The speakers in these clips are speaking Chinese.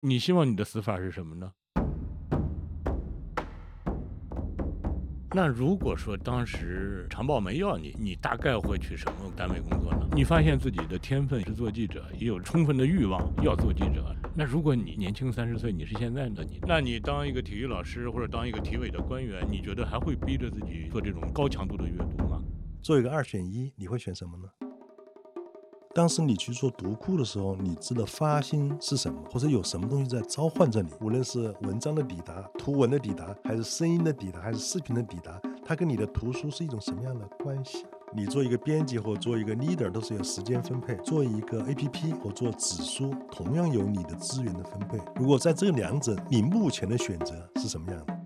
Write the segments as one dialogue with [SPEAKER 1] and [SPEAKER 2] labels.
[SPEAKER 1] 你希望你的死法是什么呢？那如果说当时长报没要你，你大概会去什么单位工作呢？你发现自己的天分是做记者，也有充分的欲望要做记者。那如果你年轻三十岁，你是现在的你，那你当一个体育老师或者当一个体委的官员，你觉得还会逼着自己做这种高强度的阅读吗？
[SPEAKER 2] 做一个二选一，你会选什么呢？当时你去做读库的时候，你知道发心是什么，或者有什么东西在召唤着你？无论是文章的抵达、图文的抵达，还是声音的抵达，还是视频的抵达，它跟你的图书是一种什么样的关系？你做一个编辑或做一个 leader 都是有时间分配，做一个 APP 或做纸书同样有你的资源的分配。如果在这两者，你目前的选择是什么样的？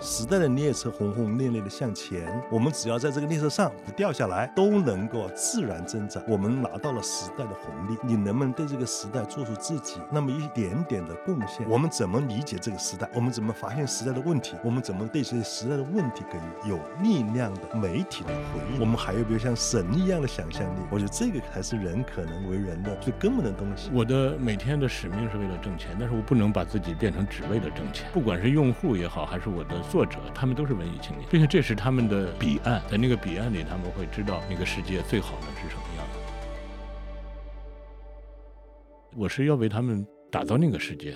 [SPEAKER 2] 时代的列车轰轰烈烈地向前，我们只要在这个列车上不掉下来，都能够自然增长。我们拿到了时代的红利，你能不能对这个时代做出自己那么一点点的贡献？我们怎么理解这个时代？我们怎么发现时代的问题？我们怎么对这些时代的问题给予有力量的媒体的回应？我们还有没有像神一样的想象力？我觉得这个才是人可能为人的最根本的东西。
[SPEAKER 1] 我的每天的使命是为了挣钱，但是我不能把自己变成只为了挣钱。不管是用户也好，还是我的作者，他们都是文艺青年，并且这是他们的彼岸，在那个彼岸里，他们会知道那个世界最好的是什么样的。我是要为他们打造那个世界。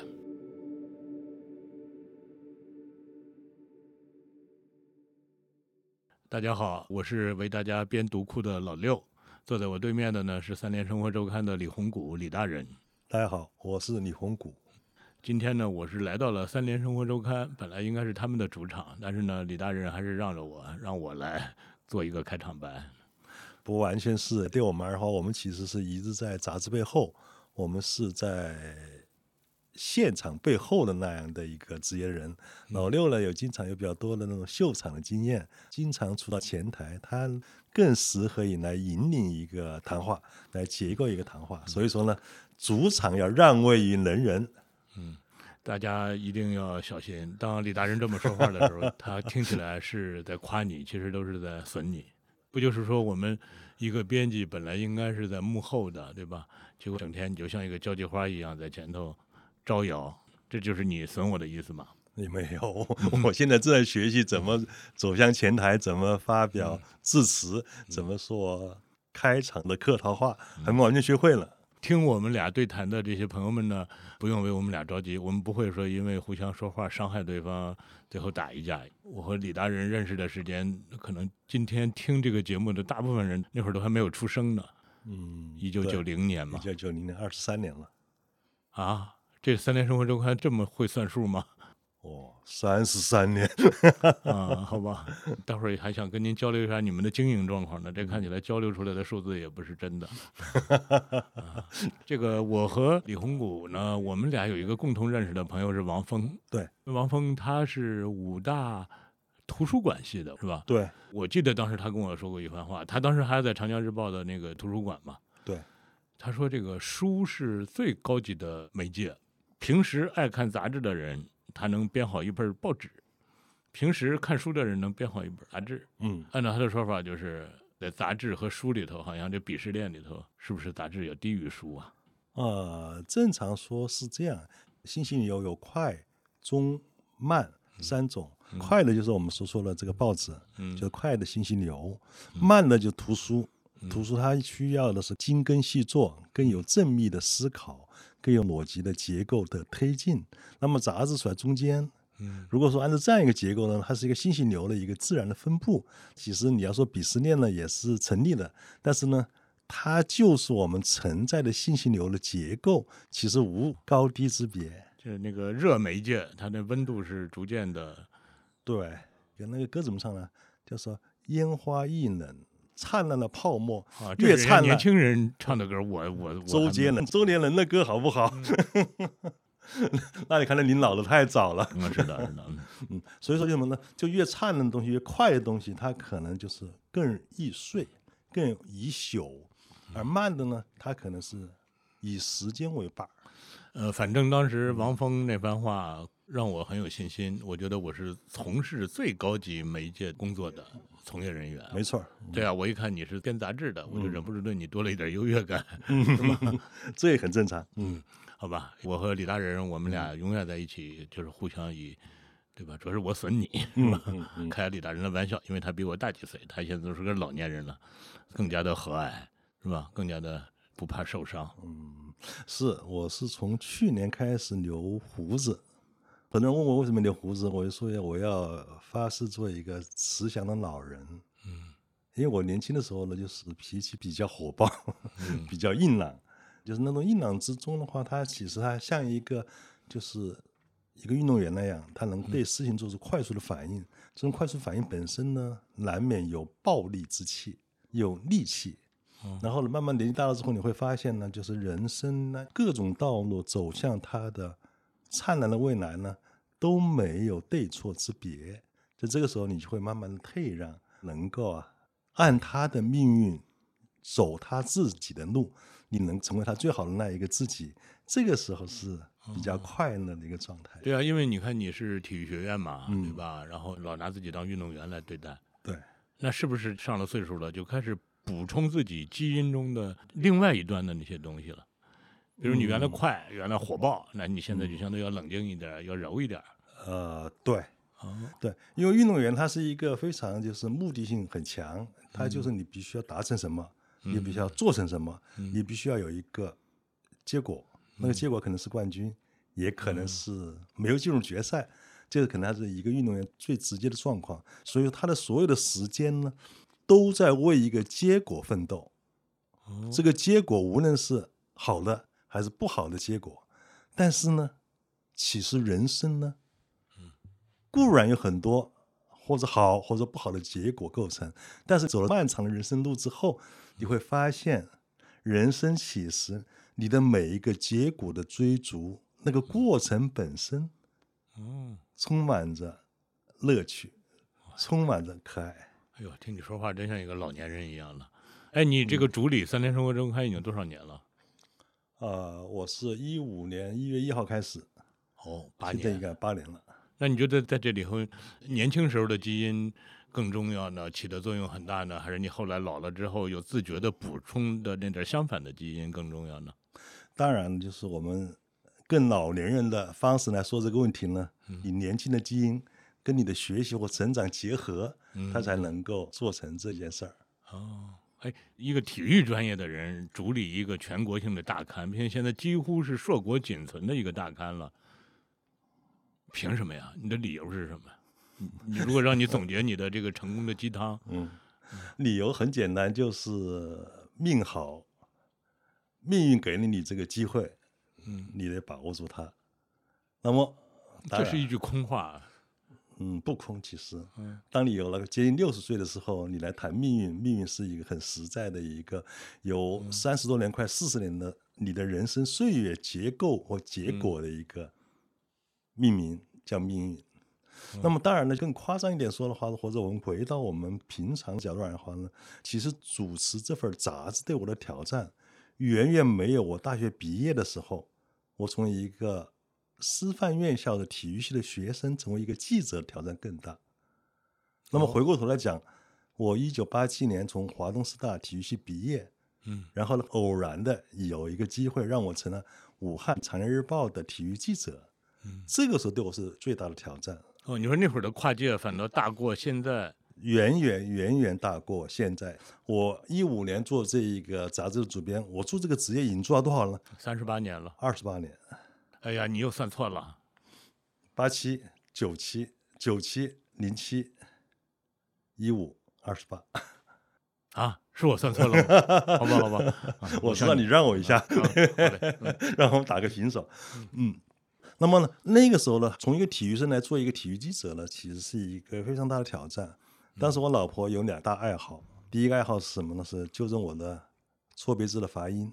[SPEAKER 1] 大家好，我是为大家编读库的老六，坐在我对面的呢是《三联生活周刊》的李红谷李大人。
[SPEAKER 2] 大家好，我是李红谷。
[SPEAKER 1] 今天呢，我是来到了《三联生活周刊》，本来应该是他们的主场，但是呢，李大人还是让着我，让我来做一个开场白。
[SPEAKER 2] 不完全是对我们而言的话，我们其实是一直在杂志背后，我们是在现场背后的那样的一个职业人。老六呢，有经常有比较多的那种秀场的经验，经常处到前台，他更适合于来引领一个谈话，来结构一个谈话。所以说呢，主场要让位于能人。
[SPEAKER 1] 大家一定要小心，当李大人这么说话的时候，他听起来是在夸你，其实都是在损你。不就是说，我们一个编辑本来应该是在幕后的，对吧？结果整天你就像一个交际花一样在前头招摇，这就是你损我的意思吗？
[SPEAKER 2] 也没有， 我我现在正在学习怎么走向前台，怎么发表致辞，怎么说开场的客套话，很晚就学会了。
[SPEAKER 1] 听我们俩对谈的这些朋友们呢，不用为我们俩着急，我们不会说因为互相说话伤害对方，最后打一架。我和李大人认识的时间，可能今天听这个节目的大部分人那会儿都还没有出生呢，
[SPEAKER 2] 嗯，
[SPEAKER 1] 一九九零年嘛
[SPEAKER 2] 一。九九零年，二十三年了，
[SPEAKER 1] 啊，这《三联生活周刊》这么会算数吗？
[SPEAKER 2] 哦，三十三年。
[SPEAKER 1] 啊，好吧，待会儿还想跟您交流一下你们的经营状况呢。这看起来交流出来的数字也不是真的。 啊、这个我和李红谷呢，我们俩有一个共同认识的朋友是王峰。
[SPEAKER 2] 对，
[SPEAKER 1] 王峰他是武大图书馆系的，是吧？
[SPEAKER 2] 对
[SPEAKER 1] 我记得当时他跟我说过一番话，他当时还在长江日报的那个图书馆嘛。
[SPEAKER 2] 对，
[SPEAKER 1] 他说这个书是最高级的媒介，平时爱看杂志的人，他能编好一本报纸；平时看书的人能编好一本杂志。
[SPEAKER 2] 嗯，
[SPEAKER 1] 按照他的说法，就是在杂志和书里头，好像这鄙视链里头，是不是杂志要低于书啊？
[SPEAKER 2] 呃，正常说是这样，信息流有快、中、慢三种。快的就是我们所说的这个报纸，
[SPEAKER 1] 嗯
[SPEAKER 2] 就是快的信息流；慢的就图书，图书它需要的是精耕细作，更有正密的思考，更有逻辑的结构的推进。那么杂志处在中间，
[SPEAKER 1] 嗯
[SPEAKER 2] 如果说按照这样一个结构呢，它是一个信息流的一个自然的分布。其实你要说鄙视链呢，也是成立的，但是呢，它就是我们存在的信息流的结构，其实无高低之别。
[SPEAKER 1] 就是那个热媒介，它的温度是逐渐的，
[SPEAKER 2] 对，原那个歌怎么唱呢？就说烟花易冷，灿烂的泡沫
[SPEAKER 1] 啊，这
[SPEAKER 2] 越
[SPEAKER 1] 是人家
[SPEAKER 2] 灿烂
[SPEAKER 1] 年。轻人唱的歌，我我我
[SPEAKER 2] 周
[SPEAKER 1] 还
[SPEAKER 2] 杰
[SPEAKER 1] 没
[SPEAKER 2] 伦，周杰伦的歌好不好？ 那你看来您老的太早了。
[SPEAKER 1] 嗯，是的，是的，嗯
[SPEAKER 2] 嗯，所以说就什么呢？就越灿烂的东西，越快的东西，它可能就是更易碎、更易朽；而慢的呢，它可能是以时间为伴儿。
[SPEAKER 1] 呃，反正当
[SPEAKER 2] 嗯
[SPEAKER 1] 时王峰那番话让我很有信心，我觉得我是从事最高级媒介工作的从业人员。
[SPEAKER 2] 没嗯错儿，
[SPEAKER 1] 对啊，我一看你是编杂志的，我就忍不住对你多了一点优越感。
[SPEAKER 2] 这也很正常。
[SPEAKER 1] 嗯， 好吧，我和李大仁，我们
[SPEAKER 2] 嗯
[SPEAKER 1] 俩永远在一起，就是互相以，对吧？主要是我损你，
[SPEAKER 2] 嗯嗯嗯，
[SPEAKER 1] 开李大人的玩笑，因为他比我大几岁，他现在都是个老年人了，更加的和蔼，是吧？更加的不怕受伤。
[SPEAKER 2] 嗯，是，我是从去年开始留胡子。很多人问我为什么留胡子，我就说我要发誓做一个慈祥的老人。
[SPEAKER 1] 嗯
[SPEAKER 2] 因为我年轻的时候呢，就是脾气比较火爆，
[SPEAKER 1] 嗯
[SPEAKER 2] 比较硬朗，就是那种硬朗之中的话，他其实他像一个就是一个运动员那样，他能
[SPEAKER 1] 嗯
[SPEAKER 2] 对事情做出快速的反应。这种快速反应本身呢，难免有暴力之气，有戾气。
[SPEAKER 1] 嗯
[SPEAKER 2] 然后呢，慢慢年纪大了之后，你会发现呢，就是人生呢，各种道路走向它的灿烂的未来呢，都没有对错之别。在这个时候，你就会慢慢的退让，能够啊，按他的命运走他自己的路，你能成为他最好的那一个自己。这个时候是比较快乐的一个状态。
[SPEAKER 1] 对啊，因为你看你是体育学院嘛，
[SPEAKER 2] 嗯
[SPEAKER 1] 对吧？然后老拿自己当运动员来对待，
[SPEAKER 2] 对，
[SPEAKER 1] 那是不是上了岁数了就开始补充自己基因中的另外一端的那些东西了？比如你原来快，原来火爆，那你现在就相对要冷静一点，要柔一点。
[SPEAKER 2] 呃，对，
[SPEAKER 1] 哦，
[SPEAKER 2] 对，因为运动员他是一个非常就是目的性很强，他就是你必须要达成什么，你必须要做成什么，你必须要有一个结果，那个结果可能是冠军，也可能是没有进入决赛，这个可能还是一个运动员最直接的状况。所以说他的所有的时间呢，都在为一个结果奋斗。
[SPEAKER 1] 哦
[SPEAKER 2] 这个结果无论是好的还是不好的结果，但是呢，其实人生呢，
[SPEAKER 1] 嗯
[SPEAKER 2] 固然有很多或者好或者不好的结果构成，但是走了漫长的人生路之后，你会发现，人生其实你的每一个结果的追逐，那个过程本身
[SPEAKER 1] 哦，
[SPEAKER 2] 充满着乐趣，充满着可爱。
[SPEAKER 1] 哎呦，听你说话真像一个老年人一样了。哎，你这个主理《三联生活周刊》已经多少年了？
[SPEAKER 2] 呃，我是一五年一月一号开始，
[SPEAKER 1] 哦，八
[SPEAKER 2] 现在应
[SPEAKER 1] 年。
[SPEAKER 2] 该八年了。
[SPEAKER 1] 那你觉得在这里头，年轻时候的基因更重要呢，起的作用很大呢，还是你后来老了之后有自觉的补充的那点相反的基因更重要呢？
[SPEAKER 2] 当然，就是我们更老年人的方式来说这个问题呢，
[SPEAKER 1] 嗯
[SPEAKER 2] 你年轻的基因跟你的学习或成长结合，
[SPEAKER 1] 嗯
[SPEAKER 2] 它才能够做成这件事儿。
[SPEAKER 1] 哦，哎，一个体育专业的人主理一个全国性的大刊，并且现在几乎是硕果仅存的一个大刊了，凭什么呀？你的理由是 什么？你你如果让你总结你的这个成功的鸡汤，
[SPEAKER 2] 嗯，理由很简单，就是命好，命运给了你这个机会，
[SPEAKER 1] 嗯，
[SPEAKER 2] 你得把握住它。那么，当
[SPEAKER 1] 这
[SPEAKER 2] 然
[SPEAKER 1] 是一句空话。
[SPEAKER 2] 嗯，不空其实
[SPEAKER 1] 嗯，
[SPEAKER 2] 当你有了接近六十岁的时候，你来谈命运，命运是一个很实在的一个有三十多年、快四十年的你的人生岁月结构或结果的一个命名，叫命运。那么当然呢，更夸张一点说的话，或者我们回到我们平常角度来的话呢，其实主持这份杂志对我的挑战，远远没有我大学毕业的时候，我从一个师范院校的体育系的学生成为一个记者的挑战更大。那么回过头来讲，我一九八七年从华东师大体育系毕业，
[SPEAKER 1] 嗯，
[SPEAKER 2] 然后呢，偶然的有一个机会让我成了武汉《长江日报》的体育记者，
[SPEAKER 1] 嗯，
[SPEAKER 2] 这个时候对我是最大的挑战。
[SPEAKER 1] 哦，你说那会儿的跨界反倒大过现在，
[SPEAKER 2] 远远远远大过现在。我一五年做这一个杂志的主编，我做这个职业已经做了多少了？
[SPEAKER 1] 三十八年了。
[SPEAKER 2] 二十八年，
[SPEAKER 1] 哎呀，你又算错了。
[SPEAKER 2] 八七、九七、九七、零七、一五、二十八。
[SPEAKER 1] 啊，是我算错了吗，好吧，好 吧，啊
[SPEAKER 2] 我知
[SPEAKER 1] 向
[SPEAKER 2] 道你让我一下，
[SPEAKER 1] 啊好嘞嗯
[SPEAKER 2] 让我们打个平手。嗯，那么呢，那个时候呢，从一个体育生来做一个体育记者呢，其实是一个非常大的挑战。当
[SPEAKER 1] 嗯
[SPEAKER 2] 时我老婆有两大爱好，第一个爱好是什么呢？是纠正我的错别字的发音。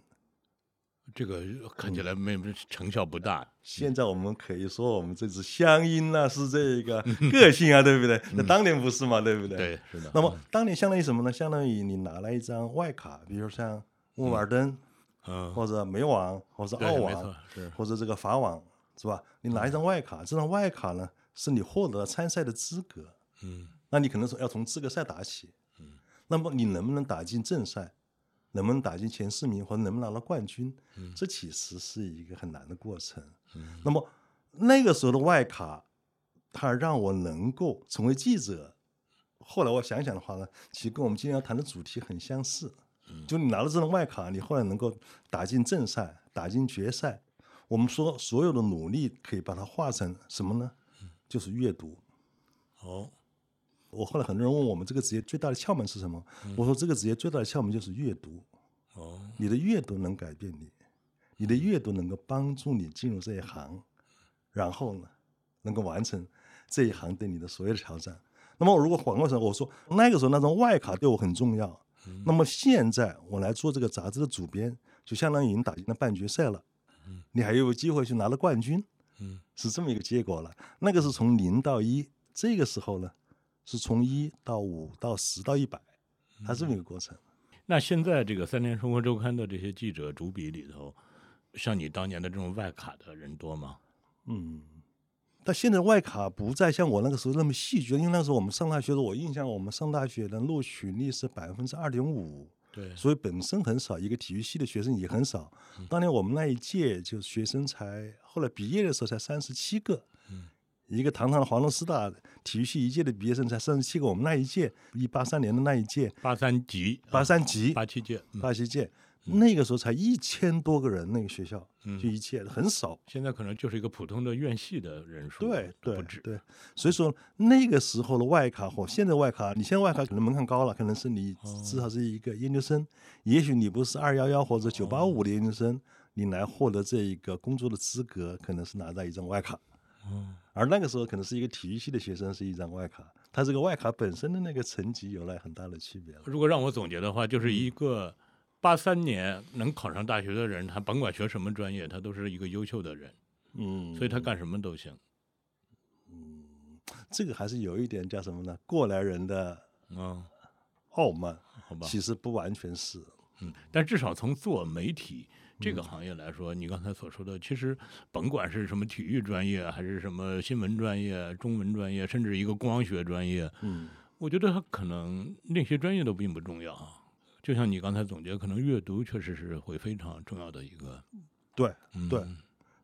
[SPEAKER 1] 这个看起来没成效不大。
[SPEAKER 2] 现在我们可以说，我们这是乡音呐、是 这个个性啊，对不对？
[SPEAKER 1] 嗯
[SPEAKER 2] 那当年不是嘛，对不嗯对？
[SPEAKER 1] 对，是的。
[SPEAKER 2] 那么当年相当于什么呢？相当于你拿了一张外卡，比如像墨尔登、
[SPEAKER 1] 嗯，
[SPEAKER 2] 或者美网或者
[SPEAKER 1] 对
[SPEAKER 2] 澳
[SPEAKER 1] 没
[SPEAKER 2] 网
[SPEAKER 1] 错，是
[SPEAKER 2] 或者这个法网，是吧？你拿一张外卡，这张外卡呢是你获得了参赛的资格，
[SPEAKER 1] 嗯
[SPEAKER 2] 那你可能是要从资格赛打起。那么你能不能打进正赛？能不能打进前四名或者能不能拿到冠军
[SPEAKER 1] 嗯，
[SPEAKER 2] 这其实是一个很难的过程。
[SPEAKER 1] 嗯
[SPEAKER 2] 那么那个时候的外卡，它让我能够成为记者。后来我想想的话呢，其实跟我们今天要谈的主题很相似。
[SPEAKER 1] 嗯
[SPEAKER 2] 就你拿了这张外卡，你后来能够打进正赛、打进决赛，我们说所有的努力可以把它化成什么呢？
[SPEAKER 1] 嗯
[SPEAKER 2] 就是阅读。
[SPEAKER 1] 哦，
[SPEAKER 2] 我后来很多人问我们这个职业最大的窍门是什么？我说这个职业最大的窍门就是阅读。
[SPEAKER 1] 哦，
[SPEAKER 2] 你的阅读能改变你，你的阅读能够帮助你进入这一行，然后呢，能够完成这一行对你的所有的挑战。那么，如果反过来，我说那个时候那张外卡对我很重要。那么现在我来做这个杂志的主编，就相当于已经打进了半决赛了，你还有机会去拿了冠军，
[SPEAKER 1] 嗯
[SPEAKER 2] 是这么一个结果了。那个是从零到一，这个时候呢，是从一到五到十到一百，它这么一个过程。
[SPEAKER 1] 那现在这个《三联生活周刊》的这些记者主笔里头，像你当年的这种外卡的人多吗？
[SPEAKER 2] 嗯，但现在外卡不再像我那个时候那么戏剧，因为那时候我们上大学的时候，我印象我们上大学的录取率是百分之二点五，
[SPEAKER 1] 对
[SPEAKER 2] 所以本身很少，一个体育系的学生也很少。当年我们那一届就学生才，后来毕业的时候才三十七个。
[SPEAKER 1] 嗯
[SPEAKER 2] 一个堂堂的华东师大体育系一届的毕业生才三十七个，我们那一届一八三年的那一届
[SPEAKER 1] 八三级，
[SPEAKER 2] 八三级，
[SPEAKER 1] 啊八七届，嗯
[SPEAKER 2] 八七届，那个时候才一千多个人，那个学校
[SPEAKER 1] 嗯
[SPEAKER 2] 就一届很少。
[SPEAKER 1] 现在可能就是一个普通的院系的人数，
[SPEAKER 2] 对
[SPEAKER 1] 都
[SPEAKER 2] 对
[SPEAKER 1] 不止。
[SPEAKER 2] 对，所以说那个时候的外卡或现在外卡，你现在外卡可能门槛高了，可能是你
[SPEAKER 1] 哦
[SPEAKER 2] 至少是一个研究生，也许你不是二幺幺或
[SPEAKER 1] 哦
[SPEAKER 2] 者九八五的研究生，你来获得这一个工作的资格，可能是拿到一张外卡。
[SPEAKER 1] 哦，
[SPEAKER 2] 而那个时候可能是一个体育系的学生是一张外卡，他这个外卡本身的那个层级有了很大的区别了。
[SPEAKER 1] 如果让我总结的话，就是
[SPEAKER 2] 嗯
[SPEAKER 1] 一个八三年能考上大学的人，他甭管学什么专业，他都是一个优秀的人，
[SPEAKER 2] 嗯，
[SPEAKER 1] 所以他干什么都行。
[SPEAKER 2] 这个还是有一点叫什么呢？过来人的
[SPEAKER 1] 嗯，
[SPEAKER 2] 傲慢，
[SPEAKER 1] 好吧。
[SPEAKER 2] 哦其实不完全是。
[SPEAKER 1] 嗯，但至少从做媒体这
[SPEAKER 2] 嗯
[SPEAKER 1] 个行业嗯来说，你刚才所说的，其实甭管是什么体育专业，还是什么新闻专业、中文专业，甚至一个光学专业，
[SPEAKER 2] 嗯
[SPEAKER 1] 我觉得它可能那些专业都并不重要啊。
[SPEAKER 2] 嗯
[SPEAKER 1] 就像你刚才总结，可能阅读确实是会非常重要的一个。
[SPEAKER 2] 对
[SPEAKER 1] 嗯、
[SPEAKER 2] 对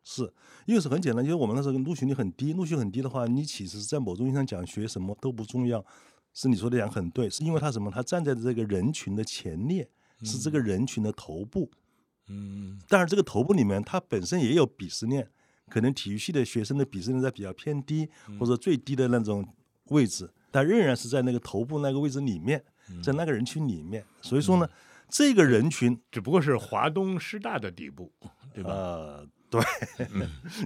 [SPEAKER 2] 是，因为是很简单，就是我们那时候录取率很低，录取很低的话，你其实在某种意义上讲学什么都不重要，是你说的讲很对，是因为他什么？他站在这个人群的前列，是这个人群的头部。
[SPEAKER 1] 嗯，
[SPEAKER 2] 当然，这个头部里面它本身也有鄙视链，可能体育系的学生的鄙视链在比较偏低或者最低的那种位置，但仍然是在那个头部那个位置里面，在那个人群里面。所以说呢，这个人群
[SPEAKER 1] 只不过是华东师大的底部，对吧？ 嗯
[SPEAKER 2] 呃，对，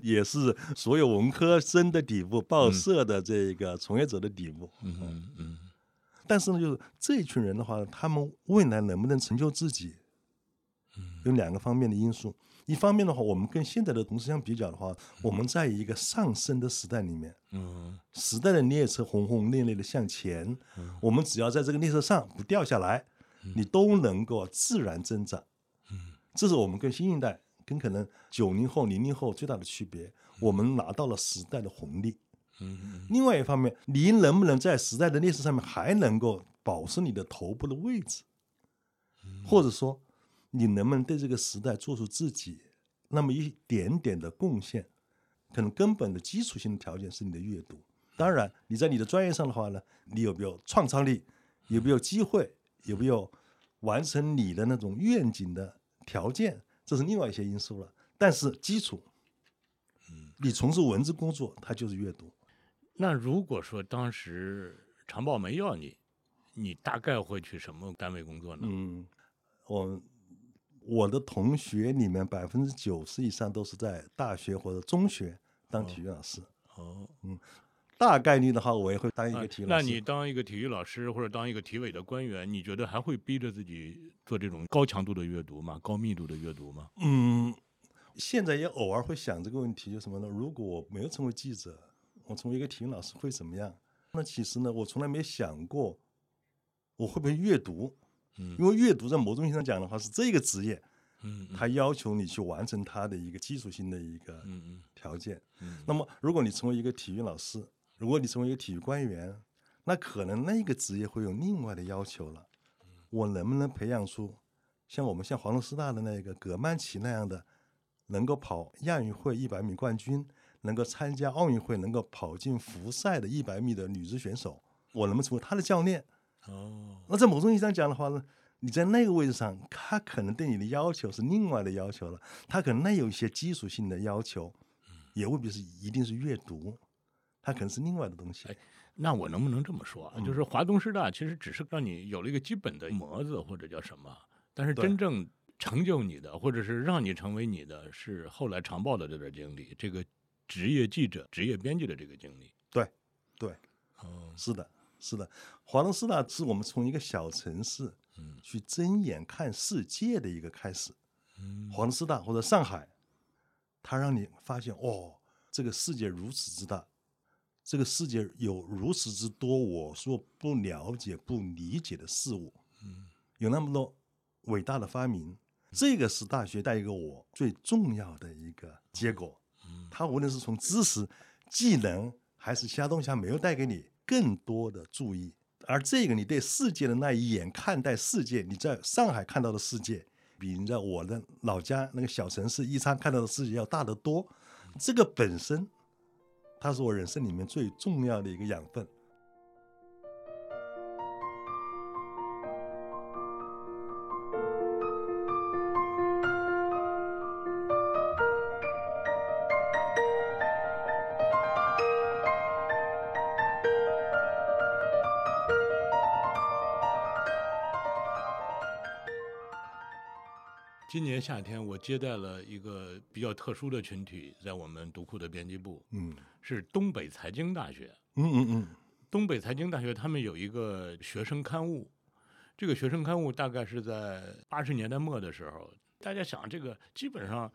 [SPEAKER 2] 也是所有文科生的底部，报社的这个从业者的底部。
[SPEAKER 1] 嗯嗯嗯
[SPEAKER 2] 但是呢，就是这一群人的话，他们未来能不能成就自己，
[SPEAKER 1] 嗯
[SPEAKER 2] 有两个方面的因素。一方面的话，我们跟现在的同事相比较的话，我们在一个上升的时代里面，
[SPEAKER 1] 嗯
[SPEAKER 2] 时代的列车轰轰烈烈的向前，我们只要在这个列车上不掉下来，
[SPEAKER 1] 嗯
[SPEAKER 2] 你都能够自然增长。这是我们跟新一代、跟可能九零后、零零后最大的区别，我们拿到了时代的红利。
[SPEAKER 1] 嗯
[SPEAKER 2] 另外一方面，你能不能在时代的列车上面还能够保持你的头部的位置，或者说，你能不能对这个时代做出自己那么一点点的贡献？可能根本的基础性的条件是你的阅读。当然，你在你的专业上的话呢，你有没有创造力，有没有机会，有没有完成你的那种愿景的条件，这是另外一些因素了。但是基础，你从事文字工作，它就是阅读。
[SPEAKER 1] 那如果说当时长报没要你，你大概会去什么单位工作呢？
[SPEAKER 2] 嗯，我我的同学里面百分之九十以上都是在大学或者中学当体育老师，
[SPEAKER 1] 哦，
[SPEAKER 2] 大概率的话，我也会当一个体育
[SPEAKER 1] 啊那
[SPEAKER 2] 老
[SPEAKER 1] 你
[SPEAKER 2] 师。
[SPEAKER 1] 当一个体育老师或者当一个体委的官员，你觉得还会逼着自己做这种高强度的阅读吗？高密度的阅读吗？
[SPEAKER 2] 嗯，现在也偶尔会想这个问题，就什么呢？如果我没有成为记者，我成为一个体育老师会怎么样？那其实呢，我从来没想过我会不会阅读，
[SPEAKER 1] 嗯
[SPEAKER 2] 因为阅读在某种意义上讲的话，是这个职业
[SPEAKER 1] 嗯嗯
[SPEAKER 2] 它要求你去完成它的一个基础性的一个
[SPEAKER 1] 嗯
[SPEAKER 2] 条件。
[SPEAKER 1] 嗯
[SPEAKER 2] 那么，如果你成为一个体育老师，如果你成为一个体育官员，那可能那个职业会有另外的要求了。我能不能培养出像我们像华东师大的那个葛曼棋那样的，能够跑亚运会一百米冠军，能够参加奥运会，能够跑进复赛的一百米的女子选手，我能不能成为她的教练？
[SPEAKER 1] 哦，
[SPEAKER 2] 那在某种意义上讲的话呢，你在那个位置上，他可能对你的要求是另外的要求了，他可能那有一些基础性的要求，也未必是一定是阅读，他可能是另外的东西。
[SPEAKER 1] 那我能不能这么说啊？就是华东师大其实只是让你有了一个基本的模子或者叫什么，但是
[SPEAKER 2] 对
[SPEAKER 1] 真正成就你的，或者是让你成为你的，是后来长报的这段经历，这个职业记者、职业编辑的这个经历。
[SPEAKER 2] 对，对，
[SPEAKER 1] 哦，
[SPEAKER 2] 是的，是的，华东师大是我们从一个小城市
[SPEAKER 1] 嗯
[SPEAKER 2] 去睁眼看世界的一个开始。
[SPEAKER 1] 嗯，
[SPEAKER 2] 华东师大或者上海，它让你发现哦，这个世界如此之大，这个世界有如此之多我所不了解、不理解的事物，
[SPEAKER 1] 嗯，
[SPEAKER 2] 有那么多伟大的发明，这个是大学带给我最重要的一个结果。
[SPEAKER 1] 嗯
[SPEAKER 2] 它无论是从知识、技能，还是其他东西，它没有带给你更多的注意。而这个你对世界的那一眼看待世界，你在上海看到的世界，比你在我的老家那个小城市宜昌看到的世界要大得多。这个本身，它是我人生里面最重要的一个养分。
[SPEAKER 1] 今年夏天我接待了一个比较特殊的群体，在我们读库的编辑部，
[SPEAKER 2] 嗯
[SPEAKER 1] 是东北财经大学。
[SPEAKER 2] 嗯嗯嗯，
[SPEAKER 1] 东北财经大学他们有一个学生刊物，这个学生刊物大概是在八十年代末的时候，大家想这个基本上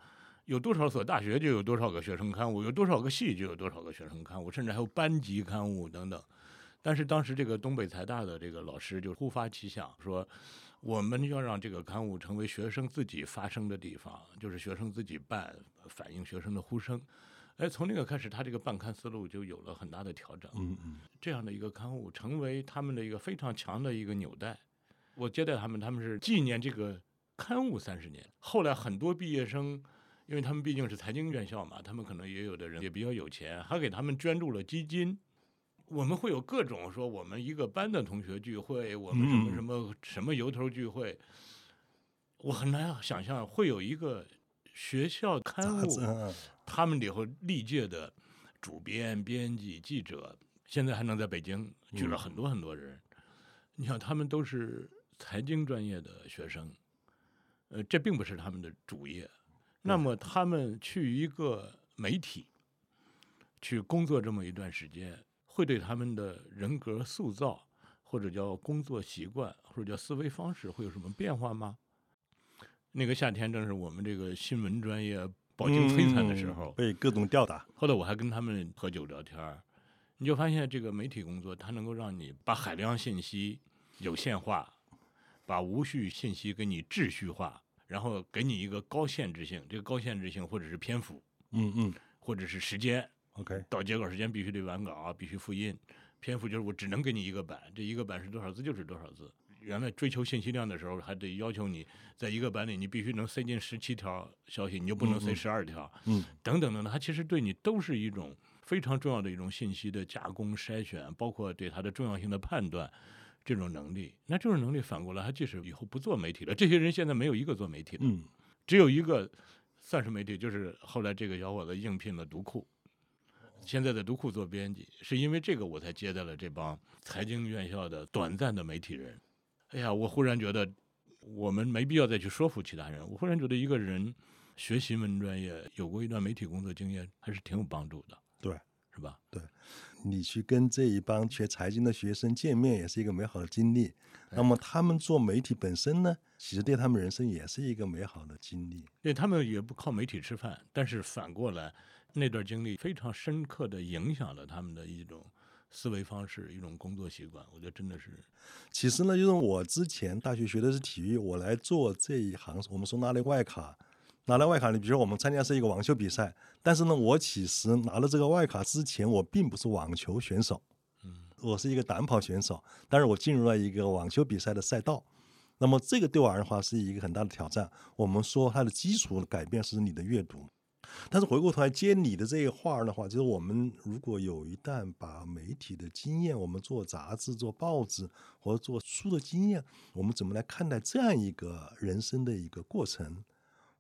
[SPEAKER 1] 有多少所大学就有多少个学生刊物，有多少个系就有多少个学生刊物，甚至还有班级刊物等等。但是当时这个东北财大的这个老师就突发奇想说，我们要让这个刊物成为学生自己发声的地方，就是学生自己办，反映学生的呼声。哎，从那个开始，他这个办刊思路就有了很大的调整。
[SPEAKER 2] 嗯嗯，
[SPEAKER 1] 这样的一个刊物，成为他们的一个非常强的一个纽带。我接待他们，他们是纪念这个刊物三十年。后来很多毕业生，因为他们毕竟是财经院校嘛，他们可能也有的人也比较有钱，还给他们捐助了基金。我们会有各种说，我们一个班的同学聚会，我们什么
[SPEAKER 2] 嗯
[SPEAKER 1] 什么什么由头聚会，我很难想象会有一个学校刊
[SPEAKER 2] 杂
[SPEAKER 1] 物
[SPEAKER 2] 志，嗯嗯
[SPEAKER 1] 他们里头历届的主编、编辑、记者，现在还能在北京聚了很多很多人。你想，他们都是财经专业的学生，呃，这并不是他们的主业。那么他们去一个媒体去工作这么一段时间，会对他们的人格塑造，或者叫工作习惯，或者叫思维方式，会有什么变化吗？那个夏天正是我们这个新闻专业饱经摧残的时候，
[SPEAKER 2] 嗯被各种吊打。
[SPEAKER 1] 后来我还跟他们喝酒聊天儿，你就发现这个媒体工作，它能够让你把海量信息有限化，把无序信息给你秩序化，然后给你一个高限制性，这个高限制性或者是篇幅，
[SPEAKER 2] 嗯嗯
[SPEAKER 1] 或者是时间，
[SPEAKER 2] ，OK，
[SPEAKER 1] 到截稿时间必须得完稿，啊必须复印，篇幅就是我只能给你一个版，这一个版是多少字就是多少字。原来追求信息量的时候，还得要求你在一个版里你必须能塞进十七条消息，你就不能塞
[SPEAKER 2] 嗯嗯
[SPEAKER 1] 十二条。
[SPEAKER 2] 嗯
[SPEAKER 1] 等等等等，它其实对你都是一种非常重要的一种信息的加工、筛选，包括对它的重要性的判断，这种能力。那这种能力反过来，他即使以后不做媒体了，这些人现在没有一个做媒体的，
[SPEAKER 2] 嗯
[SPEAKER 1] 只有一个算是媒体，就是后来这个小伙子应聘了读库，现在在读库做编辑，是因为这个我才接待了这帮财经院校的短暂的媒体人。哎呀，我忽然觉得我们没必要再去说服其他人，我忽然觉得一个人学习文专业，有过一段媒体工作经验，还是挺有帮助的，
[SPEAKER 2] 对。
[SPEAKER 1] 是吧？
[SPEAKER 2] 你去跟这一帮学财经的学生见面，也是一个美好的经历。那么他们做媒体本身呢，其实对他们人生也是一个美好的经历。
[SPEAKER 1] 对他们也不靠媒体吃饭，但是反过来，那段经历非常深刻的影响了他们的一种思维方式、一种工作习惯。我觉得真的是
[SPEAKER 2] 其实呢，就是我之前大学学的是体育，我来做这一行，我们说拿了外卡，拿了外卡，你比如说我们参加是一个网球比赛，但是呢，我其实拿了这个外卡之前，我并不是网球选手，
[SPEAKER 1] 嗯，
[SPEAKER 2] 我是一个短跑选手，但是我进入了一个网球比赛的赛道，那么这个对我而言的话是一个很大的挑战。我们说它的基础改变是你的阅读，但是回过头来接你的这个话儿的话，就是我们如果有一旦把媒体的经验，我们做杂志、做报纸或者做书的经验，我们怎么来看待这样一个人生的一个过程？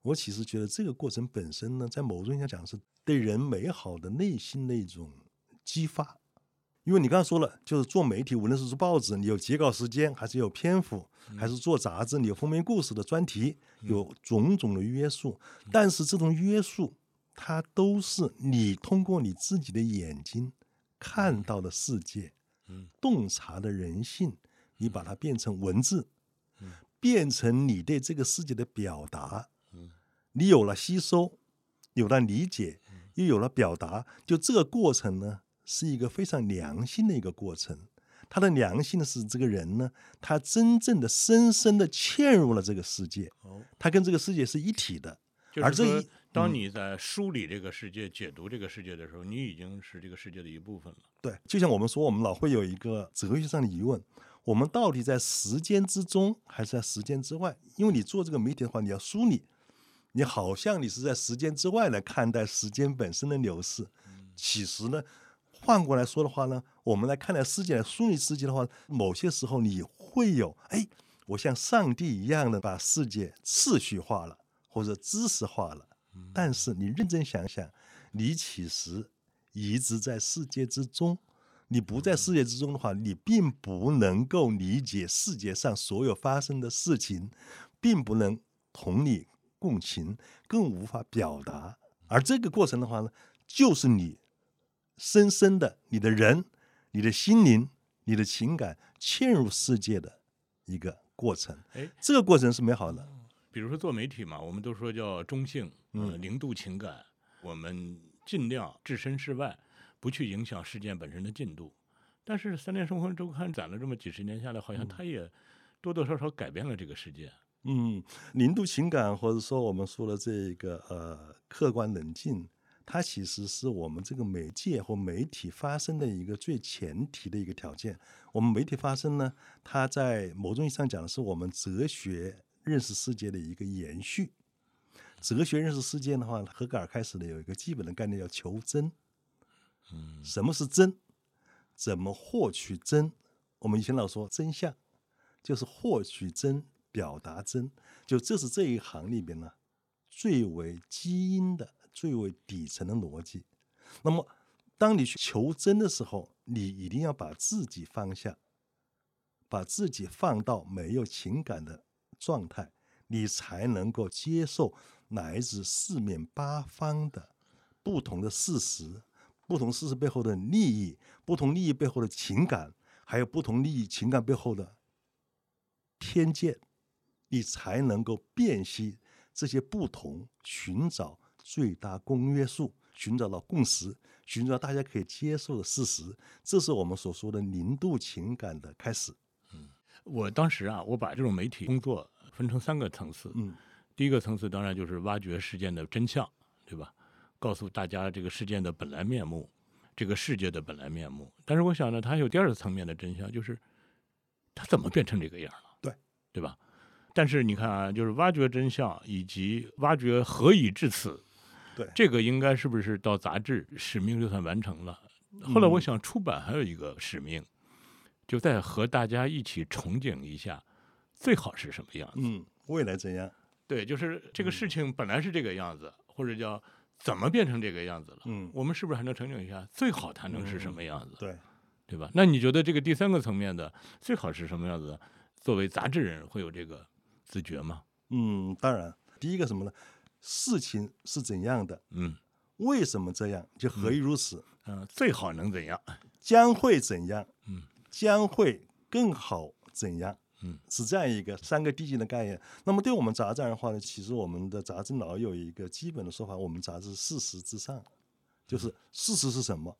[SPEAKER 2] 我其实觉得这个过程本身呢，在某种意义上讲是对人美好的内心的一种激发。因为你刚才说了，就是做媒体，无论是做报纸，你有截稿时间，还是有篇幅，还是做杂志，你有封面故事的专题，有种种的约束。但是这种约束，它都是你通过你自己的眼睛看到的世界，
[SPEAKER 1] 嗯
[SPEAKER 2] 洞察的人性，你把它变成文字
[SPEAKER 1] 嗯，
[SPEAKER 2] 变成你对这个世界的表达。
[SPEAKER 1] 嗯
[SPEAKER 2] 你有了吸收，有了理解，又有了表达，就这个过程呢，是一个非常良性的一个过程。他的良性呢，是这个人呢，他真正的深深的嵌入了这个世界，
[SPEAKER 1] 哦，
[SPEAKER 2] 他跟这个世界是一体的。
[SPEAKER 1] 就
[SPEAKER 2] 而
[SPEAKER 1] 是
[SPEAKER 2] 这
[SPEAKER 1] 说
[SPEAKER 2] 一，
[SPEAKER 1] 当
[SPEAKER 2] 嗯
[SPEAKER 1] 你在梳理这个世界、解读这个世界的时候，你已经是这个世界的一部分了。
[SPEAKER 2] 对，就像我们说，我们老会有一个哲学上的疑问：我们到底在时间之中，还是在时间之外？因为你做这个媒体的话，你要梳理，你好像你是在时间之外来看待时间本身的流逝。 其实呢，换过来说的话呢，我们来看待世界、来梳理世界的话，某些时候你会有，哎，我像上帝一样的把世界次序化了，或者知识化了。但是你认真想想，你其实一直在世界之中。你不在世界之中的话，你并不能够理解世界上所有发生的事情，并不能同理共情，更无法表达。而这个过程的话呢，就是你深深的你的人、你的心灵、你的情感嵌入世界的一个过程。
[SPEAKER 1] 哎，
[SPEAKER 2] 这个过程是美好的。
[SPEAKER 1] 比如说做媒体嘛，我们都说叫中性，呃
[SPEAKER 2] 嗯
[SPEAKER 1] 零度情感，我们尽量置身事外，不去影响事件本身的进度。但是《三联生活周刊》攒了这么几十年下来，好像它也多多少少改变了这个世界。
[SPEAKER 2] 嗯，零度情感，或者说我们说的这个呃客观冷静，它其实是我们这个媒介或媒体发生的一个最前提的一个条件。我们媒体发生呢，它在某种意义上讲的是我们哲学认识世界的一个延续。哲学认识世界的话，荷格尔开始的有一个基本的概念叫求真。
[SPEAKER 1] 嗯
[SPEAKER 2] 什么是真？怎么获取真？我们以前老说真相，就是获取真、表达真，就这是这一行里边呢最为基因的、最为底层的逻辑。那么，当你去求真的时候，你一定要把自己放下，把自己放到没有情感的状态，你才能够接受来自四面八方的不同的事实、不同事实背后的利益、不同利益背后的情感，还有不同利益情感背后的偏见，你才能够辨析这些不同，寻找最大公约数，寻找到共识，寻找大家可以接受的事实。这是我们所说的零度情感的开始。
[SPEAKER 1] 我当时啊，我把这种媒体工作分成三个层次。
[SPEAKER 2] 嗯
[SPEAKER 1] 第一个层次当然就是挖掘事件的真相，对吧？告诉大家这个事件的本来面目，这个世界的本来面目。但是我想呢，它还有第二层面的真相，就是它怎么变成这个样了？
[SPEAKER 2] 对，
[SPEAKER 1] 对吧？但是你看啊，就是挖掘真相以及挖掘何以至此，
[SPEAKER 2] 对
[SPEAKER 1] 这个应该是不是到杂志使命就算完成了？后来我
[SPEAKER 2] 嗯
[SPEAKER 1] 想，出版还有一个使命，就在和大家一起憧憬一下，最好是什么样子。
[SPEAKER 2] 嗯，未来怎样？
[SPEAKER 1] 对，就是这个事情本来是这个样子，或者叫怎么变成这个样子了？
[SPEAKER 2] 嗯，
[SPEAKER 1] 我们是不是还能澄清一下，最好它能是什么样子，
[SPEAKER 2] 对，
[SPEAKER 1] 对吧？那你觉得这个第三个层面的最好是什么样子？作为杂志人会有这个自觉吗？
[SPEAKER 2] 嗯，当然，第一个什么呢？事情是怎样的？
[SPEAKER 1] 嗯
[SPEAKER 2] 为什么这样？就何以如此？
[SPEAKER 1] 嗯、呃最好能怎样？
[SPEAKER 2] 将会怎样？
[SPEAKER 1] 嗯，
[SPEAKER 2] 将会更好怎样？
[SPEAKER 1] 嗯，
[SPEAKER 2] 是这样一个三个递进的概念。那么对我们杂志而言的话呢，其实我们的杂志老有一个基本的说法，我们杂志事实至上，
[SPEAKER 1] 嗯
[SPEAKER 2] 就是事实是什么，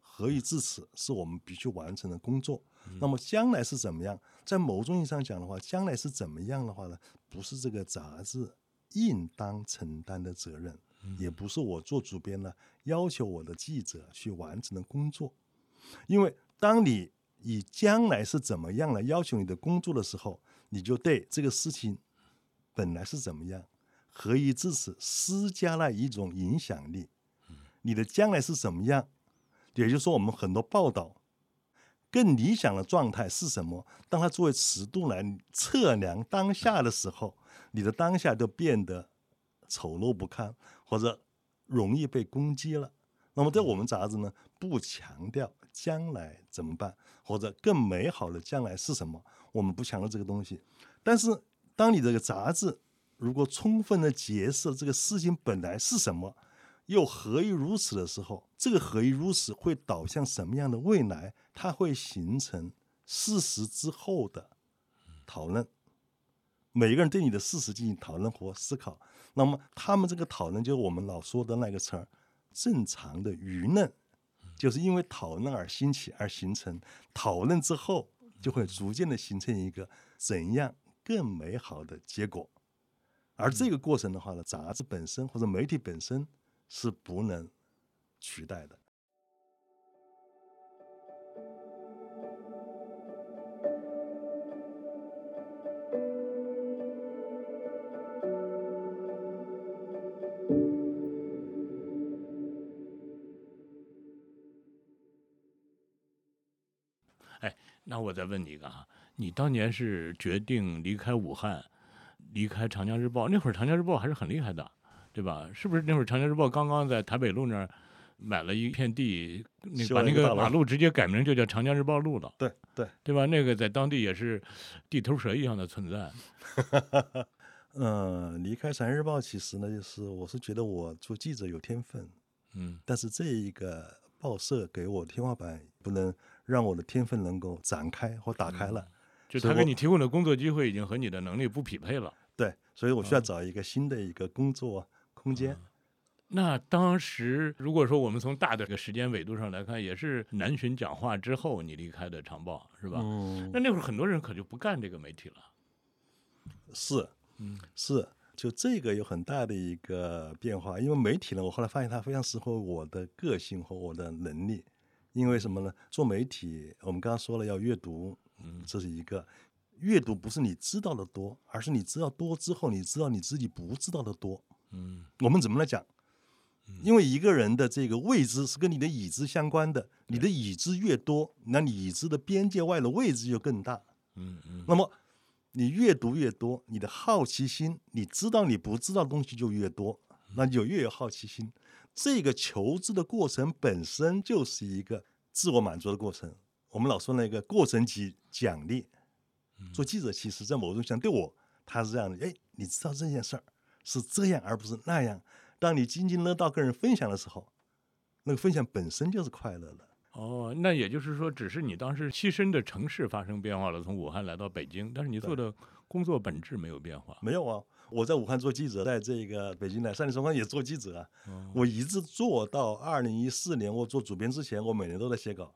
[SPEAKER 2] 何以至此是我们必须完成的工作。
[SPEAKER 1] 嗯
[SPEAKER 2] 那么将来是怎么样？在某种意义上讲的话，将来是怎么样的话呢？不是这个杂志应当承担的责任，
[SPEAKER 1] 嗯
[SPEAKER 2] 也不是我做主编呢要求我的记者去完成的工作。因为当你以将来是怎么样来要求你的工作的时候，你就对这个事情本来是怎么样，何以至此施加了一种影响力。你的将来是怎么样？也就是说，我们很多报道更理想的状态是什么？当它作为尺度来测量当下的时候，你的当下就变得丑陋不堪，或者容易被攻击了。那么，在我们杂志呢，不强调将来怎么办，或者更美好的将来是什么，我们不强调这个东西。但是，当你这个杂志如果充分的解释这个事情本来是什么，又何以如此的时候，这个何以如此会导向什么样的未来？它会形成事实之后的讨论。每个人对你的事实进行讨论和思考，那么他们这个讨论就是我们老说的那个词儿——正常的舆论，就是因为讨论而兴起而形成。讨论之后，就会逐渐的形成一个怎样更美好的结果。而这个过程的话呢，杂志本身或者媒体本身是不能取代的。
[SPEAKER 1] 那我再问你一个啊，你当年是决定离开武汉，离开长江日报，那会儿长江日报还是很厉害的，对吧？是不是那会儿长江日报刚刚在台北路那儿买了一片地，那
[SPEAKER 2] 修
[SPEAKER 1] 把
[SPEAKER 2] 了
[SPEAKER 1] 那
[SPEAKER 2] 一个
[SPEAKER 1] 个
[SPEAKER 2] 大楼
[SPEAKER 1] 马路直接改名就叫长江日报路了，
[SPEAKER 2] 对对，
[SPEAKER 1] 对吧？那个在当地也是地头蛇一样的存在。
[SPEAKER 2] 呃，离开《长安日报》其实呢，就是我是觉得我做记者有天分，
[SPEAKER 1] 嗯
[SPEAKER 2] 但是这一个报社给我天花板，不能让我的天分能够展开或打开了。
[SPEAKER 1] 就
[SPEAKER 2] 所以
[SPEAKER 1] 他
[SPEAKER 2] 我
[SPEAKER 1] 给你提供的工作机会已经和你的能力不匹配了。
[SPEAKER 2] 对，所以我需要找一个新的一个工作空间。
[SPEAKER 1] 那当时如果说我们从大的这个时间纬度上来看，也是南巡讲话之后你离开的长报，是吧？
[SPEAKER 2] 嗯
[SPEAKER 1] 那那会儿很多人可就不干这个媒体了。
[SPEAKER 2] 是，
[SPEAKER 1] 嗯
[SPEAKER 2] 是，就这个有很大的一个变化。因为媒体呢，我后来发现它非常适合我的个性和我的能力。因为什么呢？做媒体，我们刚刚说了要阅读，
[SPEAKER 1] 嗯
[SPEAKER 2] 这是一个。阅读不是你知道的多，而是你知道多之后，你知道你自己不知道的多。
[SPEAKER 1] 嗯
[SPEAKER 2] 我们怎么来讲？因为一个人的这个未知是跟你的已知相关的，你的已知越多，那你已知的边界外的位置就更大。
[SPEAKER 1] 嗯嗯
[SPEAKER 2] 那么你阅读越多，你的好奇心，你知道你不知道的东西就越多，那你就越有好奇心。这个求知的过程本身就是一个自我满足的过程。我们老说那个过程即奖励，做记者其实在某种上对我他是这样的，哎，你知道这件事儿是这样而不是那样。当你津津乐道跟人分享的时候，那个分享本身就是快乐的。
[SPEAKER 1] 哦，那也就是说，只是你当时栖身的城市发生变化了，从武汉来到北京，但是你做的工作本质没有变化。
[SPEAKER 2] 没有啊，我在武汉做记者，在这个北京来三里双方也做记者啊。
[SPEAKER 1] 哦
[SPEAKER 2] 我一直做到二零一四年，我做主编之前，我每年都在写稿。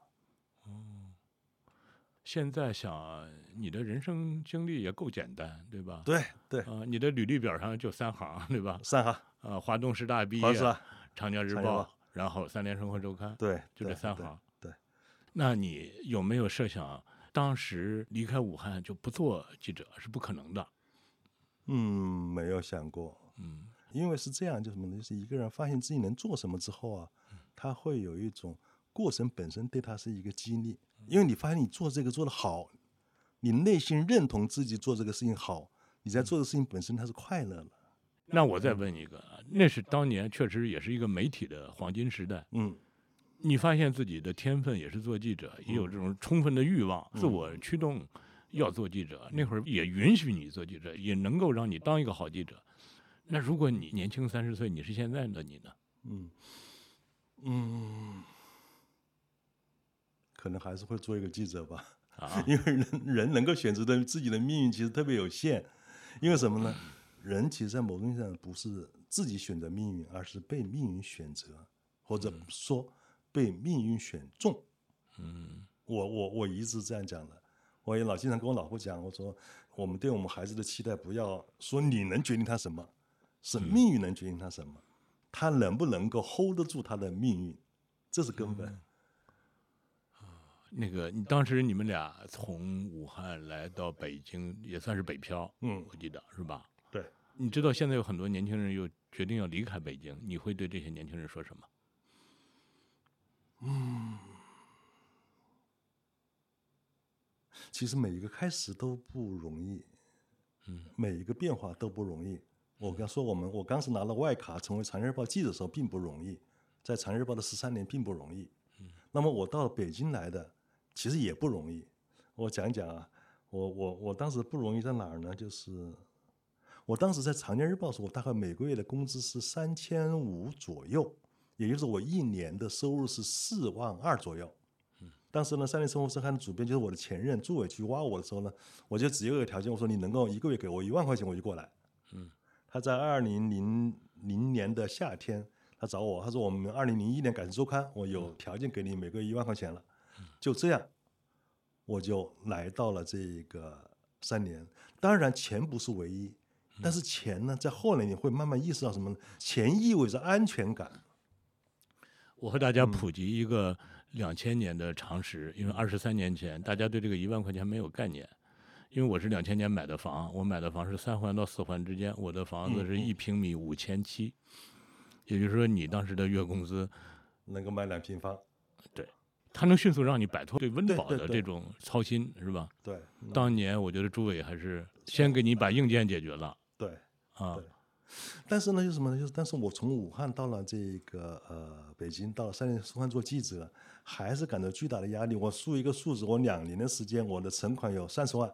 [SPEAKER 1] 现在想，你的人生经历也够简单，对吧？
[SPEAKER 2] 对对，
[SPEAKER 1] 啊、你的履历表上就三行，对吧？
[SPEAKER 2] 上海，
[SPEAKER 1] 啊，华东师大毕
[SPEAKER 2] 黄
[SPEAKER 1] 业，
[SPEAKER 2] 是吧？
[SPEAKER 1] 长江日
[SPEAKER 2] 长江
[SPEAKER 1] 报
[SPEAKER 2] 报，
[SPEAKER 1] 然后三联生活周刊，
[SPEAKER 2] 对，
[SPEAKER 1] 就这
[SPEAKER 2] 对
[SPEAKER 1] 三
[SPEAKER 2] 对
[SPEAKER 1] 行。
[SPEAKER 2] 对
[SPEAKER 1] 那你有没有设想，当时离开武汉就不做记者是不可能的？
[SPEAKER 2] 嗯，没有想过，
[SPEAKER 1] 嗯
[SPEAKER 2] 因为是这样，就什么呢？就是一个人发现自己能做什么之后啊，他会有一种过程本身对他是一个激励，因为你发现你做这个做得好，你内心认同自己做这个事情好，你在做的事情本身它是快乐的。
[SPEAKER 1] 那我再问一个啊，那是当年确实也是一个媒体的黄金时代。
[SPEAKER 2] 嗯，
[SPEAKER 1] 你发现自己的天分也是做记者，也有这种充分的欲望，自我驱动要做记者。那会儿也允许你做记者，也能够让你当一个好记者。那如果你年轻三十岁，你是现在的你呢？
[SPEAKER 2] 嗯，嗯，可能还是会做一个记者吧，，
[SPEAKER 1] 啊
[SPEAKER 2] 因为人人能够选择的自己的命运其实特别有限，因为什么呢？人其实，在某种意义上不是自己选择命运，而是被命运选择，或者说被命运选中。
[SPEAKER 1] 嗯
[SPEAKER 2] 我我我一直这样讲的，我也老经常跟我老婆讲，我说我们对我们孩子的期待，不要说你能决定他什么，是命运能决定他什么，他能不能够 hold 得住他的命运，这是根本。
[SPEAKER 1] 那个，你当时你们俩从武汉来到北京，也算是北漂，
[SPEAKER 2] 嗯
[SPEAKER 1] 我记得是吧？
[SPEAKER 2] 对。
[SPEAKER 1] 你知道现在有很多年轻人又决定要离开北京，你会对这些年轻人说什么？
[SPEAKER 2] 其实每一个开始都不容易，
[SPEAKER 1] 嗯，
[SPEAKER 2] 每一个变化都不容易。我刚说我们，我当时拿了外卡成为《长日报》记者的时候并不容易，在《长日报》的十三年并不容易。嗯，那么我到北京来的，其实也不容易。我讲一讲啊，我我我当时不容易在哪儿呢？就是我当时在《长江日报》的时候，我大概每个月的工资是三千五左右，也就是我一年的收入是四万二左右。当时呢，《三联生活周刊》的主编就是我的前任朱伟去挖我的时候呢，我就只有一个条件，我说你能够一个月给我一万块钱，我就过来。
[SPEAKER 1] 嗯，
[SPEAKER 2] 他在二零零零年的夏天，他找我，他说我们二零零一年《改革周刊》，我有条件给你每个月一万块钱了。就这样，我就来到了这个三联。当然，钱不是唯一，但是钱呢，在后来你会慢慢意识到什么呢？钱意味着安全感。
[SPEAKER 1] 我和大
[SPEAKER 2] 嗯
[SPEAKER 1] 家普及一个两千年的常识，因为二十三年前大家对这个一万块钱没有概念。因为我是两千年买的房，我买的房是三环到四环之间，我的房
[SPEAKER 2] 嗯
[SPEAKER 1] 子是一平米五千七，也就是说你当时的月工资，
[SPEAKER 2] 能够买两平方，
[SPEAKER 1] 它能迅速让你摆脱对温
[SPEAKER 2] 对
[SPEAKER 1] 饱
[SPEAKER 2] 对
[SPEAKER 1] 的
[SPEAKER 2] 对嗯
[SPEAKER 1] 这种操心，是吧？
[SPEAKER 2] 对，那
[SPEAKER 1] 当年我觉得朱伟还是先给你把硬件解决了
[SPEAKER 2] 对。
[SPEAKER 1] 啊
[SPEAKER 2] 对，但是呢，就是什么呢？就是但是我从武汉到了这个呃北京，到了三联书刊做记者，还是感到巨大的压力。我数一个数字，我两年的时间，我的存款有三十万，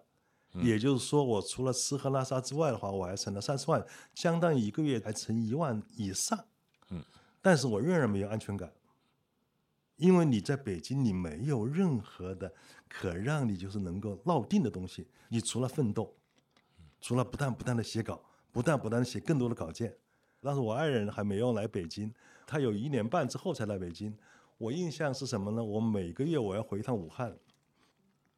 [SPEAKER 2] 也就是说，我除了吃喝拉撒之外的话，我还存了三十万，相当于一个月还存一万以上。
[SPEAKER 1] 嗯，
[SPEAKER 2] 但是我仍然没有安全感。因为你在北京，你没有任何的可让你就是能够落定的东西，你除了奋斗，除了不断不断的写稿，不断不断的写更多的稿件。当时我爱人还没有来北京，他有一年半之后才来北京。我印象是什么呢？我每个月我要回一趟武汉，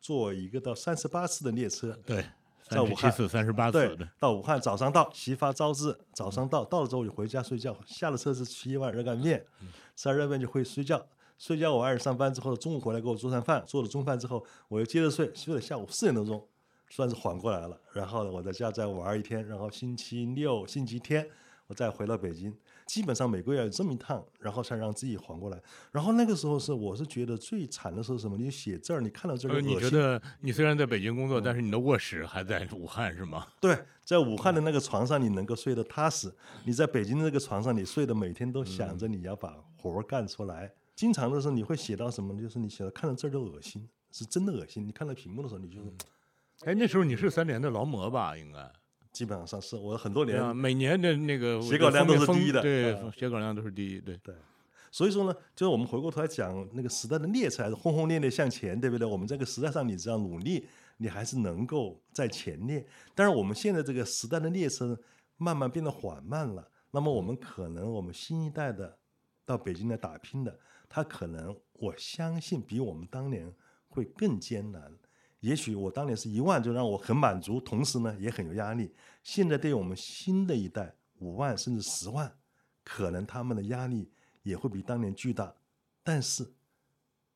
[SPEAKER 2] 坐一个到三十八次的列车，
[SPEAKER 1] 对，
[SPEAKER 2] 在
[SPEAKER 1] 三
[SPEAKER 2] 武
[SPEAKER 1] 十七
[SPEAKER 2] 汉
[SPEAKER 1] 次、三十八
[SPEAKER 2] 对
[SPEAKER 1] 次的，，
[SPEAKER 2] 到武汉早上到，齐发招致，早上到，到了之后我就回家睡觉，下了车是吃一碗热干面，
[SPEAKER 1] 嗯
[SPEAKER 2] 吃完热干面就回去睡觉。睡觉，我爱人上班之后，中午回来给我做上饭，做了中饭之后，我又接着睡，睡到下午四点多钟，算是缓过来了。然后呢，我在家再玩一天，然后星期六、星期天我再回到北京，基本上每个月有这么一趟，然后才让自己缓过来。然后那个时候是，我是觉得最惨的时候是什么？你写字儿，你看到这儿
[SPEAKER 1] 呃，
[SPEAKER 2] 就
[SPEAKER 1] 你
[SPEAKER 2] 恶
[SPEAKER 1] 觉
[SPEAKER 2] 心嗯
[SPEAKER 1] 得你虽然在北京工作，但是你的卧室还在武汉是吗？
[SPEAKER 2] 对，在武汉的那个床上，你能够睡得踏实；你在北京的那个床上，你睡得每天都想着你要把活儿干出来。经常的时候，你会写到什么呢？就是你写到看到这儿就恶心，是真的恶心。你看到屏幕的时候，你就是
[SPEAKER 1] 哎，那时候你是三联的劳模吧？应该
[SPEAKER 2] 基本上是我很多
[SPEAKER 1] 对
[SPEAKER 2] 年
[SPEAKER 1] 啊，每年的那个
[SPEAKER 2] 写稿量
[SPEAKER 1] 封面
[SPEAKER 2] 都是
[SPEAKER 1] 封
[SPEAKER 2] 第一的
[SPEAKER 1] 对
[SPEAKER 2] 啊，
[SPEAKER 1] 写稿量都是第一，对，
[SPEAKER 2] 对，所以说呢，就是我们回过头来讲那个时代的列车还是轰轰烈烈向前，对不对？我们这个时代上，你只要努力，你还是能够在前列。但是我们现在这个时代的列车呢慢慢变得缓慢了，那么我们可能我们新一代的到北京来打拼的，他可能我相信比我们当年会更艰难。也许我当年是一万就让我很满足，同时呢也很有压力。现在对于我们新的一代五万甚至十万，可能他们的压力也会比当年巨大，但是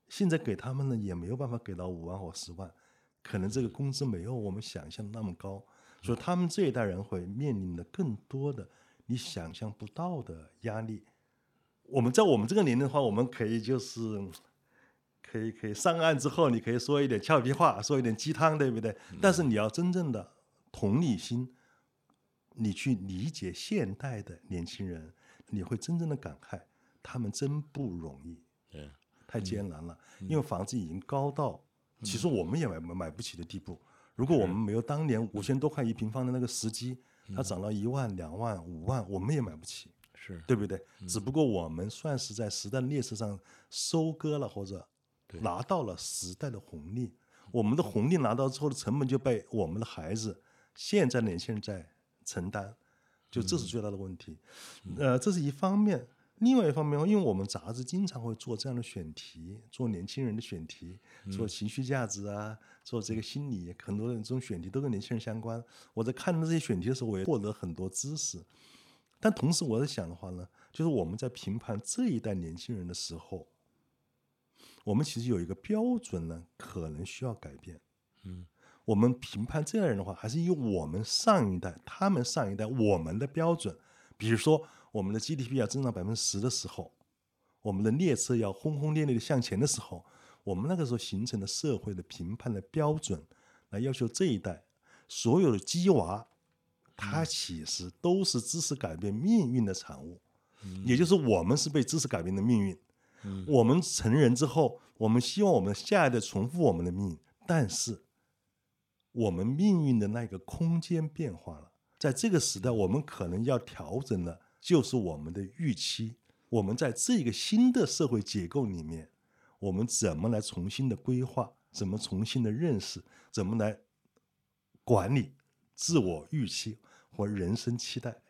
[SPEAKER 2] 现在给他们呢也没有办法给到五万或十万，可能这个工资没有我们想象的那么高，所以他们这一代人会面临的更多的你想象不到的压力。我们在我们这个年龄的话，我们可以就是可以可以上岸之后，你可以说一点俏皮话，说一点鸡汤，对不对？但是你要真正的同理心，你去理解现代的年轻人，你会真正的感慨，他们真不容易，
[SPEAKER 1] 对，
[SPEAKER 2] 太艰难了。因为房子已经高到，其实我们也买买不起的地步。如果我们没有当年五千多块一平方的那个时机，它涨到一万、两万、五万，我们也买不起。
[SPEAKER 1] 是嗯
[SPEAKER 2] 对不对？只不过我们算是在时代的列车上收割了或者
[SPEAKER 1] 对嗯
[SPEAKER 2] 拿到了时代的红利。我们的红利拿到之后的成本就被我们的孩子、现在的年轻人在承担，就这是最大的问题。
[SPEAKER 1] 嗯
[SPEAKER 2] 呃，这是一方面。另外一方面，因为我们杂志经常会做这样的选题，做年轻人的选题，
[SPEAKER 1] 嗯
[SPEAKER 2] 做情绪价值啊，做这个心理，很多的这种选题都跟年轻人相关。我在看这些选题的时候，我也获得很多知识。但同时我在想的话呢，就是我们在评判这一代年轻人的时候，我们其实有一个标准呢，可能需要改变。
[SPEAKER 1] 嗯，
[SPEAKER 2] 我们评判这样人的话，还是以我们上一代、他们上一代我们的标准，比如说我们的 GDP 要增长百分之十的时候，我们的列车要轰轰烈烈的向前的时候，我们那个时候形成的社会的评判的标准，来要求这一代所有的鸡娃，它其实都是知识改变命运的产物，也就是我们是被知识改变的命运。
[SPEAKER 1] 嗯
[SPEAKER 2] 我们成人之后，我们希望我们下一代重复我们的命运，但是我们命运的那个空间变化了。在这个时代，我们可能要调整的就是我们的预期。我们在这个新的社会结构里面，我们怎么来重新的规划，怎么重新的认识，怎么来管理自我预期和人生期待？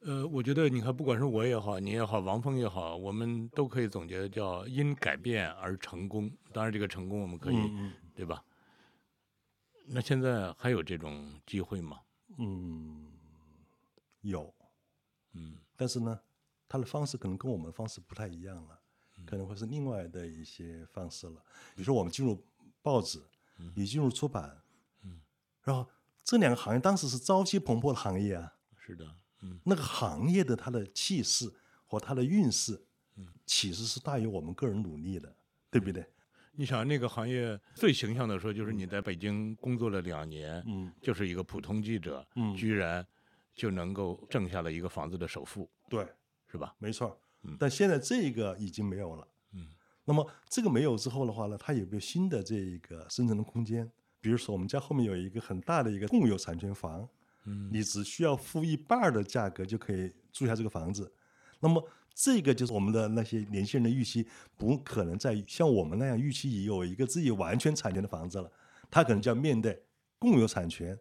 [SPEAKER 1] 呃，我觉得你看，不管是我也好，你也好，王峰也好，我们都可以总结叫因改变而成功。当然，这个成功我们可以，
[SPEAKER 2] 嗯
[SPEAKER 1] 对吧？那现在还有这种机会吗？
[SPEAKER 2] 嗯，有。
[SPEAKER 1] 嗯
[SPEAKER 2] 但是呢，他的方式可能跟我们的方式不太一样了，
[SPEAKER 1] 嗯
[SPEAKER 2] 可能会是另外的一些方式了。比如说，我们进入报纸，你进入出版，
[SPEAKER 1] 嗯，
[SPEAKER 2] 然后这两个行业当时是朝气蓬勃的行业啊，
[SPEAKER 1] 是的，嗯
[SPEAKER 2] 那个行业的它的气势和它的运势，
[SPEAKER 1] 嗯，
[SPEAKER 2] 其实是大于我们个人努力的，对不对？
[SPEAKER 1] 你想那个行业最形象的说，就是你在北京工作了两年，
[SPEAKER 2] 嗯
[SPEAKER 1] 就是一个普通记者，
[SPEAKER 2] 嗯
[SPEAKER 1] 居然就能够挣下了一个房子的首付，
[SPEAKER 2] 对，
[SPEAKER 1] 是吧？
[SPEAKER 2] 没错儿
[SPEAKER 1] 嗯。
[SPEAKER 2] 但现在这个已经没有了。
[SPEAKER 1] 嗯，
[SPEAKER 2] 那么这个没有之后的话呢，它有没有新的这一个生存的空间？比如说我们家后面有一个很大的一个共有产权房，
[SPEAKER 1] 嗯
[SPEAKER 2] 你只需要付一半儿的价格就可以住下这个房子。那么这个就是我们的那些年轻人的预期，不可能在像我们那样预期有一个自己完全产权的房子了，他可能就要面对共有产权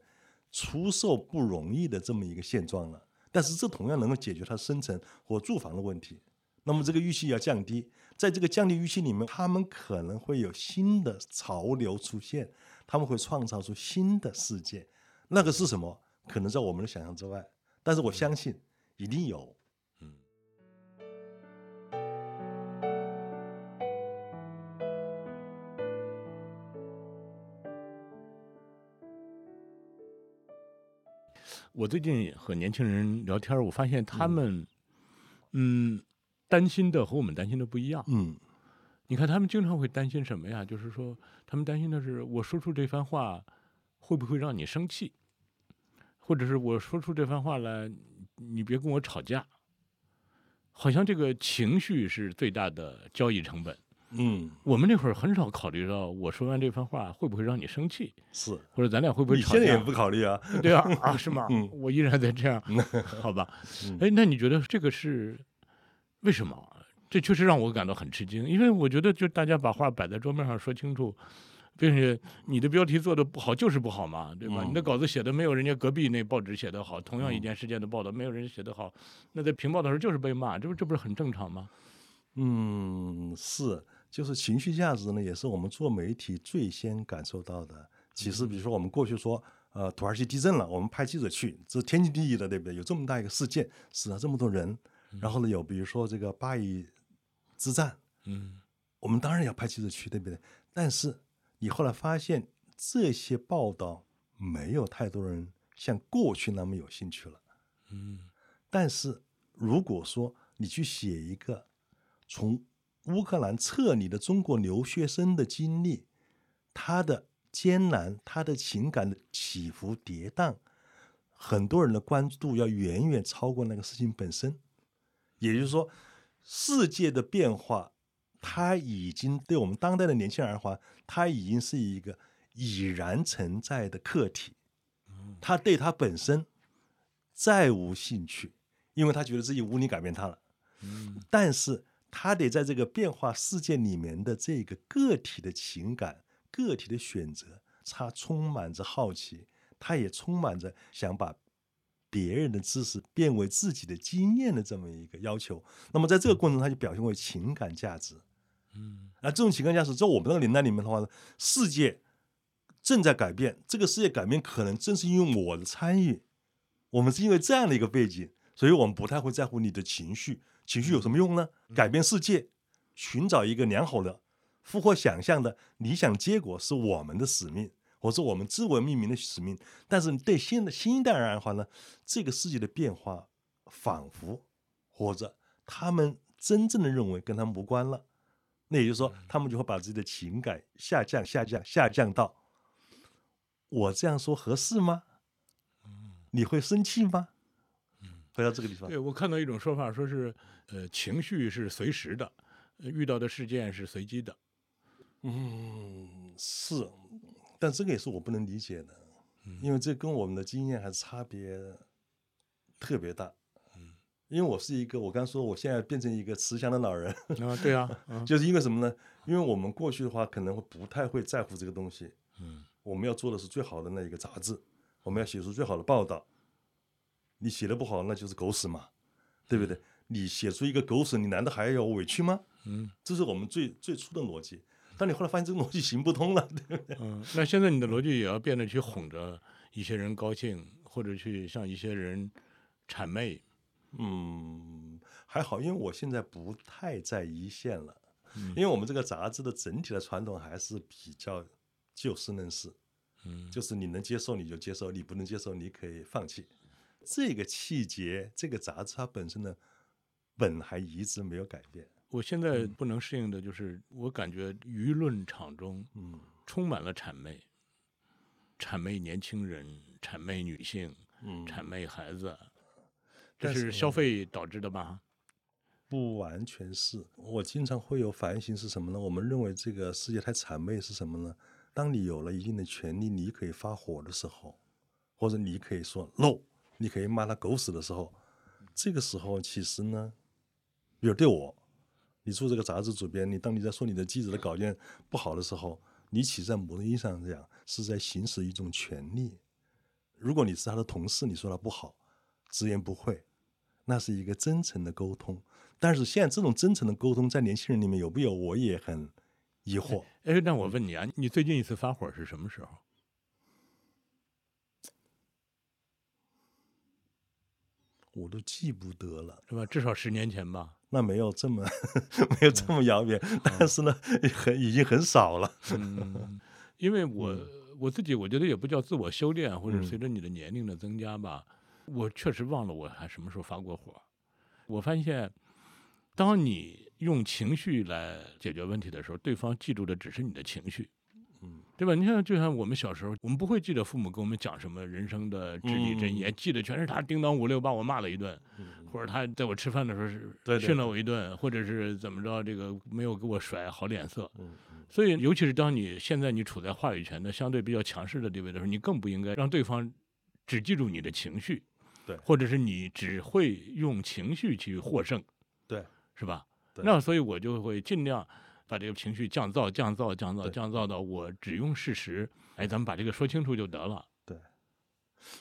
[SPEAKER 2] 出售不容易的这么一个现状了。但是这同样能够解决他生存和住房的问题。那么这个预期也要降低，在这个降低预期里面，他们可能会有新的潮流出现，他们会创造出新的世界。那个是什么？可能在我们的想象之外，但是我相信一定有。
[SPEAKER 1] 嗯。我最近和年轻人聊天儿，我发现他们，嗯担心的和我们担心的不一样。
[SPEAKER 2] 嗯
[SPEAKER 1] 你看，他们经常会担心什么呀？就是说，他们担心的是我说出这番话会不会让你生气，或者是我说出这番话来，你别跟我吵架。好像这个情绪是最大的交易成本。
[SPEAKER 2] 嗯，
[SPEAKER 1] 我们那会儿很少考虑到我说完这番话会不会让你生气，
[SPEAKER 2] 是。
[SPEAKER 1] 或者咱俩会不会
[SPEAKER 2] 你
[SPEAKER 1] 吵
[SPEAKER 2] 现
[SPEAKER 1] 架。
[SPEAKER 2] 在也不考虑啊？
[SPEAKER 1] 对啊，啊是吗？
[SPEAKER 2] 嗯
[SPEAKER 1] 我依然在这 样，好吧？哎，那你觉得这个是为什么？这确实让我感到很吃惊，因为我觉得就大家把话摆在桌面上说清楚，并且你的标题做的不好就是不好嘛，对吧？
[SPEAKER 2] 嗯
[SPEAKER 1] 你的稿子写的没有人家隔壁那报纸写的好，同样一件事件的报道没有人家写的好，那在评报的时候就是被骂，这不这不是很正常吗？
[SPEAKER 2] 嗯，是，就是情绪价值呢，也是我们做媒体最先感受到的。其实，比如说我们过去说，呃，土耳其地震了，我们派记者去，这是天经地义的，对不对？有这么大一个事件，死了这么多人，然后呢，有比如说这个巴以之战，
[SPEAKER 1] 嗯
[SPEAKER 2] 我们当然要派记者去，对不对？但是你后来发现，这些报道没有太多人像过去那么有兴趣了。
[SPEAKER 1] 嗯
[SPEAKER 2] 但是如果说你去写一个从乌克兰撤离的中国留学生的经历，他的艰难，他的情感的起伏跌宕，很多人的关注度要远远超过那个事情本身。也就是说，世界的变化，它已经对我们当代的年轻人而言的话，它已经是一个已然存在的课题。他对他本身再无兴趣，因为他觉得自己无力改变他了。
[SPEAKER 1] 嗯
[SPEAKER 2] 但是他得在这个变化世界里面的这个个体的情感、个体的选择，他充满着好奇，他也充满着想把别人的知识变为自己的经验的这么一个要求。那么在这个过程中，他就表现为情感价值。
[SPEAKER 1] 嗯
[SPEAKER 2] 啊，这种情况下是在我们那个年代里面的话呢，世界正在改变，这个世界改变可能正是因为我的参与，我们是因为这样的一个背景，所以我们不太会在乎你的情绪，情绪有什么用呢？改变世界，寻找一个良好的俘获想象的理想结果是我们的使命，或者我们自我命名的使命。但是对现在新一代而言的话呢，这个世界的变化仿佛或者他们真正的认为跟他们无关了。那也就是说，他们就会把自己的情感下降、下降、下降到我这样说合适吗？你会生气吗？回到这个地方
[SPEAKER 1] 对，我看到一种说法，说是呃，情绪是随时的，呃遇到的事件是随机的。
[SPEAKER 2] 嗯，是，但这个也是我不能理解的，因为这跟我们的经验还是差别特别大。因为我是一个，我刚说我现在变成一个慈祥的老人，
[SPEAKER 1] 啊，对啊，啊
[SPEAKER 2] 就是因为什么呢？因为我们过去的话，可能会不太会在乎这个东西。
[SPEAKER 1] 嗯，
[SPEAKER 2] 我们要做的是最好的那一个杂志，我们要写出最好的报道。你写的不好，那就是狗屎嘛，对不对？你写出一个狗屎，你难道还要委屈吗？
[SPEAKER 1] 嗯
[SPEAKER 2] 这是我们最最初的逻辑。但你后来发现这个逻辑行不通了，对不对？
[SPEAKER 1] 嗯，那现在你的逻辑也要变得去哄着一些人高兴，或者去向一些人谄媚。
[SPEAKER 2] 嗯，还好，因为我现在不太在一线了，
[SPEAKER 1] 嗯
[SPEAKER 2] 因为我们这个杂志的整体的传统还是比较就事论事。
[SPEAKER 1] 嗯，
[SPEAKER 2] 就是你能接受你就接受，你不能接受你可以放弃。这个气节，这个杂志它本身的本还一直没有改变。
[SPEAKER 1] 我现在不能适应的就是，我感觉舆论场中
[SPEAKER 2] 嗯
[SPEAKER 1] 充满了谄媚，谄媚年轻人，谄媚女性，
[SPEAKER 2] 嗯
[SPEAKER 1] 谄媚孩子，这
[SPEAKER 2] 但
[SPEAKER 1] 是
[SPEAKER 2] 是
[SPEAKER 1] 消费导致的吧？
[SPEAKER 2] 不完全是。我经常会有反省是什么呢？我们认为这个世界太谄媚是什么呢？当你有了一定的权利，你可以发火的时候，或者你可以说 no，你可以骂他狗屎的时候，这个时候其实呢，比如对我，你做这个杂志主编，你当你在说你的记者的稿件不好的时候，你其实在某种意义上讲是在行使一种权利。如果你是他的同事，你说他不好，直言不讳，那是一个真诚的沟通。但是现在这种真诚的沟通在年轻人里面有没有，我也很疑惑。
[SPEAKER 1] 哎，那我问你啊，你最近一次发火是什么时候？
[SPEAKER 2] 我都记不得了，
[SPEAKER 1] 是吧？至少十年前吧。
[SPEAKER 2] 那没有这 么没有这么遥远，但是呢，也很已经很少了。
[SPEAKER 1] 嗯， 因为我、我自己我觉得也不叫自我修炼，或者
[SPEAKER 2] 嗯
[SPEAKER 1] 随着你的年龄的增加吧，我确实忘了我还什么时候发过火。我发现，当你用情绪来解决问题的时候，对方记住的只是你的情绪。
[SPEAKER 2] 嗯，
[SPEAKER 1] 对吧？你像就像我们小时候，我们不会记得父母跟我们讲什么人生的至理
[SPEAKER 2] 嗯
[SPEAKER 1] 箴言，记得全是他叮当五六把我骂了一顿，
[SPEAKER 2] 嗯
[SPEAKER 1] 或者他在我吃饭的时候是
[SPEAKER 2] 对对
[SPEAKER 1] 训了我一顿，或者是怎么着，这个没有给我甩好脸色。
[SPEAKER 2] 嗯嗯
[SPEAKER 1] 所以，尤其是当你现在你处在话语权的相对比较强势的地位的时候，你更不应该让对方只记住你的情绪，
[SPEAKER 2] 对
[SPEAKER 1] 或者是你只会用情绪去获胜，
[SPEAKER 2] 对，
[SPEAKER 1] 是吧？
[SPEAKER 2] 对
[SPEAKER 1] 那所以我就会尽量把这个情绪降噪、降噪、降噪、
[SPEAKER 2] 对
[SPEAKER 1] 降噪到我只用事实，哎，咱们把这个说清楚就得了。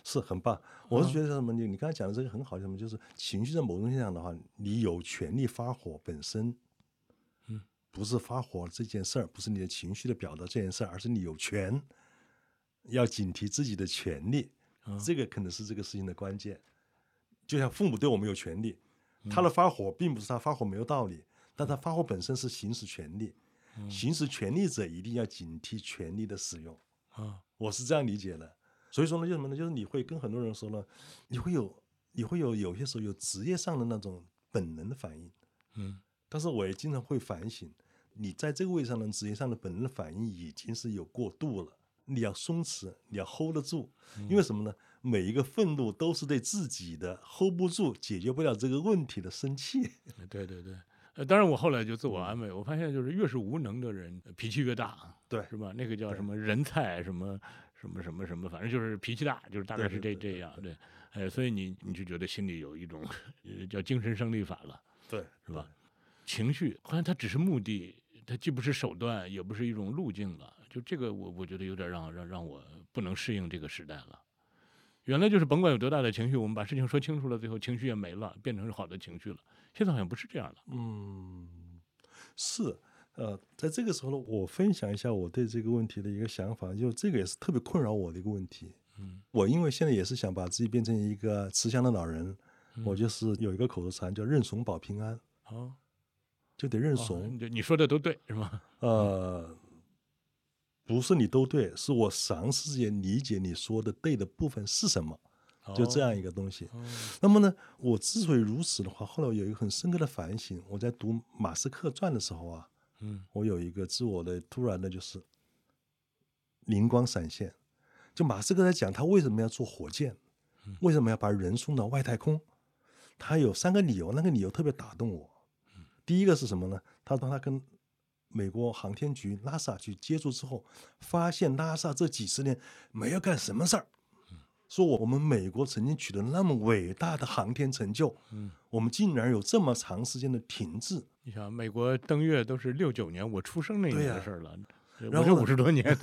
[SPEAKER 2] 是很棒。我是
[SPEAKER 1] 嗯
[SPEAKER 2] 觉得什么？你你刚才讲的这个很好，什么就是情绪在某种现象的话，你有权利发火本身，
[SPEAKER 1] 嗯，
[SPEAKER 2] 不是发火这件事儿，不是你的情绪的表达这件事儿，而是你有权，要警惕自己的权利。
[SPEAKER 1] 嗯
[SPEAKER 2] 这个可能是这个事情的关键。就像父母对我们有权利，
[SPEAKER 1] 嗯
[SPEAKER 2] 他的发火并不是他发火没有道理，但他发火本身是行使权利，
[SPEAKER 1] 嗯
[SPEAKER 2] 行使权利者一定要警惕权利的使用。
[SPEAKER 1] 啊，
[SPEAKER 2] 我是这样理解的。所以说呢，就是什么呢？就是你会跟很多人说呢，你会有，你会有有些时候有职业上的那种本能的反应，
[SPEAKER 1] 嗯
[SPEAKER 2] 但是我也经常会反省，你在这个位置上的职业上的本能的反应已经是有过度了。你要松弛，你要 hold 得住，因为什么呢？每一个愤怒都是对自己的 hold 不住、解决不了这个问题的生气。
[SPEAKER 1] 对对对。呃，当然，我后来就自
[SPEAKER 2] 嗯
[SPEAKER 1] 我安慰，我发现就是越是无能的人，呃脾气越大。
[SPEAKER 2] 对
[SPEAKER 1] 是吧？那个叫
[SPEAKER 2] 对
[SPEAKER 1] 什么人菜什么什么什么什么，反正就是脾气大，就是大概
[SPEAKER 2] 对
[SPEAKER 1] 是这
[SPEAKER 2] 对对
[SPEAKER 1] 这样对。哎，所以你你就觉得心里有一种呃叫精神胜利法了，
[SPEAKER 2] 对，
[SPEAKER 1] 是吧？情绪好像它只是目的，它既不是手段，也不是一种路径了。就这个我，我觉得有点让让让我不能适应这个时代了。原来就是甭管有多大的情绪，我们把事情说清楚了，最后情绪也没了，变成是好的情绪了。现在好像不是这样了。
[SPEAKER 2] 嗯，是，呃，在这个时候呢，我分享一下我对这个问题的一个想法，就这个也是特别困扰我的一个问题。
[SPEAKER 1] 嗯，
[SPEAKER 2] 我因为现在也是想把自己变成一个慈祥的老人，我就是有一个口头禅叫“认怂保平安
[SPEAKER 1] 哦，”
[SPEAKER 2] 就啊得认
[SPEAKER 1] 哦
[SPEAKER 2] 怂。
[SPEAKER 1] 你你说的都对，是吗？
[SPEAKER 2] 呃，不是你都对，是我尝试着理解你说的对的部分是什么，就这样一个东西。
[SPEAKER 1] 哦。
[SPEAKER 2] 那么呢，我之所以如此的话，后来我有一个很深刻的反省。我在读马斯克传的时候啊，
[SPEAKER 1] 嗯，
[SPEAKER 2] 我有一个自我的突然的就是灵光闪现，就马斯克在讲他为什么要做火箭，为什么要把人送到外太空，他有三个理由，那个理由特别打动我。第一个是什么呢？他当他跟美国航天局 NASA 去接触之后，发现 NASA 这几十年没有干什么事儿。说我们美国曾经取得那么伟大的航天成就，
[SPEAKER 1] 嗯
[SPEAKER 2] 我们竟然有这么长时间的停滞，
[SPEAKER 1] 你想，美国登月都是六九年我出生那
[SPEAKER 2] 对
[SPEAKER 1] 年
[SPEAKER 2] 呀
[SPEAKER 1] 的事儿了，我
[SPEAKER 2] 然后
[SPEAKER 1] 这
[SPEAKER 2] 呢
[SPEAKER 1] 五十多年，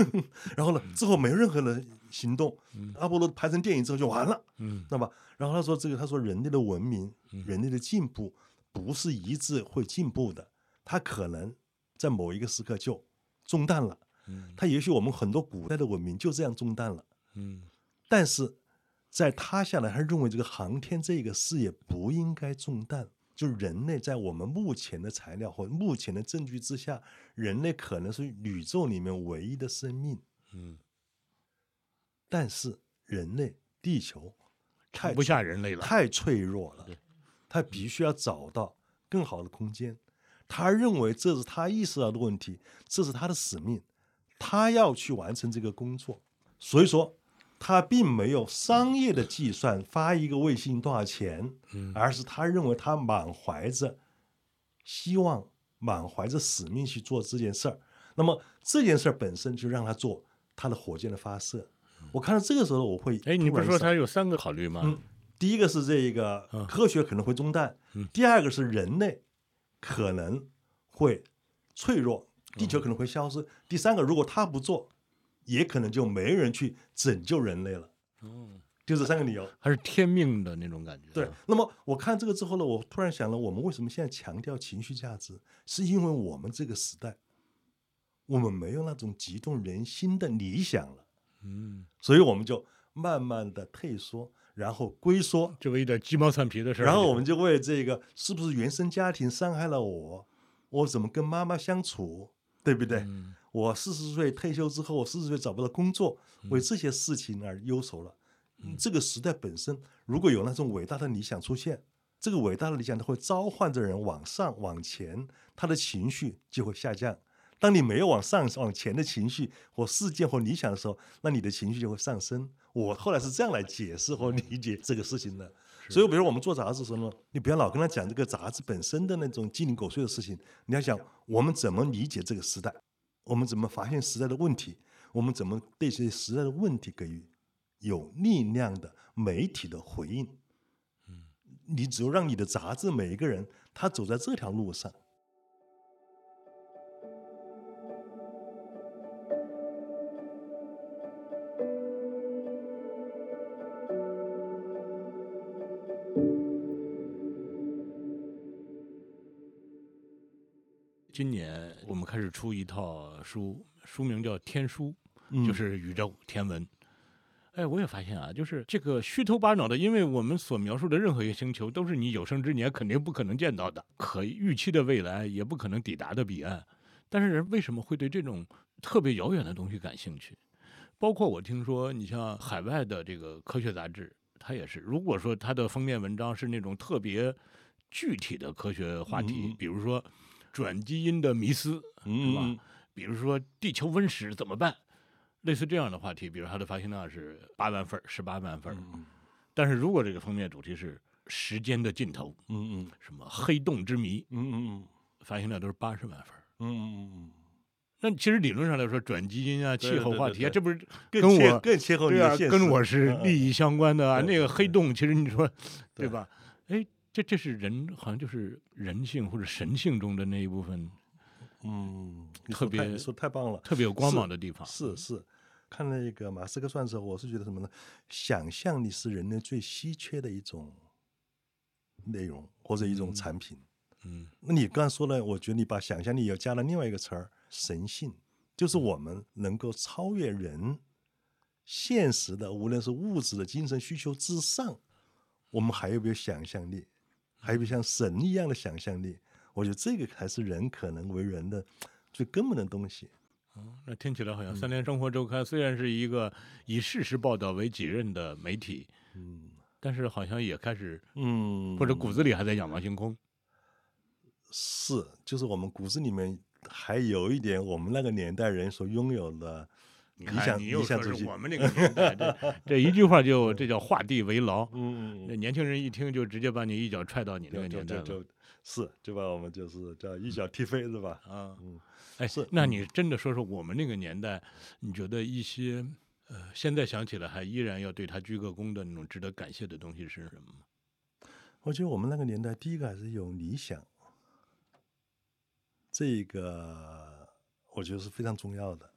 [SPEAKER 2] 然后呢，之后没有任何人行动，阿波罗拍成电影之后就完了，
[SPEAKER 1] 嗯
[SPEAKER 2] 那么，然后他说这个，他说人类的文明、人类的进步不是一致会进步的，它可能在某一个时刻就中断了，
[SPEAKER 1] 嗯
[SPEAKER 2] 它也许我们很多古代的文明就这样中断了，
[SPEAKER 1] 嗯
[SPEAKER 2] 但是在他下来，他认为这个航天这个事业不应该中断。就人类在我们目前的材料和目前的证据之下，人类可能是宇宙里面唯一的生命。
[SPEAKER 1] 嗯，
[SPEAKER 2] 但是人类地球太
[SPEAKER 1] 不下人类了，
[SPEAKER 2] 太脆弱了，他必须要找到更好的空间。他认为这是他意识到的问题，这是他的使命，他要去完成这个工作。所以说，他并没有商业的计算发一个卫星多少钱，而是他认为他满怀着希望、满怀着使命去做这件事儿。那么这件事儿本身就让他做他的火箭的发射。我看到这个时候，我会
[SPEAKER 1] 哎，你
[SPEAKER 2] 突
[SPEAKER 1] 不是
[SPEAKER 2] 然
[SPEAKER 1] 说
[SPEAKER 2] 想
[SPEAKER 1] 它有三个考虑吗？
[SPEAKER 2] 啊嗯，第一个是这个
[SPEAKER 1] 嗯
[SPEAKER 2] 科学可能会中断，第二个是人类可能会脆弱，地球可能会消失，第三个如果他不做，也可能就没人去拯救人类了。
[SPEAKER 1] 哦，
[SPEAKER 2] 就这三个理由。
[SPEAKER 1] 还是天命的那种感觉。
[SPEAKER 2] 对，那么我看这个之后呢，我突然想了，我们为什么现在强调情绪价值，是因为我们这个时代，我们没有那种激动人心的理想了，
[SPEAKER 1] 嗯，
[SPEAKER 2] 所以我们就慢慢的退缩，然后龟缩，
[SPEAKER 1] 就为一点鸡毛蒜皮的事儿。
[SPEAKER 2] 然后我们就为这个是不是原生家庭伤害了我，我怎么跟妈妈相处，对不对？
[SPEAKER 1] 嗯
[SPEAKER 2] 我四十岁退休之后，我四十岁找不到工作，
[SPEAKER 1] 嗯
[SPEAKER 2] 为这些事情而忧愁了。嗯这个时代本身，如果有那种伟大的理想出现，这个伟大的理想它会召唤着人往上往前，他的情绪就会下降。当你没有往上往前的情绪或事件或理想的时候，那你的情绪就会上升。我后来是这样来解释或理解这个事情的。所以，比如我们做杂志的时候呢，你不要老跟他讲这个杂志本身的那种鸡零狗碎的事情，你要想我们怎么理解这个时代，我们怎么发现时代的问题，我们怎么对这些时代的问题给予有力量的媒体的回应。你只有让你的杂志每一个人他走在这条路上，
[SPEAKER 1] 今年我们开始出一套书，书名叫《天书》，
[SPEAKER 2] 嗯
[SPEAKER 1] 就是宇宙天文。哎，我也发现啊，就是这个虚头巴脑的，因为我们所描述的任何一个星球，都是你有生之年肯定不可能见到的，可预期的未来也不可能抵达的彼岸。但是人为什么会对这种特别遥远的东西感兴趣？包括我听说，你像海外的这个科学杂志，它也是，如果说它的封面文章是那种特别具体的科学话
[SPEAKER 2] 嗯
[SPEAKER 1] 题，
[SPEAKER 2] 嗯
[SPEAKER 1] 比如说转基因的迷思，
[SPEAKER 2] 嗯
[SPEAKER 1] 是吧？比如说地球温室怎么办，类似这样的话题，比如它的发行量是八万份儿、十八万份儿、
[SPEAKER 2] 嗯
[SPEAKER 1] 但是如果这个封面主题是时间的尽头，
[SPEAKER 2] 嗯
[SPEAKER 1] 什么黑洞之谜，
[SPEAKER 2] 嗯嗯
[SPEAKER 1] 发行量都是八十万份儿。
[SPEAKER 2] 嗯嗯
[SPEAKER 1] 那其实理论上来说，转基因啊、
[SPEAKER 2] 对
[SPEAKER 1] 气候话题啊，
[SPEAKER 2] 对对对
[SPEAKER 1] 这不是
[SPEAKER 2] 嗯，
[SPEAKER 1] 跟
[SPEAKER 2] 更切
[SPEAKER 1] 我
[SPEAKER 2] 更切合你
[SPEAKER 1] 对啊
[SPEAKER 2] 的现，实，
[SPEAKER 1] 跟我是
[SPEAKER 2] 嗯嗯
[SPEAKER 1] 利益相关的啊。
[SPEAKER 2] 对
[SPEAKER 1] 那个黑
[SPEAKER 2] 对
[SPEAKER 1] 洞，其实你说
[SPEAKER 2] 对
[SPEAKER 1] 对吧？哎，这这是人好像就是人性或者神性中的那一部分
[SPEAKER 2] 嗯，你
[SPEAKER 1] 特
[SPEAKER 2] 说太
[SPEAKER 1] 别
[SPEAKER 2] 你说太棒了，
[SPEAKER 1] 特别有光
[SPEAKER 2] 是
[SPEAKER 1] 芒的地方。
[SPEAKER 2] 是是，看那个马斯克传的时候，我是觉得什么呢？想象力是人类最稀缺的一种内容或者一种产品。
[SPEAKER 1] 嗯
[SPEAKER 2] 那你刚才说了，我觉得你把想象力又加了另外一个词儿——神性，就是我们能够超越人现实的，无论是物质的精神需求之上，我们还有没有想象力？还有没有像神一样的想象力？我觉得这个才是人可能为人的最根本的东西。
[SPEAKER 1] 哦那听起来好
[SPEAKER 2] 嗯
[SPEAKER 1] 像《三联生活周刊》虽然是一个以事实报道为己任的媒体，
[SPEAKER 2] 嗯
[SPEAKER 1] 但是好像也开始
[SPEAKER 2] 嗯，
[SPEAKER 1] 或者骨子里还在仰望星空。
[SPEAKER 2] 是，就是我们骨子里面还有一点我们那个年代人所拥有的
[SPEAKER 1] 你
[SPEAKER 2] 理
[SPEAKER 1] 看，
[SPEAKER 2] 想
[SPEAKER 1] 你
[SPEAKER 2] 理
[SPEAKER 1] 又
[SPEAKER 2] 想
[SPEAKER 1] 说
[SPEAKER 2] 主
[SPEAKER 1] 是
[SPEAKER 2] 义。
[SPEAKER 1] 我们那个年代， 这这一句话就这叫画地为牢。
[SPEAKER 2] 嗯
[SPEAKER 1] 那年轻人一听就直接把你一脚踹到你那个
[SPEAKER 2] 就就
[SPEAKER 1] 年代
[SPEAKER 2] 就
[SPEAKER 1] 了。嗯
[SPEAKER 2] 就是就把我们就是叫一脚踢飞是吧？
[SPEAKER 1] 啊，
[SPEAKER 2] 嗯，
[SPEAKER 1] 哎，
[SPEAKER 2] 是
[SPEAKER 1] 那你真的说说我们那个年代，你觉得一些呃，现在想起来还依然要对他鞠个躬的那种值得感谢的东西是什么吗？
[SPEAKER 2] 我觉得我们那个年代，第一个还是有理想，这个我觉得是非常重要的。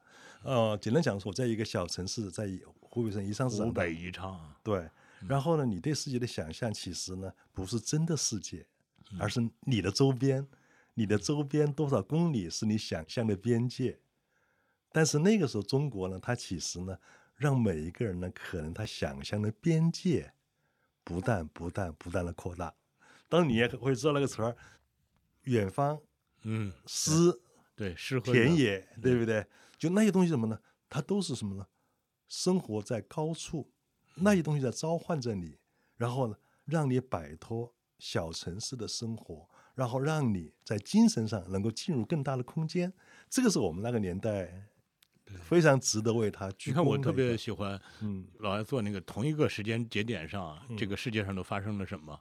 [SPEAKER 2] 呃，简单讲，我在一个小城市，在湖北省宜昌市
[SPEAKER 1] 湖
[SPEAKER 2] 长大
[SPEAKER 1] 北，宜昌啊，
[SPEAKER 2] 对。然后呢，你对世界的想象其实呢，不是真的世界，而是你的周边，你的周边多少公里是你想象的边界。但是那个时候，中国呢，它其实呢，让每一个人呢，可能他想象的边界不断、不断、不断的扩大。当你也会知道那个词儿，远方、
[SPEAKER 1] 嗯，
[SPEAKER 2] 诗、
[SPEAKER 1] 对，诗和
[SPEAKER 2] 田
[SPEAKER 1] 远
[SPEAKER 2] 野，对不对？就那些东西什么呢？它都是什么呢？生活在高处，那些东西在召唤着你，然后呢，让你摆脱小城市的生活，然后让你在精神上能够进入更大的空间。这个是我们那个年代非常值得为他鞠
[SPEAKER 1] 你
[SPEAKER 2] 躬
[SPEAKER 1] 看，我
[SPEAKER 2] 的
[SPEAKER 1] 特
[SPEAKER 2] 一
[SPEAKER 1] 别
[SPEAKER 2] 个
[SPEAKER 1] 喜欢
[SPEAKER 2] 嗯
[SPEAKER 1] 老爱做那个同一个时间节点上啊，这个世界上都发生了什么，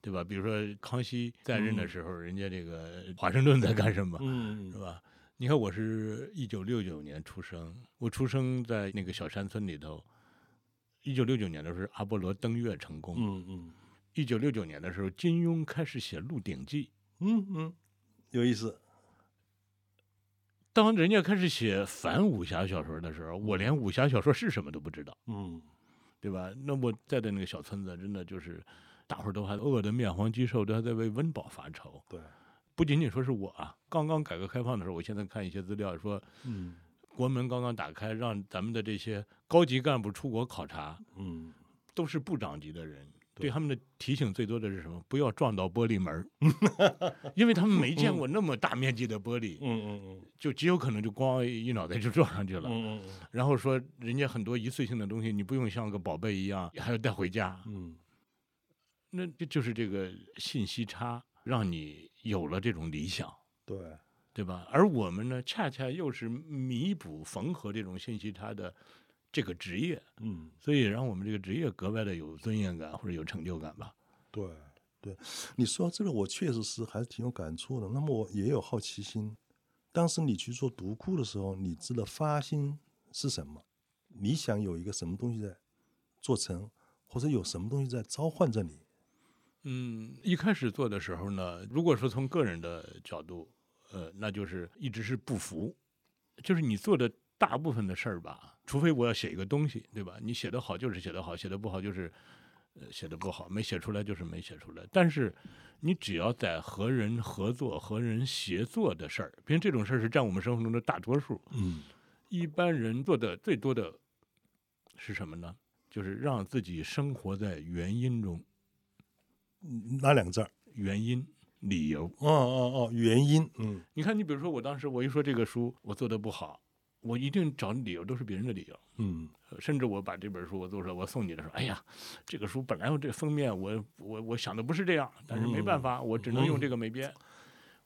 [SPEAKER 1] 对吧？比如说康熙在任的时候，人家这个华盛顿在干什么，是
[SPEAKER 2] 嗯
[SPEAKER 1] 吧？你看，我是一九六九年出生，我出生在那个小山村里头。一九六九年的时候，阿波罗登月成功。
[SPEAKER 2] 嗯嗯
[SPEAKER 1] 一九六九年的时候，金庸开始写《鹿鼎记》。
[SPEAKER 2] 嗯嗯，有意思。
[SPEAKER 1] 当人家开始写反武侠小说的时候，我连武侠小说是什么都不知道。
[SPEAKER 2] 嗯
[SPEAKER 1] 对吧？那我在的那个小村子，真的就是大伙儿都还饿得面黄肌瘦，都还在为温饱发愁。
[SPEAKER 2] 对，
[SPEAKER 1] 不仅仅说是我啊，刚刚改革开放的时候，我现在看一些资料说，
[SPEAKER 2] 嗯
[SPEAKER 1] 国门刚刚打开，让咱们的这些高级干部出国考察，
[SPEAKER 2] 嗯
[SPEAKER 1] 都是部长级的人。
[SPEAKER 2] 对
[SPEAKER 1] 对他们的提醒最多的是什么？不要撞到玻璃门儿， 因为他们没见过那么大面积的玻璃，
[SPEAKER 2] 嗯嗯
[SPEAKER 1] 就极有可能就咣一脑袋就撞上去了。
[SPEAKER 2] 嗯
[SPEAKER 1] 然后说人家很多一次性的东西，你不用像个宝贝一样还要带回家。
[SPEAKER 2] 嗯
[SPEAKER 1] 那这就是这个信息差，让你有了这种理想，
[SPEAKER 2] 对，
[SPEAKER 1] 对吧？而我们呢，恰恰又是弥补缝合这种信息差的这个职业，
[SPEAKER 2] 嗯。
[SPEAKER 1] 所以让我们这个职业格外的有尊严感或者有成就感吧。
[SPEAKER 2] 对对，你说到这个，我确实是还是挺有感触的。那么我也有好奇心。当时你去做读库的时候，你知道发心是什么？你想有一个什么东西在做成，或者有什么东西在召唤着你？
[SPEAKER 1] 嗯，一开始做的时候呢，如果说从个人的角度，呃，那就是一直是不服，就是你做的大部分的事儿吧，除非我要写一个东西，对吧？你写得好就是写得好，写得不好就是，呃，写得不好，没写出来就是没写出来。但是你只要在和人合作、和人协作的事儿，因为这种事儿是占我们生活中的大多数，
[SPEAKER 2] 嗯
[SPEAKER 1] 一般人做的最多的是什么呢？就是让自己生活在原因中，
[SPEAKER 2] 嗯，哪两个字儿？
[SPEAKER 1] 原因、理由。
[SPEAKER 2] 哦哦哦，原因。嗯
[SPEAKER 1] 你看，你比如说，我当时我一说这个书我做的不好，我一定找理由都是别人的理由，
[SPEAKER 2] 嗯
[SPEAKER 1] 呃甚至我把这本书我做出来，我送你的时候，哎呀，这个书本来我这封面我我我想的不是这样，但是没办法，我只能用这个美编。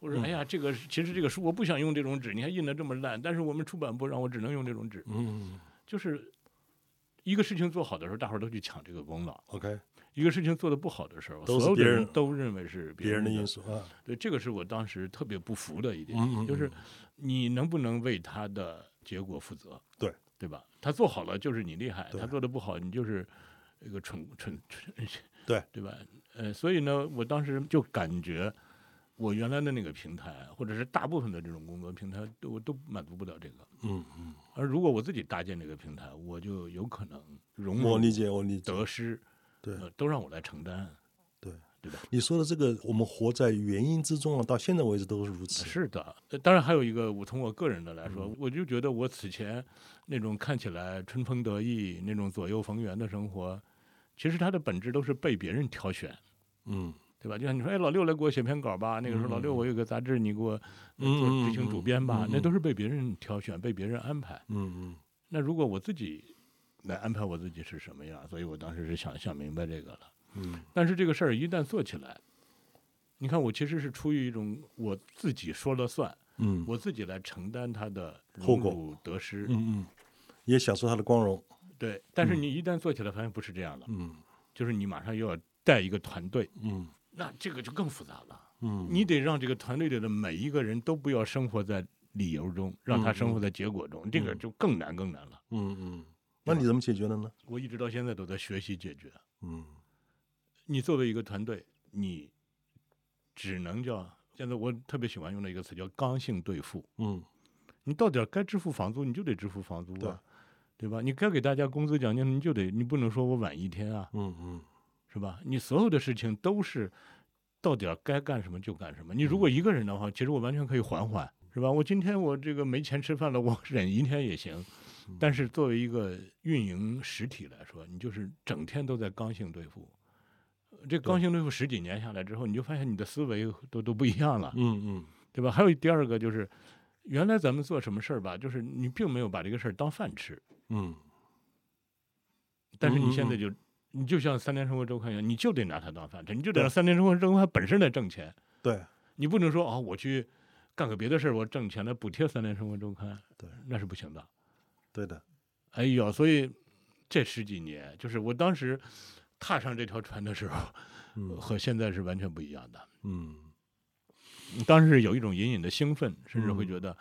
[SPEAKER 1] 我
[SPEAKER 2] 嗯
[SPEAKER 1] 说，哎呀，这个其实这个书我不想用这种纸，你看印的这么烂，但是我们出版部让我只能用这种纸，
[SPEAKER 2] 嗯
[SPEAKER 1] 就是一个事情做好的时候，大伙儿都去抢这个功劳；
[SPEAKER 2] ，OK，
[SPEAKER 1] 一个事情做的不好的时候，
[SPEAKER 2] 都是
[SPEAKER 1] 所有的
[SPEAKER 2] 别人
[SPEAKER 1] 人都认为是
[SPEAKER 2] 别人的
[SPEAKER 1] 的
[SPEAKER 2] 因素啊。
[SPEAKER 1] 对，这个是我当时特别不服的一点，
[SPEAKER 2] 嗯嗯
[SPEAKER 1] 就是你能不能为他的结果负责？
[SPEAKER 2] 对，
[SPEAKER 1] 对吧？他做好了就是你厉害，
[SPEAKER 2] 对
[SPEAKER 1] 他做的不好，你就是一个蠢蠢蠢，
[SPEAKER 2] 对
[SPEAKER 1] 对吧？呃，所以呢，我当时就感觉我原来的那个平台，或者是大部分的这种工作平台，都我都满足不了这个。
[SPEAKER 2] 嗯嗯，
[SPEAKER 1] 而如果我自己搭建这个平台，我就有可能荣
[SPEAKER 2] 我
[SPEAKER 1] 辱
[SPEAKER 2] 理解，我理解。
[SPEAKER 1] 得失，
[SPEAKER 2] 对
[SPEAKER 1] 呃都让我来承担。
[SPEAKER 2] 对
[SPEAKER 1] 对吧？
[SPEAKER 2] 你说的这个，我们活在原因之中啊，到现在为止都是如此。
[SPEAKER 1] 是的，呃当然还有一个，我从我个人的来
[SPEAKER 2] 嗯
[SPEAKER 1] 说，我就觉得我此前那种看起来春风得意、那种左右逢源的生活，其实它的本质都是被别人挑选，
[SPEAKER 2] 嗯
[SPEAKER 1] 对吧？就像你说，哎，老六来给我写篇稿吧。那个时候，老六，
[SPEAKER 2] 嗯
[SPEAKER 1] 我有个杂志，你给我呃
[SPEAKER 2] 嗯
[SPEAKER 1] 做
[SPEAKER 2] 嗯
[SPEAKER 1] 执行主编吧。
[SPEAKER 2] 嗯嗯
[SPEAKER 1] 那都是被别人挑选、被别人安排。
[SPEAKER 2] 嗯
[SPEAKER 1] 那如果我自己来安排我自己是什么样，所以我当时是想想明白这个了。
[SPEAKER 2] 嗯嗯
[SPEAKER 1] 但是这个事儿一旦做起来，你看，我其实是出于一种我自己说了算，
[SPEAKER 2] 嗯，
[SPEAKER 1] 我自己来承担它的
[SPEAKER 2] 后果
[SPEAKER 1] 荣辱得失。
[SPEAKER 2] 嗯嗯，也享受它的光荣。
[SPEAKER 1] 对，但是
[SPEAKER 2] 嗯
[SPEAKER 1] 你一旦做起来，发现不是这样的，
[SPEAKER 2] 嗯
[SPEAKER 1] 就是你马上又要带一个团队，
[SPEAKER 2] 嗯
[SPEAKER 1] 那这个就更复杂了。
[SPEAKER 2] 嗯，
[SPEAKER 1] 你得让这个团队里的每一个人都不要生活在理由中，让他生活在结果中，这个就更难更难了。
[SPEAKER 2] 嗯嗯，那你怎么解决的呢？
[SPEAKER 1] 我一直到现在都在学习解决。
[SPEAKER 2] 嗯
[SPEAKER 1] 你作为一个团队，你只能叫现在我特别喜欢用的一个词叫刚性兑付。
[SPEAKER 2] 嗯
[SPEAKER 1] 你到点儿该支付房租，你就得支付房租啊，对吧？你该给大家工资奖金，你就得，你不能说我晚一天啊，
[SPEAKER 2] 嗯嗯
[SPEAKER 1] 是吧？你所有的事情都是到点儿该干什么就干什么。你如果一个人的话，其实我完全可以缓缓，是吧？我今天我这个没钱吃饭了，我忍一天也行。 但是作为一个运营实体来说，你就是整天都在刚性对付。呃这刚性对付十几年下来之后，你就发现你的思维都都不一样了，
[SPEAKER 2] 嗯嗯
[SPEAKER 1] 对吧？还有第二个就是，原来咱们做什么事儿吧，就是你并没有把这个事儿当饭吃，
[SPEAKER 2] 嗯
[SPEAKER 1] 但是
[SPEAKER 2] 嗯
[SPEAKER 1] 你
[SPEAKER 2] 嗯
[SPEAKER 1] 现在
[SPEAKER 2] 嗯
[SPEAKER 1] 就，你就像《三联生活周刊》一样，你就得拿它当饭吃，你就得
[SPEAKER 2] 对
[SPEAKER 1] 让《三联生活周刊》本身来挣钱，
[SPEAKER 2] 对，
[SPEAKER 1] 你不能说啊、我去干个别的事儿，我挣钱来补贴《三联生活周刊》，
[SPEAKER 2] 对，
[SPEAKER 1] 那是不行的。
[SPEAKER 2] 对的，
[SPEAKER 1] 哎呦，所以这十几年，就是我当时踏上这条船的时候，
[SPEAKER 2] 嗯
[SPEAKER 1] 和现在是完全不一样的。
[SPEAKER 2] 嗯
[SPEAKER 1] 当时有一种隐隐的兴奋，甚至会
[SPEAKER 2] 嗯
[SPEAKER 1] 觉得。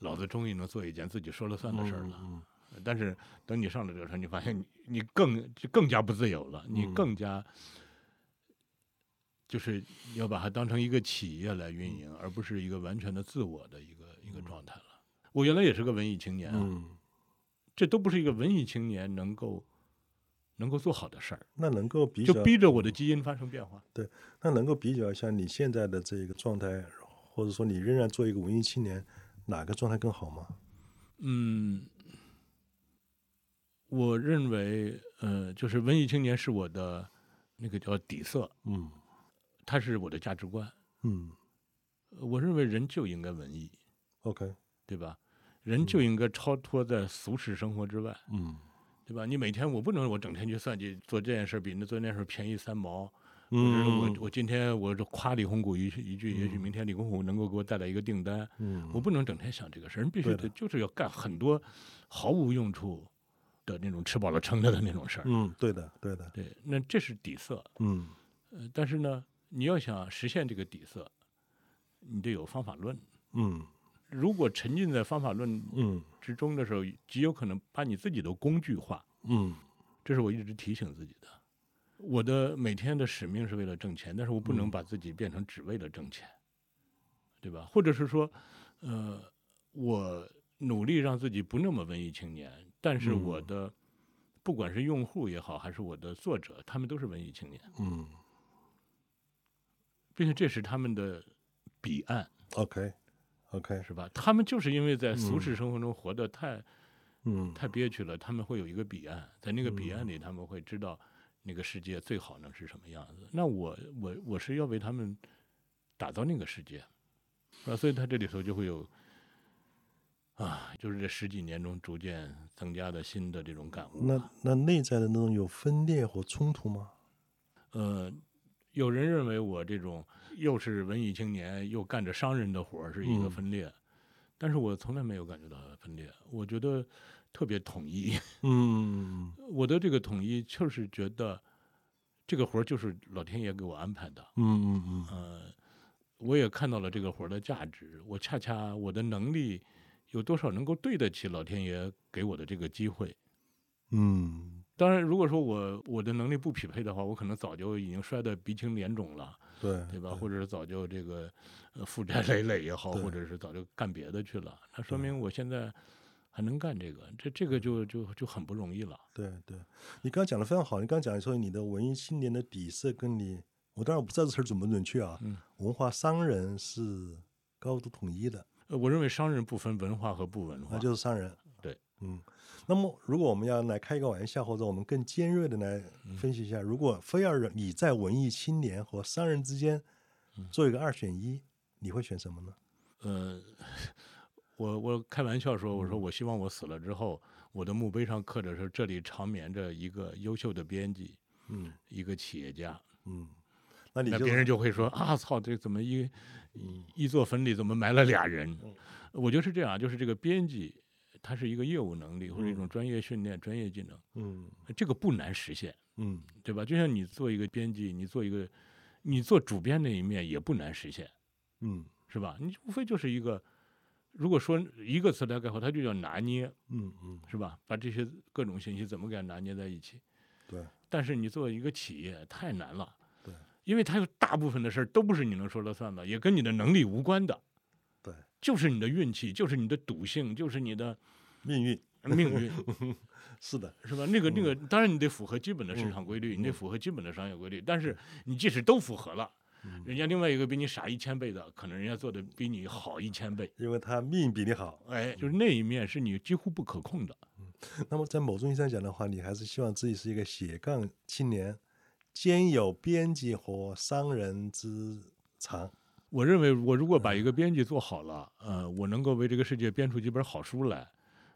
[SPEAKER 1] 老子终于能做一件自己说了算的事儿了，
[SPEAKER 2] 嗯
[SPEAKER 1] 但是等你上了这个船，你发现你你更就更加不自由了，你
[SPEAKER 2] 嗯
[SPEAKER 1] 更加就是要把它当成一个企业来
[SPEAKER 2] 嗯
[SPEAKER 1] 运营，而不是一个完全的自我的一个一个状态了。我原来也是个文艺青年啊，
[SPEAKER 2] 嗯，
[SPEAKER 1] 这都不是一个文艺青年能够能够做好的事儿，
[SPEAKER 2] 那能够比
[SPEAKER 1] 就
[SPEAKER 2] 较，
[SPEAKER 1] 逼着我的基因发生变化。
[SPEAKER 2] 那能够比较一下你现在的这个状态，或者说你仍然做一个文艺青年，哪个状态更好吗？
[SPEAKER 1] 嗯，我认为，呃，就是文艺青年是我的那个叫底色，
[SPEAKER 2] 嗯
[SPEAKER 1] 它是我的价值观。
[SPEAKER 2] 嗯
[SPEAKER 1] 呃我认为人就应该文艺，
[SPEAKER 2] ，OK，
[SPEAKER 1] 对吧？人就应该超脱在俗世生活之外，
[SPEAKER 2] 嗯
[SPEAKER 1] 对吧？你每天我不能我整天去算计做这件事比那做那件事便宜三毛，或者
[SPEAKER 2] 嗯
[SPEAKER 1] 我我今天我就夸李红谷一句一句，也许
[SPEAKER 2] 嗯
[SPEAKER 1] 明天李红谷能够给我带来一个订单，
[SPEAKER 2] 嗯，
[SPEAKER 1] 我不能整天想这个事儿，人必须
[SPEAKER 2] 对
[SPEAKER 1] 得
[SPEAKER 2] 的
[SPEAKER 1] 就是要干很多毫无用处的那种吃饱了撑着的那 种事儿。
[SPEAKER 2] 嗯，对的对的，
[SPEAKER 1] 对，那这是底色，
[SPEAKER 2] 嗯
[SPEAKER 1] 呃，但是呢，你要想实现这个底色，你得有方法论。
[SPEAKER 2] 嗯
[SPEAKER 1] 如果沉浸在方法论
[SPEAKER 2] 嗯
[SPEAKER 1] 之中的时候，极有可能把你自己都工具化。
[SPEAKER 2] 嗯
[SPEAKER 1] 这是我一直提醒自己的。我的每天的使命是为了挣钱，但是我不能
[SPEAKER 2] 嗯
[SPEAKER 1] 把自己变成只为了挣钱，对吧？或者是说，呃，我努力让自己不那么文艺青年，但是
[SPEAKER 2] 嗯
[SPEAKER 1] 我的、不管是用户也好，还是我的作者，他们都是文艺青年，
[SPEAKER 2] 嗯
[SPEAKER 1] 并且这是他们的彼岸，
[SPEAKER 2] ，OK OK，
[SPEAKER 1] 是吧？他们就是因为在俗世
[SPEAKER 2] 嗯
[SPEAKER 1] 生活中活得太、
[SPEAKER 2] 嗯
[SPEAKER 1] 太憋屈了，他们会有一个彼岸，在那个彼
[SPEAKER 2] 嗯
[SPEAKER 1] 岸里，他们会知道那个世界最好能是什么样子。那我我我是要为他们打造那个世界，啊，所以他这里头就会有啊，就是这十几年中逐渐增加的新的这种感悟吧。
[SPEAKER 2] 那那内在的那种有分裂或冲突吗？
[SPEAKER 1] 呃，有人认为我这种又是文艺青年又干着商人的活儿是一个
[SPEAKER 2] 嗯
[SPEAKER 1] 分裂，但是我从来没有感觉到分裂，我觉得特别统一。
[SPEAKER 2] 嗯
[SPEAKER 1] 我的这个统一就是觉得这个活儿就是老天爷给我安排的，
[SPEAKER 2] 嗯嗯嗯
[SPEAKER 1] 呃，我也看到了这个活儿的价值，我恰恰我的能力有多少能够对得起老天爷给我的这个机会。
[SPEAKER 2] 嗯，
[SPEAKER 1] 当然，如果说我我的能力不匹配的话，我可能早就已经摔得鼻青脸肿了，
[SPEAKER 2] 对
[SPEAKER 1] 对吧？或者是早就这个呃负债累累也好，
[SPEAKER 2] 对
[SPEAKER 1] 或者是早就干别的去了。那说明我现在还能干这个，这这个就就就很不容易了。
[SPEAKER 2] 对对，你刚刚讲的非常好。你刚刚讲说你的文艺青年的底色跟你，我当然我不知道这词儿准不准确啊。
[SPEAKER 1] 嗯
[SPEAKER 2] 文化商人是高度统一的，
[SPEAKER 1] 呃，我认为商人不分文化和不文
[SPEAKER 2] 那
[SPEAKER 1] 化，
[SPEAKER 2] 就是商人。
[SPEAKER 1] 对
[SPEAKER 2] 嗯，那么如果我们要来开一个玩笑，或者我们更尖锐的来
[SPEAKER 1] 嗯
[SPEAKER 2] 分析一下，如果非要让你在文艺青年和商人之间
[SPEAKER 1] 嗯
[SPEAKER 2] 做一个二选一，你会选什么呢？
[SPEAKER 1] 呃，我我开玩笑说，我
[SPEAKER 2] 嗯
[SPEAKER 1] 说我希望我死了之后，我的墓碑上刻着说这里长眠着一个优秀的编辑，
[SPEAKER 2] 嗯
[SPEAKER 1] 一个企业家。
[SPEAKER 2] 嗯，那你
[SPEAKER 1] 那
[SPEAKER 2] 就嗯
[SPEAKER 1] 别人就会说啊，操，这怎么一一一座坟里怎么埋了俩人？我觉得是这样，啊就是这个编辑，他是一个业务能力或者一种专业训练、专业技能，
[SPEAKER 2] 嗯
[SPEAKER 1] 这个不难实现，
[SPEAKER 2] 嗯
[SPEAKER 1] 对吧？就像你做一个编辑，你做一个，你做主编那一面也不难实现，
[SPEAKER 2] 嗯
[SPEAKER 1] 是吧？你无非就是一个，如果说一个词来概括，它就叫拿捏，
[SPEAKER 2] 嗯嗯，
[SPEAKER 1] 是吧？把这些各种信息怎么给它拿捏在一起？
[SPEAKER 2] 对，
[SPEAKER 1] 但是你作为一个企业太难了，
[SPEAKER 2] 对，
[SPEAKER 1] 因为它有大部分的事儿都不是你能说了算的，也跟你的能力无关的，
[SPEAKER 2] 对，
[SPEAKER 1] 就是你的运气，就是你的赌性，就是你 的
[SPEAKER 2] 命运
[SPEAKER 1] 命运，
[SPEAKER 2] 是的，
[SPEAKER 1] 是吧？
[SPEAKER 2] 嗯
[SPEAKER 1] 那个那个，当然你得符合基本的市场规律，你得符合基本的商业规律，但是你即使都符合了。人家另外一个比你傻一千倍的，可能人家做的比你好一千倍，
[SPEAKER 2] 因为他命比你好。
[SPEAKER 1] 哎，就是那一面是你几乎不可控的。
[SPEAKER 2] 那么在某种意义上讲的话，你还是希望自己是一个斜杠青年，兼有编辑和商人之长。
[SPEAKER 1] 我认为，我如果把一
[SPEAKER 2] 嗯
[SPEAKER 1] 个编辑做好了，呃，我能够为这个世界编出几本好书来，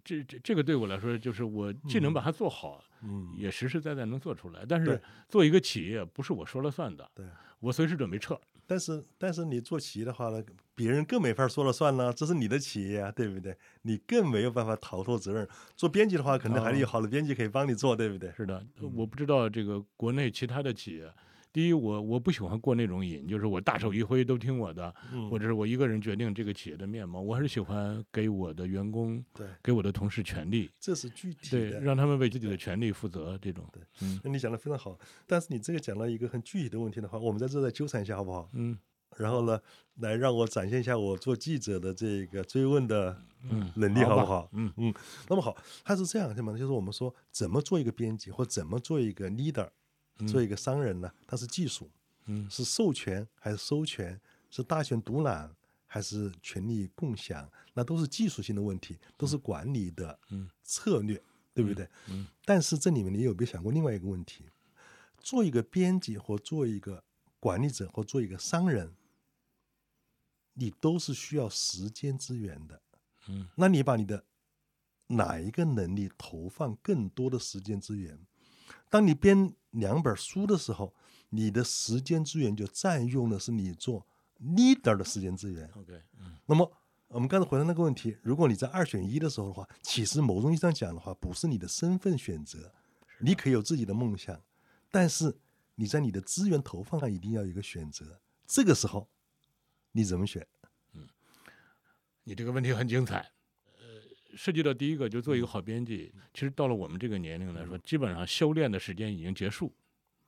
[SPEAKER 1] 这这这个对我来说，就是我既能把它做好，
[SPEAKER 2] 嗯，
[SPEAKER 1] 也实实在在能做出来。但是
[SPEAKER 2] 对
[SPEAKER 1] 做一个企业不是我说了算的，
[SPEAKER 2] 对。
[SPEAKER 1] 我随时准备撤。
[SPEAKER 2] 但是但是你做企业的话呢，别人更没法说了算了，这是你的企业啊，对不对？你更没有办法逃脱责任。做编辑的话，可能还
[SPEAKER 1] 啊
[SPEAKER 2] 有好的编辑可以帮你做，对不对？
[SPEAKER 1] 是的，
[SPEAKER 2] 嗯
[SPEAKER 1] 我不知道这个国内其他的企业。第一，我我不喜欢过那种瘾，就是我大手一挥都听我的，
[SPEAKER 2] 嗯
[SPEAKER 1] 或者是我一个人决定这个企业的面貌。我还是喜欢给我的员工、
[SPEAKER 2] 对，
[SPEAKER 1] 给我的同事权利，
[SPEAKER 2] 这是具体
[SPEAKER 1] 对，
[SPEAKER 2] 的。
[SPEAKER 1] 让他们为自己的权利负责。这种，嗯
[SPEAKER 2] 那你讲的非常好，但是你这个讲到一个很具体的问题的话，我们在这再纠缠一下好不好？
[SPEAKER 1] 嗯
[SPEAKER 2] 然后呢，来让我展现一下我做记者的这个追问的
[SPEAKER 1] 嗯，
[SPEAKER 2] 能力，好不
[SPEAKER 1] 吧
[SPEAKER 2] 好？
[SPEAKER 1] 嗯
[SPEAKER 2] 嗯，那么好，它是这样，什么？就是我们说怎么做一个编辑，或怎么做一个 leader，做一个商人呢？它是技术，
[SPEAKER 1] 嗯
[SPEAKER 2] 是授权还是收权？是大权独揽还是权力共享？那都是技术性的问题，都是管理的
[SPEAKER 1] 嗯
[SPEAKER 2] 策略，对不对？但是这里面你有没有想过另外一个问题？做一个编辑或做一个管理者或做一个商人，你都是需要时间资源的。
[SPEAKER 1] 嗯，
[SPEAKER 2] 那你把你的哪一个能力投放更多的时间资源？当你编两本书的时候，你的时间资源就占用的是你做 leader 的时间资源。
[SPEAKER 1] ，OK，嗯
[SPEAKER 2] 那么呃我们刚才回答那个问题，如果你在二选一的时候的话，其实某种意义上讲的话，不是你的身份选择，你可以有自己的梦想，但是你在你的资源投放上一定要有一个选择。这个时候你怎么选？
[SPEAKER 1] 你这个问题很精彩。嗯呃，涉及到第一个，就做一个好编辑。其实到了我们这个年龄来说，基本上修炼的时间已经结束，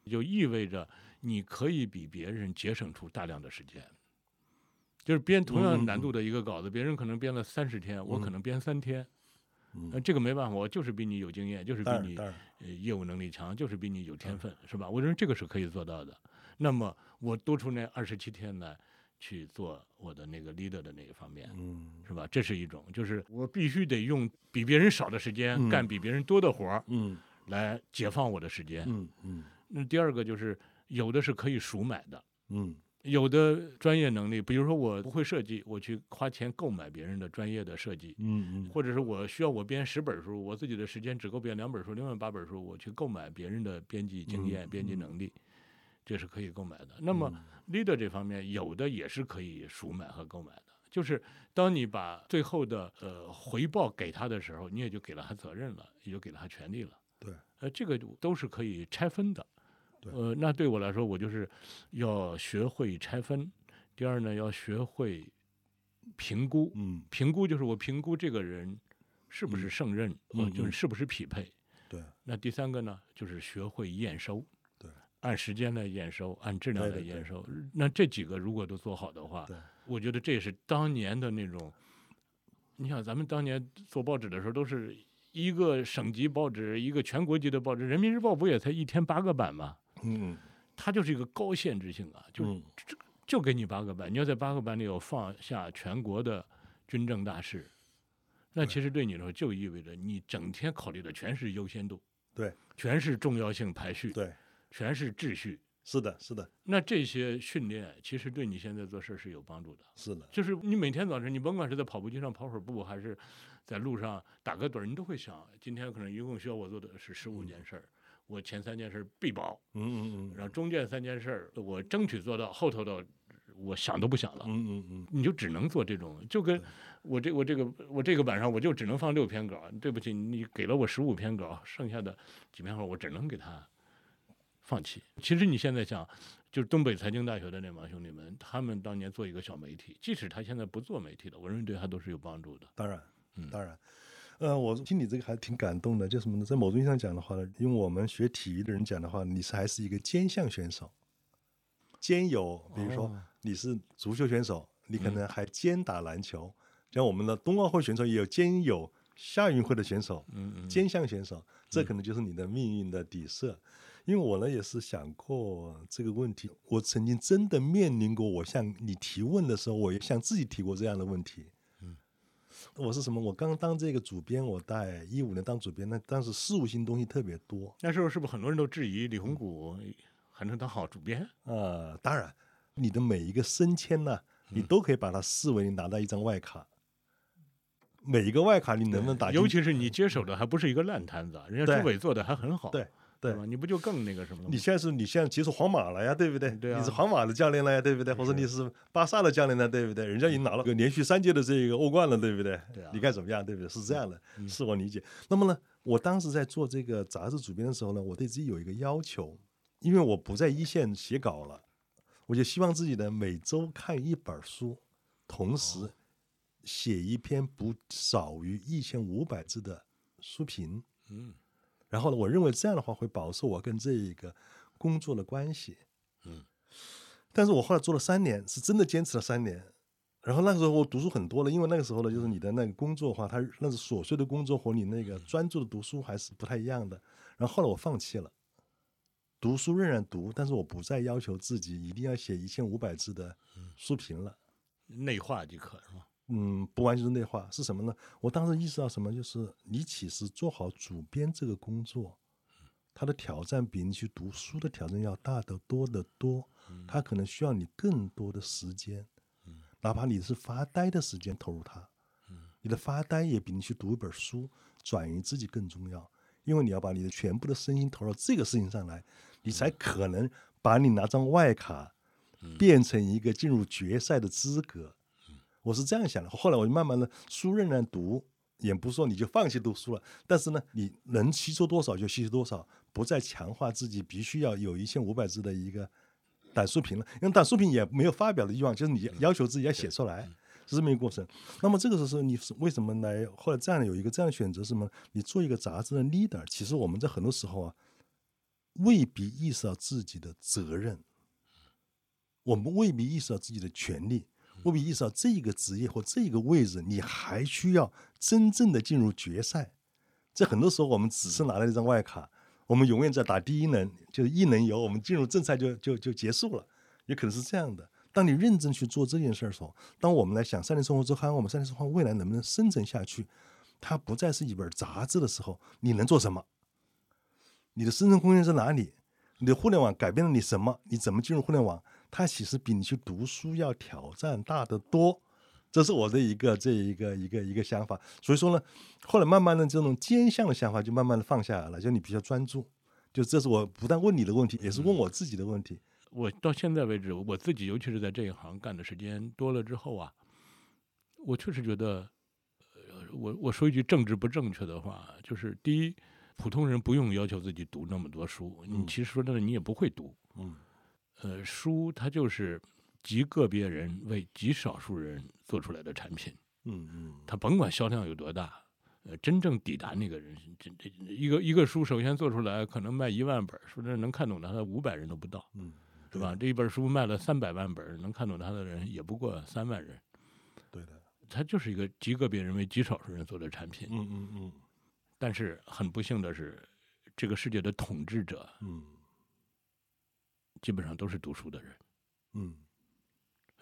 [SPEAKER 1] 就意味着你可以比别人节省出大量的时间。就是编同样难度的一个稿子，别人可能编了三十天，我可能编三天。
[SPEAKER 2] 嗯
[SPEAKER 1] 呃这个没办法，我就是比你有经验，就是比
[SPEAKER 2] 当然，
[SPEAKER 1] 你
[SPEAKER 2] 当然，
[SPEAKER 1] 呃业务能力强，就是比你有
[SPEAKER 2] 嗯
[SPEAKER 1] 天分，是吧？我认为这个是可以做到的。那么我多出那二十七天来去做我的那个 leader 的那一方面，
[SPEAKER 2] 嗯
[SPEAKER 1] 是吧？这是一种，就是我必须得用比别人少的时间、
[SPEAKER 2] 嗯
[SPEAKER 1] 干比别人多的活儿
[SPEAKER 2] 嗯
[SPEAKER 1] 来解放我的时间。
[SPEAKER 2] 嗯嗯
[SPEAKER 1] 那第二个就是有的是可以赎买的。
[SPEAKER 2] 嗯
[SPEAKER 1] 有的专业能力，比如说我不会设计，我去花钱购买别人的专业的设计，
[SPEAKER 2] 嗯
[SPEAKER 1] 或者是我需要我编十本书，我自己的时间只够编两本书，另外八本书我去购买别人的编辑经
[SPEAKER 2] 嗯
[SPEAKER 1] 验、编辑能力，这是可以购买的。那么 leader 这方面，有的也是可以赎买和购买的。就是当你把最后的呃回报给他的时候，你也就给了他责任了，也就给了他权利了。
[SPEAKER 2] 对，
[SPEAKER 1] 呃，这个都是可以拆分的。
[SPEAKER 2] 对
[SPEAKER 1] 呃，那对我来说，我就是要学会拆分。第二呢，要学会评估。
[SPEAKER 2] 嗯，
[SPEAKER 1] 评估就是我评估这个人是不是胜任，
[SPEAKER 2] 嗯
[SPEAKER 1] 呃，就
[SPEAKER 2] 嗯
[SPEAKER 1] 是是不是匹配。
[SPEAKER 2] 对，
[SPEAKER 1] 那第三个呢，就是学会验收。
[SPEAKER 2] 对，
[SPEAKER 1] 按时间来验收，按质量
[SPEAKER 2] 对
[SPEAKER 1] 来
[SPEAKER 2] 对对
[SPEAKER 1] 验收。那这几个如果都做好的话
[SPEAKER 2] 对，
[SPEAKER 1] 我觉得这也是当年的那种。你想，咱们当年做报纸的时候，都是一个省级报纸，一个全国级的报纸，《人民日报》不也才一天八个版吗？
[SPEAKER 2] 嗯
[SPEAKER 1] 它就是一个高限制性啊，就、
[SPEAKER 2] 嗯
[SPEAKER 1] 就给你八个版，你要在八个版里有放下全国的军政大事，那
[SPEAKER 2] 对
[SPEAKER 1] 其实对你来说就意味着你整天考虑的全是优先度，
[SPEAKER 2] 对，
[SPEAKER 1] 全是重要性排序，
[SPEAKER 2] 嗯对，
[SPEAKER 1] 全是秩序。
[SPEAKER 2] 是的，是的，
[SPEAKER 1] 那这些训练其实对你现在做事是有帮助的。
[SPEAKER 2] 是的，
[SPEAKER 1] 就是你每天早晨，你甭管是在跑步机上跑会儿步，还是在路上打个盹儿，你都会想，今天可能一共需要我做的是十
[SPEAKER 2] 嗯
[SPEAKER 1] 五件事儿，我前三件事儿必保，
[SPEAKER 2] 嗯嗯嗯，
[SPEAKER 1] 然后中间三件事儿我争取做到，后头的我想都不想了。
[SPEAKER 2] 嗯嗯嗯，
[SPEAKER 1] 你就只能做这种，就跟我这我这个我这个晚上我就只能放六篇稿，对不起，你给了我十五篇稿，剩下的几篇稿我只能给他放弃。其实你现在想，就是东北财经大学的那帮兄弟们，他们当年做一个小媒体，即使他现在不做媒体了，我认为对他都是有帮助的。
[SPEAKER 2] 当然
[SPEAKER 1] 嗯，
[SPEAKER 2] 当然。呃，我听你这个还挺感动的，就什么呢？在某种意义上讲的话呢，用我们学体育的人讲的话，你是还是一个兼项选手，兼有，比如说
[SPEAKER 1] 哦嗯
[SPEAKER 2] 你是足球选手，你可能还兼打篮球，像我们的冬奥会选手也有兼有夏运会的选手，
[SPEAKER 1] 嗯嗯，
[SPEAKER 2] 兼项选手，这可能就是你的命运的底色。因为我呢也是想过这个问题，我曾经真的面临过，我向你提问的时候，我也向自己提过这样的问题。嗯，我是什么？我刚当这个主编，我在一五年当主编，那当时事务性东西特别多，
[SPEAKER 1] 那时候是不是很多人都质疑李红谷还能当好主编？
[SPEAKER 2] 呃，当然，你的每一个升迁呢、你都可以把它视为你拿到一张外卡。每一个外卡，啊你能不能打进？
[SPEAKER 1] 尤其是你接手的还不是一个烂摊子啊，人家
[SPEAKER 2] 对
[SPEAKER 1] 朱伟做的还很好，
[SPEAKER 2] 对对
[SPEAKER 1] 吧？你不就更那个什么了吗？
[SPEAKER 2] 你现在是你现在接受皇马了呀，对不对？
[SPEAKER 1] 对啊
[SPEAKER 2] 你是皇马的教练了呀，对不对？或者你是巴萨的教练了，对不对？人家已经拿了个连续三届的这个欧冠了，对不对？
[SPEAKER 1] 对啊嗯
[SPEAKER 2] 你该怎么样，对不对？是这样的，是我理解。那么呢，我当时在做这个杂志主编的时候呢，我对自己有一个要求，因为我不在一线写稿了，我就希望自己呢每周看一本书，同
[SPEAKER 1] 哦
[SPEAKER 2] 时写一篇不少于一千五百字的书评。
[SPEAKER 1] 嗯
[SPEAKER 2] 然后呢，我认为这样的话会保持我跟这一个工作的关系。
[SPEAKER 1] 嗯，
[SPEAKER 2] 但是我后来做了三年，是真的坚持了三年。然后那个时候我读书很多了，因为那个时候呢，就是你的那个工作的话，它那是琐碎的工作和你那个专注的读书还是不太一样的。然后后来我放弃了，读书仍然读，但是我不再要求自己一定要写一千五百字的书评了。
[SPEAKER 1] 内化即可是吧？
[SPEAKER 2] 嗯，不完全是内化是什么呢？我当时意识到什么，就是你其实做好主编这个工作，它的挑战比你去读书的挑战要大得多得多，它可能需要你更多的时间，哪怕你是发呆的时间投入它，你的发呆也比你去读一本书转移自己更重要，因为你要把你的全部的身心投入到这个事情上来，你才可能把你拿张外卡变成一个进入决赛的资格。我是这样想的。后来我就慢慢的书仍然读，也不是说你就放弃读书了，但是呢，你能吸收多少就吸收多少，不再强化自己必须要有一千五百字的一个短书评了，因为短书评也没有发表的欲望，就是你要求自己要写出来。是这么一个过程。那么这个时候，你是为什么来？后来这样有一个这样的选择，是什么？你做一个杂志的 leader，其实我们在很多时候啊，未必意识到自己的责任，我们未必意识到自己的权利，未必意识到这个职业或这个位置，你还需要真正的进入决赛。这很多时候我们只是拿了一张外卡，我们永远在打第一轮，就是一轮游，我们进入正赛就就就结束了，也可能是这样的。当你认真去做这件事儿的时候，当我们来想《三联生活周刊》，我们《三联生活周刊》未来能不能生存下去，它不再是一本杂志的时候，你能做什么？你的生存空间在哪里？你的互联网改变了你什么？你怎么进入互联网？它其实比你去读书要挑战大得多。这是我的一个这一个一个一个想法。所以说呢，后来慢慢的这种兼项的想法就慢慢的放下来了，就你比较专注。就这是我不但问你的问题，也是问我自己的问题。
[SPEAKER 1] 我到现在为止，我自己尤其是在这一行干的时间多了之后啊，我确实觉得，呃，我我说一句政治不正确的话，就是第一，普通人不用要求自己读那么多书，你
[SPEAKER 2] 嗯
[SPEAKER 1] 其实说真的你也不会读，
[SPEAKER 2] 嗯
[SPEAKER 1] 呃，书它就是极个别人为极少数人做出来的产品，
[SPEAKER 2] 嗯嗯，
[SPEAKER 1] 它甭管销量有多大。呃，真正抵达那个人，这这一个一个书，首先做出来可能卖一万本儿，说真的能看懂它的五百人都不到。
[SPEAKER 2] 嗯，
[SPEAKER 1] 对吧？这一本书卖了三百万本儿，能看懂它的人也不过三万人，
[SPEAKER 2] 对的，
[SPEAKER 1] 它就是一个极个别人为极少数人做的产品。
[SPEAKER 2] 嗯嗯嗯
[SPEAKER 1] 但是很不幸的是，这个世界的统治者
[SPEAKER 2] 嗯
[SPEAKER 1] 基本上都是读书的人，
[SPEAKER 2] 嗯，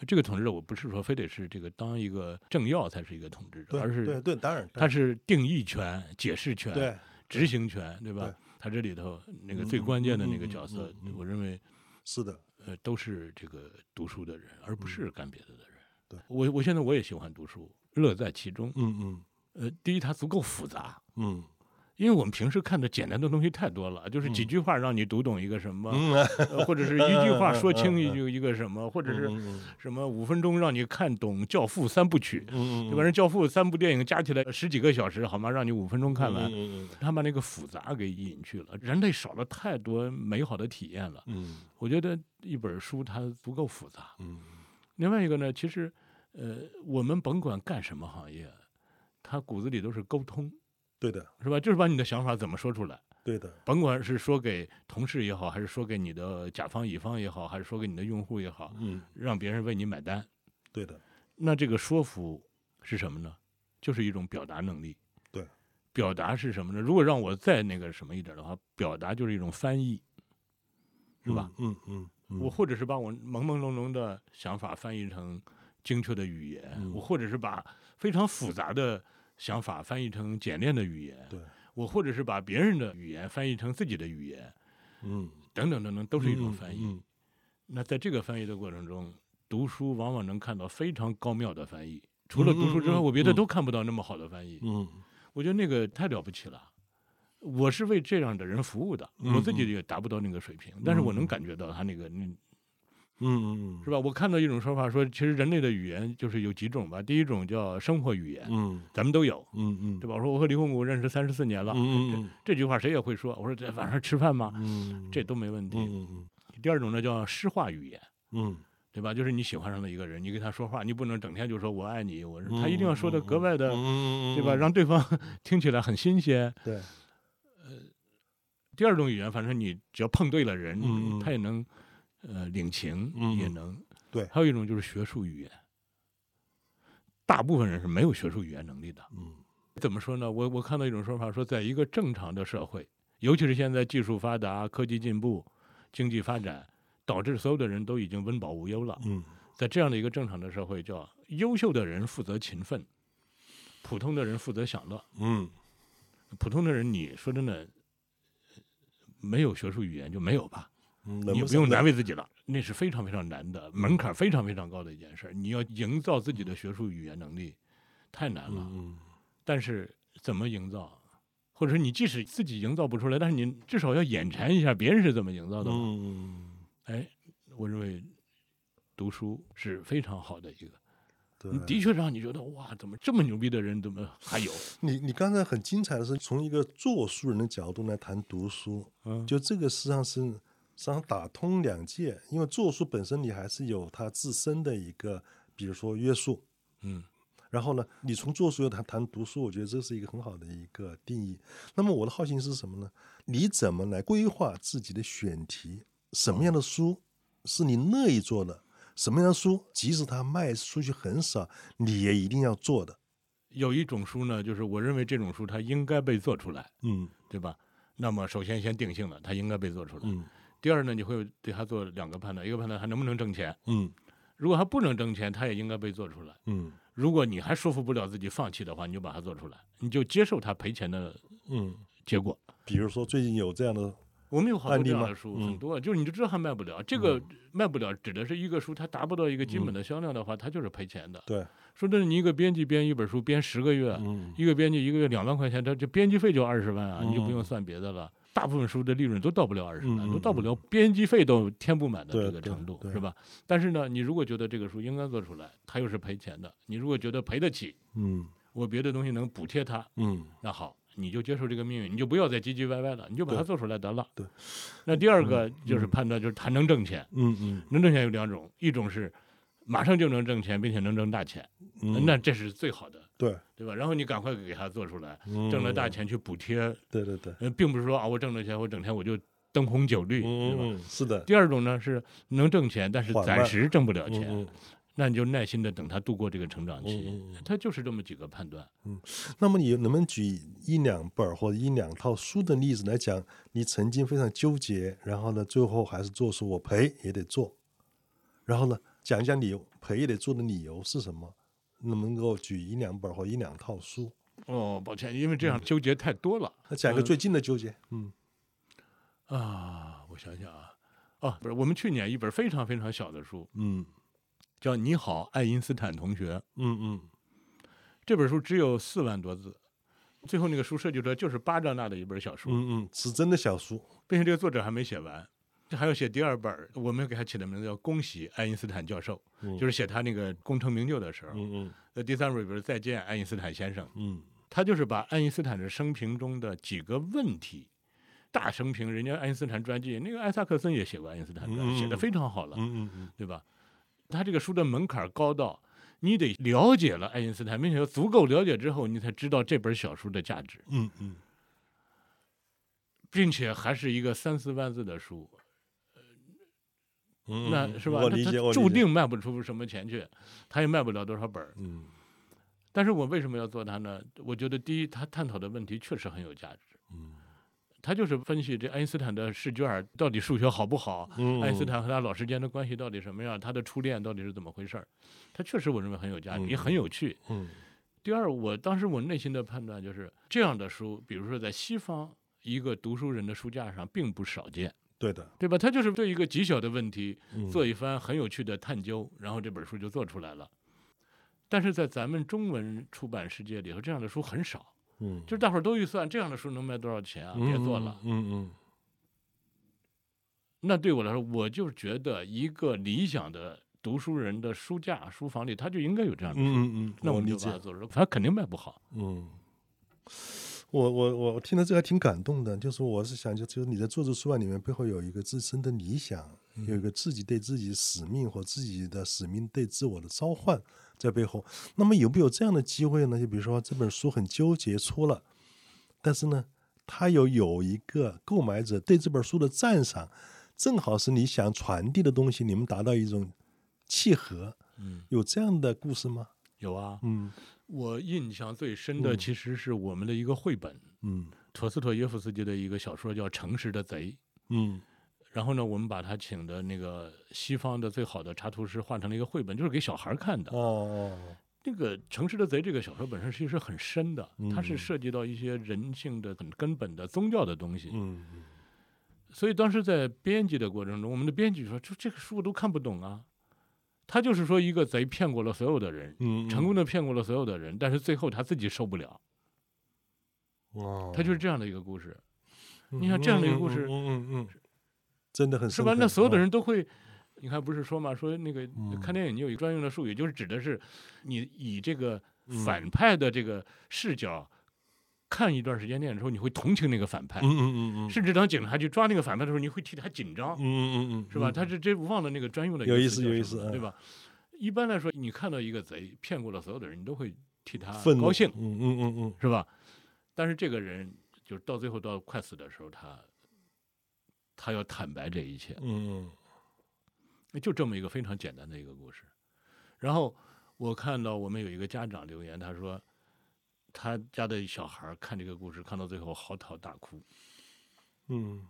[SPEAKER 1] 这个统治者，我不是说非得是这个当一个政要才是一个统治者，
[SPEAKER 2] 对
[SPEAKER 1] 而
[SPEAKER 2] 对
[SPEAKER 1] 是
[SPEAKER 2] 对，当然，
[SPEAKER 1] 他是定义权、解释权、
[SPEAKER 2] 对
[SPEAKER 1] 执行权，对吧
[SPEAKER 2] 对？
[SPEAKER 1] 他这里头那个
[SPEAKER 2] 嗯
[SPEAKER 1] 最关键的
[SPEAKER 2] 嗯
[SPEAKER 1] 那个
[SPEAKER 2] 嗯
[SPEAKER 1] 角色
[SPEAKER 2] 嗯嗯，
[SPEAKER 1] 我认为
[SPEAKER 2] 是的，
[SPEAKER 1] 呃都是这个读书的人，而不是干别的的人。
[SPEAKER 2] 嗯对
[SPEAKER 1] 我我现在我也喜欢读书，乐在其中。
[SPEAKER 2] 嗯嗯
[SPEAKER 1] 呃，第一它足够复杂，
[SPEAKER 2] 嗯
[SPEAKER 1] 因为我们平时看的简单的东西太多了，就是几
[SPEAKER 2] 嗯
[SPEAKER 1] 句话让你读懂一个什么，
[SPEAKER 2] 嗯啊，
[SPEAKER 1] 呃或者是一句话说清一
[SPEAKER 2] 嗯嗯
[SPEAKER 1] 句一个什么，或者是
[SPEAKER 2] 嗯嗯
[SPEAKER 1] 什么五分钟让你看懂《教父》三部曲，
[SPEAKER 2] 嗯，
[SPEAKER 1] 对吧？人《教父》三部电影加起来十几个小时，好吗？让你五分钟看完，
[SPEAKER 2] 嗯嗯
[SPEAKER 1] 他把那个复杂给隐去了，人类少了太多美好的体验了。
[SPEAKER 2] 嗯
[SPEAKER 1] 我觉得一本书它足够复杂，
[SPEAKER 2] 嗯
[SPEAKER 1] 另外一个呢，其实，呃，我们甭管干什么行业，它骨子里都是沟通，
[SPEAKER 2] 对的，
[SPEAKER 1] 是吧？就是把你的想法怎么说出来，
[SPEAKER 2] 对的，
[SPEAKER 1] 甭管是说给同事也好，还是说给你的甲方乙方也好，还是说给你的用户也好，
[SPEAKER 2] 嗯，
[SPEAKER 1] 让别人为你买单，
[SPEAKER 2] 对的，
[SPEAKER 1] 那这个说服是什么呢？就是一种表达能力。
[SPEAKER 2] 对，
[SPEAKER 1] 表达是什么呢？如果让我再那个什么一点的话，表达就是一种翻译，是吧？？
[SPEAKER 2] 嗯嗯，嗯
[SPEAKER 1] 我或者是把我朦朦胧胧的想法翻译成精确的语言，
[SPEAKER 2] 嗯
[SPEAKER 1] 我或者是把非常复杂的想法翻译成简练的语言，
[SPEAKER 2] 对，
[SPEAKER 1] 我或者是把别人的语言翻译成自己的语言，
[SPEAKER 2] 嗯，
[SPEAKER 1] 等等等等，都
[SPEAKER 2] 都
[SPEAKER 1] 是一种翻译。
[SPEAKER 2] 嗯，
[SPEAKER 1] 那在这个翻译的过程中，读书往往能看到非常高妙的翻译。除了读书之外，
[SPEAKER 2] 嗯嗯
[SPEAKER 1] 我别的
[SPEAKER 2] 嗯
[SPEAKER 1] 都看不到那么好的翻译。
[SPEAKER 2] 嗯
[SPEAKER 1] 我觉得那个太了不起了。我是为这样的人服务的，
[SPEAKER 2] 嗯
[SPEAKER 1] 我自己也达不到那个水平，但是我能
[SPEAKER 2] 嗯
[SPEAKER 1] 感觉到他那个那
[SPEAKER 2] 嗯嗯，
[SPEAKER 1] 是
[SPEAKER 2] 吧？
[SPEAKER 1] 吧？我看到一种说法说，其实人类的语言就是有几种吧。第一种叫生活语言，
[SPEAKER 2] 嗯
[SPEAKER 1] 咱们都有，
[SPEAKER 2] 嗯嗯，
[SPEAKER 1] 对吧？
[SPEAKER 2] 吧？
[SPEAKER 1] 我说我和李洪谷认识三十四年了，
[SPEAKER 2] 嗯
[SPEAKER 1] 这句话谁也会说。我说这晚上吃饭吗？
[SPEAKER 2] 嗯，
[SPEAKER 1] 这都没问题。
[SPEAKER 2] 嗯嗯
[SPEAKER 1] 第二种呢叫诗化语言，
[SPEAKER 2] 嗯
[SPEAKER 1] 对吧？就是你喜欢上了一个人，你跟他说话，你不能整天就说我爱你，我是
[SPEAKER 2] 嗯，
[SPEAKER 1] 他一定要说的格外的，
[SPEAKER 2] 嗯
[SPEAKER 1] 对吧？让对方 听起来很新鲜。
[SPEAKER 2] 对，
[SPEAKER 1] 第二种语言，反正你只要碰对了人，
[SPEAKER 2] 嗯嗯
[SPEAKER 1] 他也能呃领情，
[SPEAKER 2] 嗯
[SPEAKER 1] 也能
[SPEAKER 2] 对
[SPEAKER 1] 还有一种就是学术语言，大部分人是没有学术语言能力的。
[SPEAKER 2] 嗯
[SPEAKER 1] 怎么说呢？我我看到一种说法，说在一个正常的社会，尤其是现在技术发达、科技进步、经济发展，导致所有的人都已经温饱无忧了。
[SPEAKER 2] 嗯
[SPEAKER 1] 在这样的一个正常的社会，叫优秀的人负责勤奋，普通的人负责享乐。
[SPEAKER 2] 嗯，
[SPEAKER 1] 普通的人，你说真的，呃没有学术语言就没有吧，
[SPEAKER 2] 嗯
[SPEAKER 1] 你不用难为自己了，那是非常非常难的，门槛非常非常高的一件事儿。你要营造自己的学术语言能力，太难了。
[SPEAKER 2] 嗯
[SPEAKER 1] 但是怎么营造，或者说你即使自己营造不出来，但是你至少要眼馋一下别人是怎么营造的
[SPEAKER 2] 嗯
[SPEAKER 1] 吧。
[SPEAKER 2] 嗯，
[SPEAKER 1] 哎，我认为读书是非常好的一个，
[SPEAKER 2] 对，
[SPEAKER 1] 的确让你觉得哇，怎么这么牛逼的人怎么还有？
[SPEAKER 2] 你你刚才很精彩的是从一个做书人的角度来谈读书，
[SPEAKER 1] 嗯，
[SPEAKER 2] 就这个实际上是实际上打通两界，因为做书本身你还是有它自身的一个，比如说约束，
[SPEAKER 1] 嗯
[SPEAKER 2] 然后呢，你从做书又谈谈读书，我觉得这是一个很好的一个定义。那么我的好奇心是什么呢？你怎么来规划自己的选题？什么样的书是你乐意做的？什么样的书，即使它卖出去很少，你也一定要做的？
[SPEAKER 1] 有一种书呢，就是我认为这种书它应该被做出来，
[SPEAKER 2] 嗯
[SPEAKER 1] 对吧？那么首先先定性了，它应该被做出来。
[SPEAKER 2] 嗯
[SPEAKER 1] 第二呢，你会对它做两个判断，一个判断它能不能挣钱，
[SPEAKER 2] 嗯
[SPEAKER 1] 如果它不能挣钱，它也应该被做出来。
[SPEAKER 2] 嗯
[SPEAKER 1] 如果你还说服不了自己放弃的话，你就把它做出来，你就接受它赔钱的
[SPEAKER 2] 嗯。
[SPEAKER 1] 结果。
[SPEAKER 2] 比如说最近有这样的，
[SPEAKER 1] 我们有好
[SPEAKER 2] 案
[SPEAKER 1] 多
[SPEAKER 2] 例
[SPEAKER 1] 这样
[SPEAKER 2] 吗
[SPEAKER 1] 的书，
[SPEAKER 2] 嗯
[SPEAKER 1] 很多，就是你就知道它卖不了。这个卖不了指的是一个书，它达不到一个基本的销量的话，它就是赔钱的。
[SPEAKER 2] 对，
[SPEAKER 1] 说真的，你一个编辑编一本书编十个月，啊
[SPEAKER 2] 嗯
[SPEAKER 1] 一个编辑一个月两万块钱，它这编辑费就二十万啊，
[SPEAKER 2] 嗯
[SPEAKER 1] 你就不用算别的了。大部分书的利润都到不了二十万，
[SPEAKER 2] 嗯嗯
[SPEAKER 1] 都到不了编辑费都填不满的
[SPEAKER 2] 对
[SPEAKER 1] 这个
[SPEAKER 2] 对
[SPEAKER 1] 程度，
[SPEAKER 2] 对
[SPEAKER 1] 是吧？但是呢，你如果觉得这个书应该做出来，它又是赔钱的，你如果觉得赔得起，
[SPEAKER 2] 嗯
[SPEAKER 1] 我别的东西能补贴它，
[SPEAKER 2] 嗯
[SPEAKER 1] 那好，你就接受这个命运，你就不要再唧唧歪歪了，你就把它
[SPEAKER 2] 对
[SPEAKER 1] 做出来得了。
[SPEAKER 2] 对
[SPEAKER 1] 那第二个就是
[SPEAKER 2] 嗯
[SPEAKER 1] 判断，就是它能挣钱，
[SPEAKER 2] 嗯
[SPEAKER 1] 能挣钱有两种，一种是马上就能挣钱，并且能挣大钱，
[SPEAKER 2] 嗯，
[SPEAKER 1] 那这是最好的，
[SPEAKER 2] 对
[SPEAKER 1] 对吧？然后你赶快给它做出来，
[SPEAKER 2] 嗯
[SPEAKER 1] 挣了大，钱去补贴，
[SPEAKER 2] 对对对，
[SPEAKER 1] 呃，并不是说啊，我挣了钱，我整天我就灯红酒绿，对吧？
[SPEAKER 2] 嗯，是的，
[SPEAKER 1] 第二种呢是能挣钱，但是
[SPEAKER 2] 缓慢
[SPEAKER 1] 暂时挣不了
[SPEAKER 2] 嗯
[SPEAKER 1] 钱，
[SPEAKER 2] 嗯
[SPEAKER 1] 那你就耐心的等它度过这个成长期。
[SPEAKER 2] 嗯嗯嗯
[SPEAKER 1] 它就是这么几个判断。
[SPEAKER 2] 那么你能不能举一两本儿或者一两套书的例子来讲，你曾经非常纠结，然后呢，最后还是做出我赔也得做，然后呢，讲一讲你培育得做的理由是什么，能不能够举一两本或一两套书，
[SPEAKER 1] 哦，抱歉，因为这样纠结太多了
[SPEAKER 2] 讲一个最近的纠结，嗯
[SPEAKER 1] 啊！我想想啊，哦，不是，我们去年一本非常非常小的书，
[SPEAKER 2] 嗯
[SPEAKER 1] 叫《你好，爱因斯坦同学》。
[SPEAKER 2] 嗯嗯，
[SPEAKER 1] 这本书只有四万多字，最后那个书设计出来就是巴扎纳的一本小说，
[SPEAKER 2] 嗯嗯，指针的小书，
[SPEAKER 1] 并且这个作者还没写完，这还要写第二本儿。我们给他起的名字叫“恭喜爱因斯坦教授”，
[SPEAKER 2] 嗯
[SPEAKER 1] 就是写他那个功成名就的时候。
[SPEAKER 2] 嗯
[SPEAKER 1] 那第三本儿比如再见爱因斯坦先生”，
[SPEAKER 2] 嗯
[SPEAKER 1] 他就是把爱因斯坦的生平中的几个问题。大生平，人家爱因斯坦传记，那个艾萨克森也写过爱因斯坦传
[SPEAKER 2] 嗯嗯
[SPEAKER 1] 记，写的非常好了。
[SPEAKER 2] 嗯嗯嗯
[SPEAKER 1] 对吧？他这个书的门槛高到，你得了解了爱因斯坦，并且要足够了解之后，你才知道这本小说的价值，
[SPEAKER 2] 嗯嗯
[SPEAKER 1] 并且还是一个三四万字的书，
[SPEAKER 2] 嗯，
[SPEAKER 1] 那是吧？
[SPEAKER 2] 我
[SPEAKER 1] 那
[SPEAKER 2] 理解，
[SPEAKER 1] 它
[SPEAKER 2] 我
[SPEAKER 1] 注，定卖不出什么钱去，他也卖不了多少本儿。
[SPEAKER 2] 嗯
[SPEAKER 1] 但是我为什么要做它呢？我觉得第一，他探讨的问题确实很有价值。
[SPEAKER 2] 嗯
[SPEAKER 1] 他就是分析这爱因斯坦的试卷儿到底数学好不好，
[SPEAKER 2] 嗯，
[SPEAKER 1] 爱因斯坦和他老师间的关系到底什么样，他的初恋到底是怎么回事儿？他确实我认为很有价值，也很有趣。
[SPEAKER 2] 嗯
[SPEAKER 1] 第二，我当时我内心的判断就是，这样的书，比如说在西方一个读书人的书架上并不少见，
[SPEAKER 2] 对的，
[SPEAKER 1] 对吧？他就是对一个极小的问题
[SPEAKER 2] 嗯
[SPEAKER 1] 做一番很有趣的探究，然后这本书就做出来了。但是在咱们中文出版世界里头，这样的书很少，
[SPEAKER 2] 嗯
[SPEAKER 1] 就是大伙儿都预算这样的书能卖多少钱啊？别做了。
[SPEAKER 2] 嗯嗯
[SPEAKER 1] 那对我来说，我就觉得一个理想的读书人的书架、书房里，他就应该有这样
[SPEAKER 2] 嗯
[SPEAKER 1] 的书。
[SPEAKER 2] 嗯嗯，
[SPEAKER 1] 那我们
[SPEAKER 2] 理
[SPEAKER 1] 就
[SPEAKER 2] 解
[SPEAKER 1] 把，它做出来，他肯定卖不好。
[SPEAKER 2] 嗯，我我我听到这个还挺感动的，就是我是想，就就是你在做这出版里面背后有一个自身的理想，有一个自己对自己使命或自己的使命对自我的召唤在背后。那么有没有这样的机会呢？就比如说这本书很纠结出了，但是呢，它有有一个购买者对这本书的赞赏，正好是你想传递的东西，你们达到一种契合，
[SPEAKER 1] 嗯，
[SPEAKER 2] 有这样的故事吗？
[SPEAKER 1] 有啊，
[SPEAKER 2] 嗯
[SPEAKER 1] 我印象最深的
[SPEAKER 2] 嗯
[SPEAKER 1] 其实是我们的一个绘本，
[SPEAKER 2] 嗯
[SPEAKER 1] 陀思妥耶夫斯基的一个小说叫《诚实的贼》。
[SPEAKER 2] 嗯
[SPEAKER 1] 然后呢，我们把他请的那个西方的最好的插图师画成了一个绘本，就是给小孩看的。
[SPEAKER 2] 哦哦。哦
[SPEAKER 1] 那个《诚实的贼》这个小说本身其实是很深的，它
[SPEAKER 2] 嗯
[SPEAKER 1] 是涉及到一些人性的很根本的宗教的东西。
[SPEAKER 2] 嗯
[SPEAKER 1] 所以当时在编辑的过程中，我们的编辑说：“就这个书我都看不懂啊。”他就是说，一个贼骗过了所有的人，
[SPEAKER 2] 嗯，
[SPEAKER 1] 成功的骗过了所有的人，但是最后他自己受不了，
[SPEAKER 2] 哦，
[SPEAKER 1] 他就是这样的一个故事。
[SPEAKER 2] 嗯
[SPEAKER 1] 你看这样的一个故事
[SPEAKER 2] 嗯嗯嗯嗯嗯真的很
[SPEAKER 1] 是
[SPEAKER 2] 深
[SPEAKER 1] 吧？
[SPEAKER 2] 刻
[SPEAKER 1] 那所有的
[SPEAKER 2] 哦
[SPEAKER 1] 人都会，你看不是说嘛，说那个
[SPEAKER 2] 嗯
[SPEAKER 1] 看电影你有一个专用的术语，就是指的是你以这个
[SPEAKER 2] 嗯
[SPEAKER 1] 反派的这个视角看一段时间电影之后，你会同情那个反派，
[SPEAKER 2] 嗯嗯嗯嗯，
[SPEAKER 1] 甚至当警察去抓那个反派的时候，你会替他紧张
[SPEAKER 2] 嗯，嗯嗯嗯，
[SPEAKER 1] 是吧？
[SPEAKER 2] 嗯
[SPEAKER 1] 他是这忘了那个专用的一
[SPEAKER 2] 有
[SPEAKER 1] 个
[SPEAKER 2] 意
[SPEAKER 1] 词
[SPEAKER 2] 思
[SPEAKER 1] 叫
[SPEAKER 2] 有
[SPEAKER 1] 什
[SPEAKER 2] 意
[SPEAKER 1] 么
[SPEAKER 2] 思
[SPEAKER 1] 了
[SPEAKER 2] 嗯
[SPEAKER 1] 对吧？一般来说，你看到一个贼骗过了所有的人，你都会替他
[SPEAKER 2] 愤怒
[SPEAKER 1] 高兴，
[SPEAKER 2] 嗯嗯嗯嗯，
[SPEAKER 1] 是吧？但是这个人就是到最后到快死的时候，他他要坦白这一切，
[SPEAKER 2] 嗯
[SPEAKER 1] 就这么一个非常简单的一个故事。然后我看到我们有一个家长留言，他说他家的小孩儿看这个故事看到最后嚎啕大哭。
[SPEAKER 2] 嗯，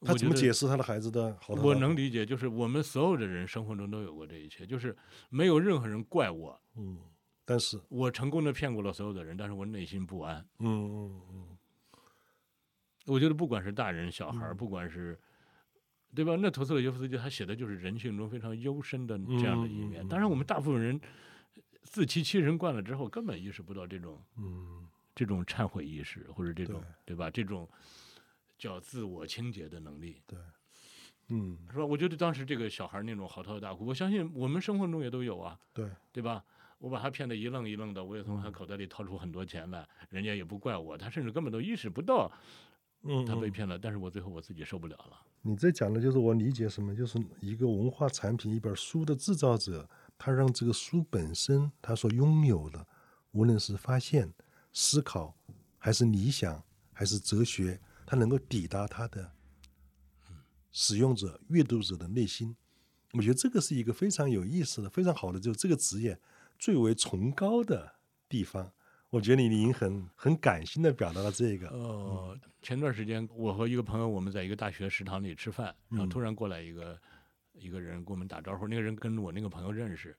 [SPEAKER 2] 他怎
[SPEAKER 1] 我觉
[SPEAKER 2] 么
[SPEAKER 1] 得
[SPEAKER 2] 解释他的孩子的好的？
[SPEAKER 1] 我能，理解，就是我们所有的人生活中都有过这一切，就是没有任何人怪我，
[SPEAKER 2] 嗯，但是，
[SPEAKER 1] 我成功的骗过了所有的人，但是我内心不安。
[SPEAKER 2] 嗯嗯嗯
[SPEAKER 1] 我觉得不管是大人小孩儿，
[SPEAKER 2] 嗯
[SPEAKER 1] 不管是对吧？那陀思妥耶夫斯基他写的就是人性中非常幽深的这样的一面。
[SPEAKER 2] 嗯嗯嗯
[SPEAKER 1] 当然，我们大部分人自欺欺人惯了之后，根本意识不到这种
[SPEAKER 2] 嗯
[SPEAKER 1] 这种忏悔意识，或者这种
[SPEAKER 2] 对
[SPEAKER 1] 对吧？这种叫自我清洁的能力，
[SPEAKER 2] 嗯，
[SPEAKER 1] 是吧？我觉得当时这个小孩那种嚎啕大哭，我相信我们生活中也都有啊，
[SPEAKER 2] 对，嗯
[SPEAKER 1] 对吧？我把他骗得一愣一愣的，我也从他口袋里掏出很多钱来，人家也不怪我，他甚至根本都意识不到
[SPEAKER 2] 嗯，
[SPEAKER 1] 他被
[SPEAKER 2] 嗯
[SPEAKER 1] 骗了。但是我最后我自己受不了了，
[SPEAKER 2] 你这讲的就是我理解什么，就是一个文化产品、一本书的制造者，他让这个书本身他所拥有的，无论是发现、思考，还是理想，还是哲学，它能够抵达他的使用者、阅读者的内心。我觉得这个是一个非常有意思的、非常好的，就是这个职业最为崇高的地方。我觉得你您很很感性的表达了这个，
[SPEAKER 1] 呃，前段时间我和一个朋友，我们在一个大学食堂里吃饭，然后
[SPEAKER 2] 嗯
[SPEAKER 1] 突然过来一个一个人跟我们打招呼，那个人跟我那个朋友认识，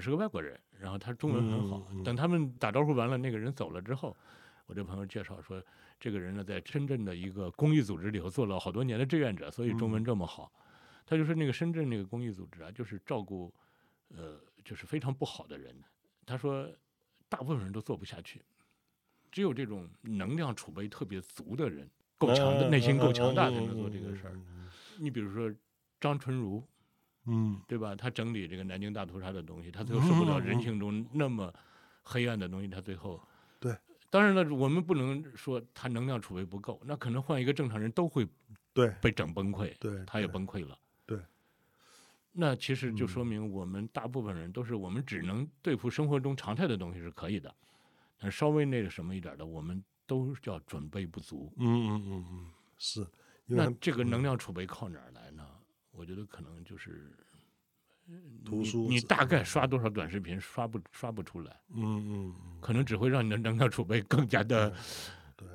[SPEAKER 1] 是个外国人，然后他中文很好。
[SPEAKER 2] 嗯嗯
[SPEAKER 1] 等他们打招呼完了，那个人走了之后，我这朋友介绍说，这个人呢在深圳的一个公益组织里头做了好多年的志愿者，所以中文这么
[SPEAKER 2] 嗯
[SPEAKER 1] 好。他就说那个深圳那个公益组织啊，就是照顾，呃，就是非常不好的人。他说，大部分人都做不下去，只有这种能量储备特别足的人，够强
[SPEAKER 2] 嗯
[SPEAKER 1] 的内心够强大才能做这个事儿。你比如说张纯如，
[SPEAKER 2] 嗯。
[SPEAKER 1] 对吧？他整理这个南京大屠杀的东西，他最后受不了人性中那么黑暗的东西，他最后呃
[SPEAKER 2] 对。
[SPEAKER 1] 当然了，我们不能说他能量储备不够，那可能换一个正常人都会
[SPEAKER 2] 对
[SPEAKER 1] 被整崩溃，
[SPEAKER 2] 对，
[SPEAKER 1] 他也
[SPEAKER 2] 对
[SPEAKER 1] 崩溃了。
[SPEAKER 2] 对。嗯
[SPEAKER 1] 那其实就说明我们大部分人都是我们只能对付生活中常态的东西是可以的，但稍微那个什么一点的，我们都叫准备不足。
[SPEAKER 2] 嗯嗯嗯嗯，是，因为
[SPEAKER 1] 那
[SPEAKER 2] 他们嗯
[SPEAKER 1] 这个能量储备靠哪儿来呢？我觉得可能就是
[SPEAKER 2] 图
[SPEAKER 1] 你
[SPEAKER 2] 书嗯
[SPEAKER 1] 你
[SPEAKER 2] 是
[SPEAKER 1] 大概刷多少短视频，刷不刷不出来，
[SPEAKER 2] 嗯嗯嗯，
[SPEAKER 1] 可能只会让你的能量储备更加的
[SPEAKER 2] 对。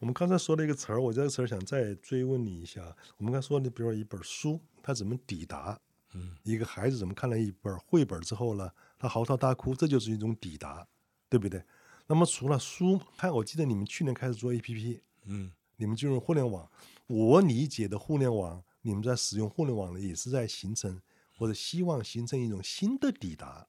[SPEAKER 2] 我们刚才说了一个词儿，我这个词儿想再追问你一下。我们刚才说，你比如说一本书，它怎么抵达？
[SPEAKER 1] 嗯，
[SPEAKER 2] 一个孩子怎么看了一本绘本之后呢，他嚎啕大哭，这就是一种抵达，对不对？那么除了书，还我记得你们去年开始做 APP，
[SPEAKER 1] 嗯
[SPEAKER 2] 你们进入互联网，我理解的互联网，你们在使用互联网呢，也是在形成或者希望形成一种新的抵达。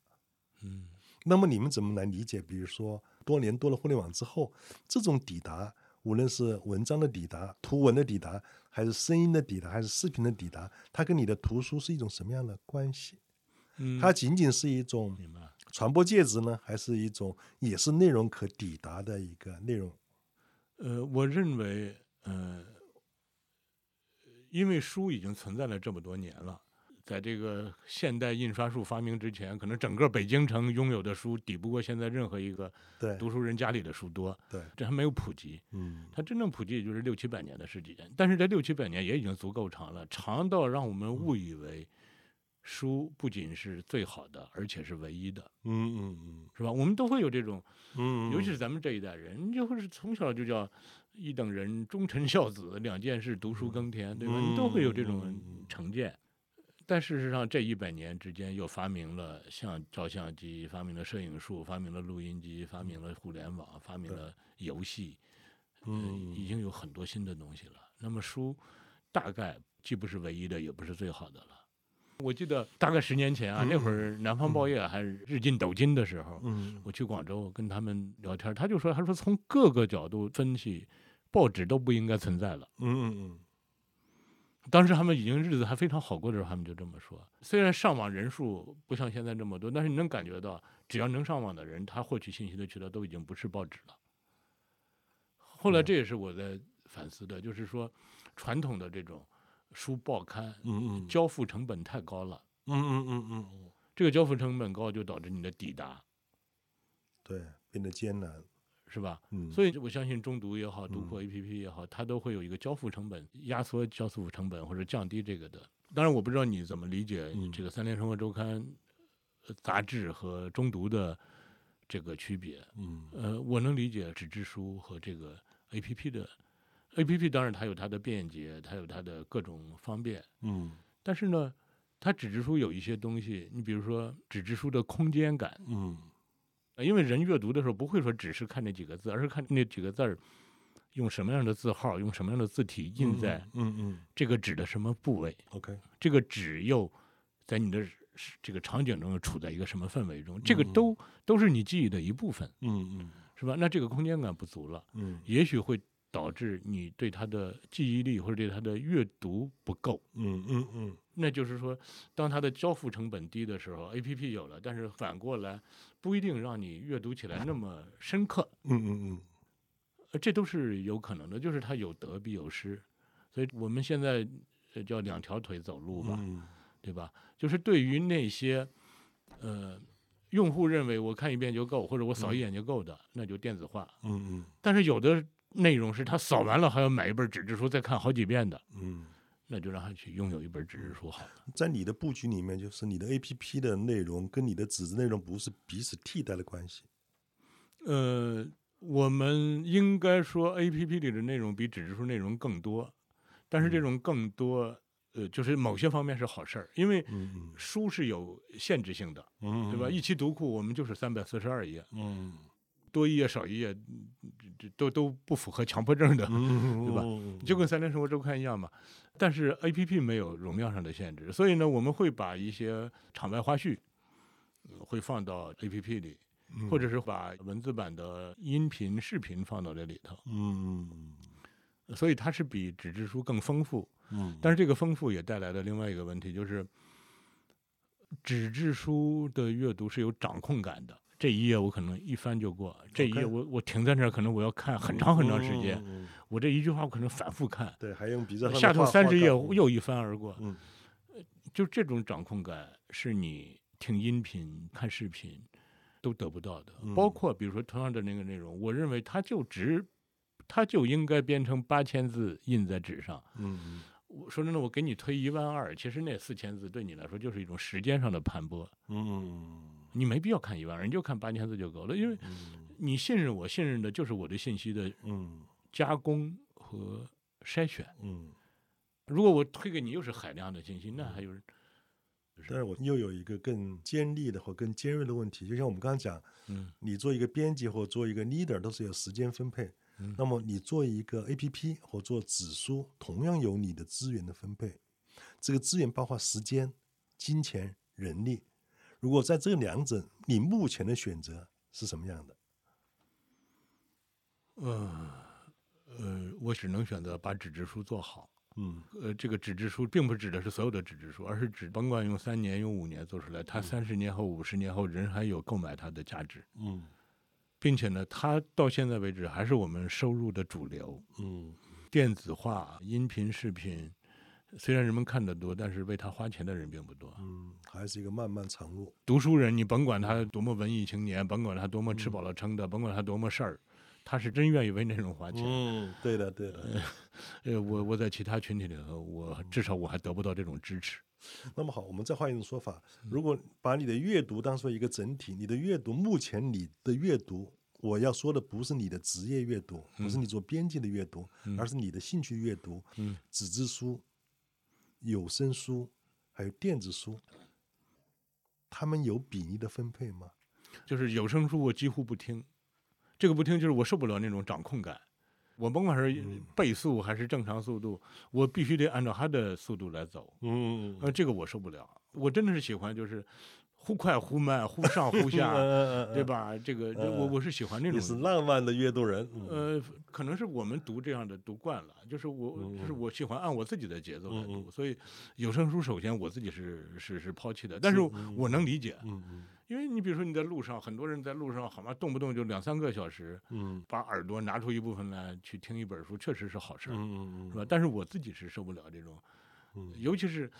[SPEAKER 1] 嗯
[SPEAKER 2] 那么你们怎么来理解？比如说多年多了互联网之后，这种抵达，无论是文章的抵达、图文的抵达，还是声音的抵达，还是视频的抵达，它跟你的图书是一种什么样的关系？
[SPEAKER 1] 嗯，
[SPEAKER 2] 它仅仅是一种
[SPEAKER 1] 明白了。
[SPEAKER 2] 传播介质呢，还是一种也是内容可抵达的一个内容？
[SPEAKER 1] 呃，我认为，呃，因为书已经存在了这么多年了，在这个现代印刷术发明之前，可能整个北京城拥有的书抵不过现在任何一个
[SPEAKER 2] 对
[SPEAKER 1] 读书人家里的书多，
[SPEAKER 2] 对，
[SPEAKER 1] 这还没有普及。
[SPEAKER 2] 嗯
[SPEAKER 1] 它真正普及也就是六七百年的时间，但是这六七百年也已经足够长了，长到让我们误以为
[SPEAKER 2] 嗯
[SPEAKER 1] 书不仅是最好的，而且是唯一的，
[SPEAKER 2] 嗯嗯嗯
[SPEAKER 1] 是吧？我们都会有这种，
[SPEAKER 2] 嗯，
[SPEAKER 1] 尤其是咱们这一代人，就是从小就叫一等人，忠臣孝子，两件事，读书耕田，对吧？你都会有这
[SPEAKER 2] 嗯
[SPEAKER 1] 种
[SPEAKER 2] 嗯嗯
[SPEAKER 1] 成见。但事实上，这一百年之间，又发明了像照相机，发明了摄影术，发明了录音机，发明了互联网，发明
[SPEAKER 2] 对
[SPEAKER 1] 了游戏，嗯，
[SPEAKER 2] 嗯
[SPEAKER 1] 已经有很多新的东西了。那么书大概既不是唯一的，也不是最好的了。我记得大概十年前啊，
[SPEAKER 2] 嗯
[SPEAKER 1] 那会儿南方报业还日进斗金的时候，
[SPEAKER 2] 嗯
[SPEAKER 1] 我去广州跟他们聊天，他就说，他说从各个角度分析，报纸都不应该存在了。
[SPEAKER 2] 嗯嗯
[SPEAKER 1] 当时他们已经日子还非常好过的时候，他们就这么说。虽然上网人数不像现在这么多，但是你能感觉到，只要能上网的人，他获取信息的渠道都已经不是报纸了。后来
[SPEAKER 2] 嗯
[SPEAKER 1] 这也是我在反思的，就是说，传统的这种书报刊
[SPEAKER 2] 嗯嗯，
[SPEAKER 1] 交付成本太高了，
[SPEAKER 2] 嗯嗯嗯嗯，
[SPEAKER 1] 这个交付成本高就导致你的抵达，
[SPEAKER 2] 对，变得艰难，
[SPEAKER 1] 是吧？
[SPEAKER 2] 嗯，
[SPEAKER 1] 所
[SPEAKER 2] 以
[SPEAKER 1] 以我相信中读也好，读库
[SPEAKER 2] 嗯
[SPEAKER 1] APP 也好，它都会有一个交付成本，压缩交付成本或者降低这个的。当然，我不知道你怎么理解
[SPEAKER 2] 嗯
[SPEAKER 1] 这个《三联生活周刊》呃杂志和中读的这个区别。
[SPEAKER 2] 嗯
[SPEAKER 1] 呃，我能理解纸质书和这个 APP 的 APP，当然它有它的便捷，它有它的各种方便，
[SPEAKER 2] 嗯
[SPEAKER 1] 但是呢，它纸质书有一些东西，你比如说纸质书的空间感，
[SPEAKER 2] 嗯
[SPEAKER 1] 呃因为人阅读的时候不会说只是看那几个字，而是看那几个字儿用什么样的字号，用什么样的字体印在
[SPEAKER 2] 嗯嗯
[SPEAKER 1] 这个纸的什么部位，
[SPEAKER 2] ，OK，
[SPEAKER 1] 这个纸又在你的这个场景中又处在一个什么氛围中，这个
[SPEAKER 2] 嗯
[SPEAKER 1] 都都是你记忆的一部分，
[SPEAKER 2] 嗯嗯
[SPEAKER 1] 是吧？那这个空间感不足了，
[SPEAKER 2] 嗯
[SPEAKER 1] 也许会导致你对它的记忆力或者对它的阅读不够。
[SPEAKER 2] 嗯嗯嗯
[SPEAKER 1] 那就是说，当它的交付成本低的时候，A P P 有了，但是反过来不一定让你阅读起来那么深刻。
[SPEAKER 2] 嗯嗯
[SPEAKER 1] 呃，这都是有可能的，就是它有得必有失，所以我们现在呃叫两条腿走路吧，
[SPEAKER 2] 嗯，
[SPEAKER 1] 对吧？就是对于那些呃用户认为我看一遍就够，或者我扫一眼就够的，那就电子化。
[SPEAKER 2] 嗯
[SPEAKER 1] 但是有的内容是他扫完了还要买一本纸质书再看好几遍的，
[SPEAKER 2] 嗯
[SPEAKER 1] 那就让他去拥有一本纸质书好了。
[SPEAKER 2] 嗯，在你的布局里面，就是你的 APP 的内容跟你的纸质内容不是彼此替代的关系。
[SPEAKER 1] 呃，我们应该说 A P P 里的内容比纸质书内容更多，但是这
[SPEAKER 2] 嗯
[SPEAKER 1] 种更多呃，就是某些方面是好事儿，因为
[SPEAKER 2] 嗯嗯
[SPEAKER 1] 书是有限制性的，
[SPEAKER 2] 嗯，
[SPEAKER 1] 对吧？一期读库我们就是三百四十二页，
[SPEAKER 2] 嗯
[SPEAKER 1] 多一页少一页，嗯这都都不符合强迫症的，
[SPEAKER 2] 嗯，
[SPEAKER 1] 对吧
[SPEAKER 2] 吧
[SPEAKER 1] 就跟《三联生活周刊》一样嘛。但是 A P P 没有容量上的限制，所以呢，我们会把一些场外花絮、呃会放到 A P P 里，
[SPEAKER 2] 嗯
[SPEAKER 1] 或者是把文字版的音频、视频放到这里头，
[SPEAKER 2] 嗯
[SPEAKER 1] 所以它是比纸质书更丰富。
[SPEAKER 2] 嗯，
[SPEAKER 1] 但是这个丰富也带来了另外一个问题，就是纸质书的阅读是有掌控感的。这一页我可能一翻就过，这一页
[SPEAKER 2] OK
[SPEAKER 1] 我我停在那儿，可能我要看很长很长时间，
[SPEAKER 2] 嗯嗯嗯嗯
[SPEAKER 1] 我这一句话我可能反复看，
[SPEAKER 2] 对，还用鼻子上的
[SPEAKER 1] 下头
[SPEAKER 2] 画
[SPEAKER 1] 三十页
[SPEAKER 2] 画
[SPEAKER 1] 又一翻而过。
[SPEAKER 2] 嗯
[SPEAKER 1] 就这种掌控感是你听音频、看视频都得不到的。
[SPEAKER 2] 嗯
[SPEAKER 1] 包括比如说同样的那个内容，我认为它就值，它就应该编成八千字印在纸上。
[SPEAKER 2] 嗯
[SPEAKER 1] 我说真的，我给你推一万二，其实那四千字对你来说就是一种时间上的盘剥，
[SPEAKER 2] 嗯
[SPEAKER 1] 你没必要看一万二，你就看八千字就够了，因为
[SPEAKER 2] 嗯
[SPEAKER 1] 你信任我，信任的就是我对信息的
[SPEAKER 2] 嗯
[SPEAKER 1] 加工和筛选。
[SPEAKER 2] 嗯，
[SPEAKER 1] 如果我推给你又是海量的信息，那还有人，
[SPEAKER 2] 但是我又有一个更尖利的或更尖锐的问题，就像我们刚刚讲，
[SPEAKER 1] 嗯
[SPEAKER 2] 你做一个编辑或做一个 leader 都是有时间分配。
[SPEAKER 1] 嗯
[SPEAKER 2] 那么你做一个 APP 或做指数，同样有你的资源的分配，这个资源包括时间、金钱、人力。如果在这两者，你目前的选择是什么样的？
[SPEAKER 1] 呃呃，我只能选择把纸质书做好。
[SPEAKER 2] 嗯
[SPEAKER 1] 呃，这个纸质书并不指的是所有的纸质书，而是指甭管用三年、用五年做出来，它三十年后、五十年后人还有购买它的价值。
[SPEAKER 2] 嗯
[SPEAKER 1] 并且呢，它到现在为止还是我们收入的主流。
[SPEAKER 2] 嗯
[SPEAKER 1] 电子化、音频、视频，虽然人们看得多，但是为它花钱的人并不多。
[SPEAKER 2] 嗯，还是一个漫漫长路。
[SPEAKER 1] 读书人，你甭管他多么文艺青年，甭管他多么吃饱了撑的，甭管他多么事儿，他是真愿意为内容花钱。
[SPEAKER 2] 嗯，对的对的。
[SPEAKER 1] 呃，我我在其他群体里头，我至少我还得不到这种支持。
[SPEAKER 2] 那么好，我们再换一种说法，如果把你的阅读当做一个整体，你的阅读目前你的阅读，我要说的不是你的职业阅读，不是你做编辑的阅读，而是你的兴趣阅读，
[SPEAKER 1] 嗯
[SPEAKER 2] 纸质书、有声书，还有电子书，他们有比例的分配吗？
[SPEAKER 1] 就是有声书我几乎不听，这个不听就是我受不了那种掌控感。我甭管是倍速还是正常速度，我必须得按照它的速度来走。
[SPEAKER 2] 嗯
[SPEAKER 1] 呃，这个我受不了。我真的是喜欢就是忽快忽慢，忽上忽下，
[SPEAKER 2] 嗯
[SPEAKER 1] 对？吧？这个这我
[SPEAKER 2] 嗯
[SPEAKER 1] 我是喜欢那
[SPEAKER 2] 你是
[SPEAKER 1] 种。
[SPEAKER 2] 浪漫的阅读人，嗯
[SPEAKER 1] 呃，可能是我们读这样的读惯了，就是我就是我喜欢按我自己的节奏来
[SPEAKER 2] 嗯
[SPEAKER 1] 读，所以有声书首先我自己是是是抛弃的，但是我能理解，
[SPEAKER 2] 嗯
[SPEAKER 1] 因为你比如说你在路上，很多人在路上好吗？动不动就两三个小时，
[SPEAKER 2] 嗯
[SPEAKER 1] 把耳朵拿出一部分来去听一本书，确实是好事儿，
[SPEAKER 2] 嗯
[SPEAKER 1] 是吧？但是我自己是受不了这种，
[SPEAKER 2] 嗯
[SPEAKER 1] 尤其是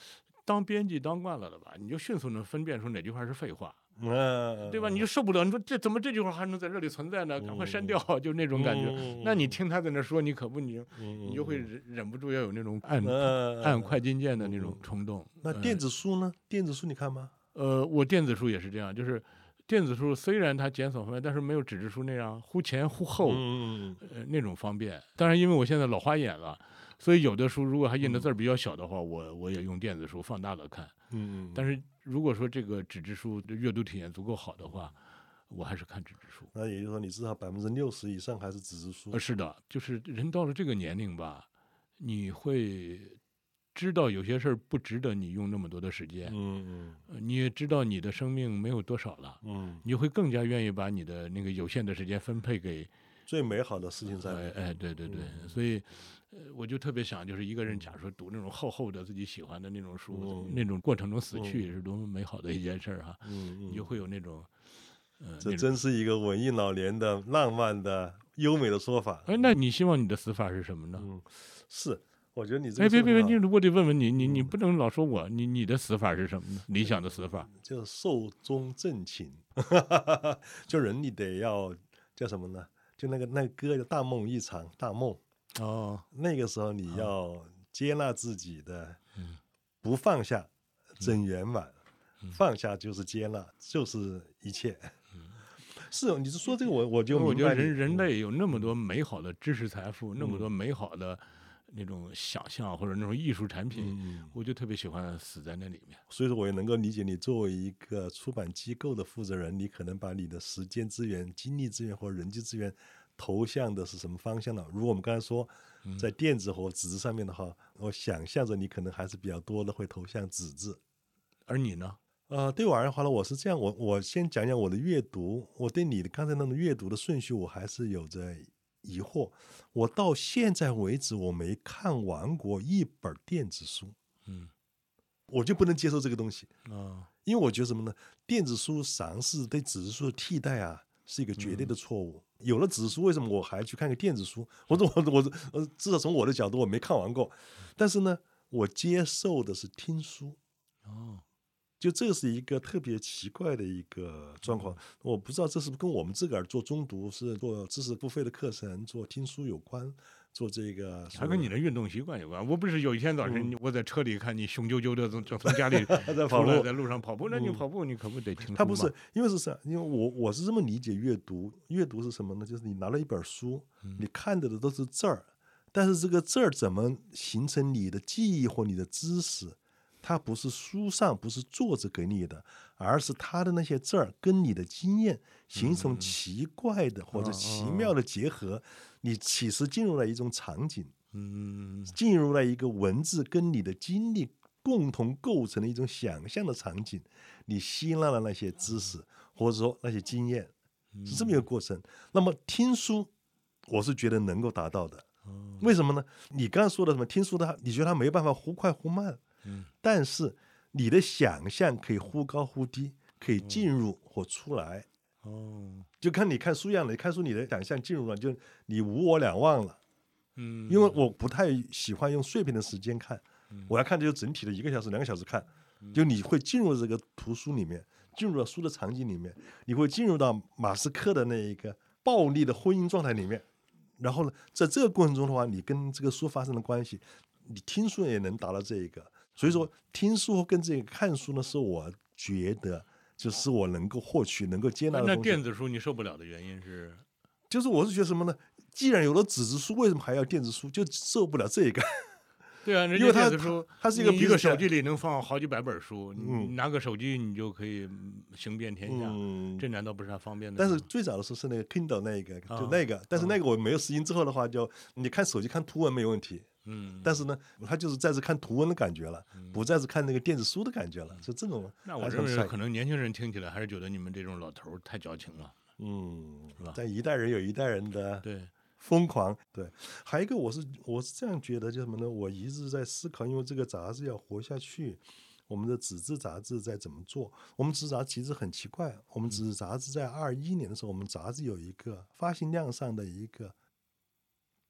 [SPEAKER 1] 当编辑当惯了的吧，你就迅速能分辨出哪句话是废话，
[SPEAKER 2] 嗯，
[SPEAKER 1] 对吧？你就受不了，你说这怎么这句话还能在这里存在呢？赶快删掉，就那种感觉。
[SPEAKER 2] 嗯
[SPEAKER 1] 那你听他在那说，你可不你
[SPEAKER 2] 你
[SPEAKER 1] 你就会忍忍不住要有那种按
[SPEAKER 2] 嗯
[SPEAKER 1] 按快进键的那种冲动。
[SPEAKER 2] 那
[SPEAKER 1] 嗯
[SPEAKER 2] 电子书呢？电子书你看吗？
[SPEAKER 1] 呃，我电子书也是这样，就是电子书虽然它检索方便，但是没有纸质书那样忽前忽后、
[SPEAKER 2] 嗯
[SPEAKER 1] 呃那种方便。当然，因为我现在老花眼了，所以有的书如果它印的字儿比较小的话，我我也用电子书放大了看。
[SPEAKER 2] 嗯
[SPEAKER 1] 但是如果说这个纸质书的阅读体验足够好的话，我还是看纸质书。
[SPEAKER 2] 那也就是说，你至少百分之六十以上还是纸质书
[SPEAKER 1] 呃，。是的，就是人到了这个年龄吧，你会知道有些事儿不值得你用那么多的时间，
[SPEAKER 2] 嗯
[SPEAKER 1] 呃你也知道你的生命没有多少了。
[SPEAKER 2] 嗯，
[SPEAKER 1] 你会更加愿意把你的那个有限的时间分配给，
[SPEAKER 2] 最美好的事情在嗯
[SPEAKER 1] 哎
[SPEAKER 2] 哪
[SPEAKER 1] 哎，对对对，所以，呃，我就特别想，就是一个人假如说读那种厚厚的自己喜欢的那种书，
[SPEAKER 2] 嗯
[SPEAKER 1] 那种过程中死去是多么美好的一件事儿、哈，
[SPEAKER 2] 嗯
[SPEAKER 1] 你就
[SPEAKER 2] 嗯，
[SPEAKER 1] 会有那种，呃，
[SPEAKER 2] 这
[SPEAKER 1] 那种，
[SPEAKER 2] 真是一个文艺老年的浪漫的优美的说法。
[SPEAKER 1] 哎，那你希望你的死法是什么呢？
[SPEAKER 2] 嗯，是，我觉得你这
[SPEAKER 1] 哎，
[SPEAKER 2] 个
[SPEAKER 1] 别
[SPEAKER 2] 说
[SPEAKER 1] 别别，
[SPEAKER 2] 法嗯
[SPEAKER 1] 你我得问问你，你你不能老说我，你你的死法是什么呢？理想的死法，
[SPEAKER 2] 就寿终正寝， 就人你得要叫什么呢？就那个那个歌叫《大梦一场》，大梦。
[SPEAKER 1] 哦，
[SPEAKER 2] 那个时候你要接纳自己的
[SPEAKER 1] 嗯，
[SPEAKER 2] 不放下，真圆满。放下就是接纳，就是一切。
[SPEAKER 1] 嗯
[SPEAKER 2] 是哦，你是说这个我我就
[SPEAKER 1] 我
[SPEAKER 2] 明
[SPEAKER 1] 觉
[SPEAKER 2] 白嗯
[SPEAKER 1] 得
[SPEAKER 2] 你嗯
[SPEAKER 1] 人人类有那么多美好的知识财富，那么多美好的那种想象或者那种艺术产品，
[SPEAKER 2] 嗯，
[SPEAKER 1] 我就特别喜欢死在那里面。
[SPEAKER 2] 所以说我也能够理解你作为一个出版机构的负责人，你可能把你的时间资源、精力资源或者人际资源投向的是什么方向呢？如果我们刚才说
[SPEAKER 1] 嗯
[SPEAKER 2] 在电子和纸质上面的话，我想象着你可能还是比较多的会投向纸质。
[SPEAKER 1] 而你呢？
[SPEAKER 2] 呃，对我而言的话呢，我是这样，我我先讲讲我的阅读，我对你的刚才那种阅读的顺序，我还是有着疑惑。我到现在为止，我没看完过一本电子书，
[SPEAKER 1] 嗯
[SPEAKER 2] 我就不能接受这个东西。
[SPEAKER 1] 啊、
[SPEAKER 2] 因为我觉得什么呢？电子书尝试对纸质书的替代啊，是一个绝对的错误。有了纸质书，为什么我还去看个电子书？我说我我呃，至少从我的角度，我没看完过。但是呢，我接受的是听书，
[SPEAKER 1] 哦，
[SPEAKER 2] 就这是一个特别奇怪的一个状况。我不知道这是不是跟我们自个儿做中读是做知识付费的课程、做听书有关，做这个
[SPEAKER 1] 还跟你的运动习惯有关。我不是有一天早晨你，我在车里看你雄赳赳的从从家里
[SPEAKER 2] 在嗯 跑
[SPEAKER 1] 出来，
[SPEAKER 2] 步
[SPEAKER 1] 在路上跑步，那你
[SPEAKER 2] 嗯
[SPEAKER 1] 跑步你可不得听书吗？
[SPEAKER 2] 它不是，因为是啥？因为我我是这么理解阅读，阅读是什么呢？就是你拿了一本书，你看到的都是字儿，但是这个字儿怎么形成你的记忆或你的知识，它不是书上不是作者给你的，而是他的那些字儿跟你的经验形成奇怪的或者奇妙的结合，你其实进入了一种场景。
[SPEAKER 1] 嗯，
[SPEAKER 2] 进入了一个文字跟你的经历共同构成的一种想象的场景，你吸纳了那些知识，或者说那些经验，是这么一个过程。那么听书，我是觉得能够达到的。
[SPEAKER 1] 哦嗯
[SPEAKER 2] 为什么呢？你刚刚说的什么听书的，你觉得它没办法忽快忽慢，
[SPEAKER 1] 嗯
[SPEAKER 2] 但是你的想象可以忽高忽低，可以进入或出来，
[SPEAKER 1] 哦，
[SPEAKER 2] 就看你看书一样的，你看书你的想象进入了，就你无我两忘了。
[SPEAKER 1] 嗯，
[SPEAKER 2] 因为我不太喜欢用碎片的时间看，我要看的就整体的一个小时、两个小时看，
[SPEAKER 1] 嗯
[SPEAKER 2] 就你会进入这个图书里面，进入到书的场景里面，你会进入到马斯克的那一个暴力的婚姻状态里面。然后呢，在这个过程中的话，你跟这个书发生了关系，你听书也能达到这一个。所以说，听书跟这个看书呢，是我觉得就是我能够获取、能够接纳
[SPEAKER 1] 那
[SPEAKER 2] 的
[SPEAKER 1] 那
[SPEAKER 2] 东西。
[SPEAKER 1] 电子书你受不了的原因是，
[SPEAKER 2] 就是我是觉得什么呢？既然有了纸质书，为什么还要电子书？就受不了这一个。
[SPEAKER 1] 对啊，人
[SPEAKER 2] 因
[SPEAKER 1] 家
[SPEAKER 2] 为它
[SPEAKER 1] 电子书
[SPEAKER 2] 它它是一个
[SPEAKER 1] 你
[SPEAKER 2] 比
[SPEAKER 1] 一个
[SPEAKER 2] 较
[SPEAKER 1] 手机里能放好几百本书，你
[SPEAKER 2] 嗯
[SPEAKER 1] 你拿个手机你就可以嗯行遍天下，
[SPEAKER 2] 嗯
[SPEAKER 1] 这难道不是它方便的
[SPEAKER 2] 但
[SPEAKER 1] 吗？
[SPEAKER 2] 是最早的时候是那个 Kindle 那一个，
[SPEAKER 1] 啊
[SPEAKER 2] 就那个，但是那个我没有实行之后的话，就你看手机看图文没问题，
[SPEAKER 1] 嗯，
[SPEAKER 2] 但是呢，它就是再次看图文的感觉了，不再是看那个电子书的感觉了，就这种。
[SPEAKER 1] 嗯那我
[SPEAKER 2] 还是
[SPEAKER 1] 认
[SPEAKER 2] 很帅
[SPEAKER 1] 为可能年轻人听起来还是觉得你们这种老头儿太矫情了。
[SPEAKER 2] 嗯
[SPEAKER 1] 是吧，
[SPEAKER 2] 但一代人有一代人的
[SPEAKER 1] 对，
[SPEAKER 2] 疯狂，对。还有一个我是我是这样觉得，就是什么呢？我一直在思考，因为这个杂志要活下去。我们的纸质杂志在怎么做？我们纸质杂志其实很奇怪，我们纸质杂志在二一年的时候，我们杂志有一个发行量上的一个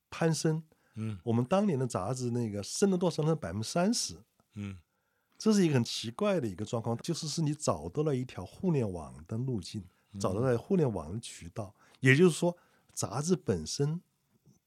[SPEAKER 2] 攀升。
[SPEAKER 1] 嗯
[SPEAKER 2] 我们当年的杂志那个升了多少呢？百分之三十，
[SPEAKER 1] 嗯
[SPEAKER 2] 这是一个很奇怪的一个状况，就是是你找到了一条互联网的路径，找到
[SPEAKER 1] 嗯
[SPEAKER 2] 了互联网的渠道，也就是说，杂志本身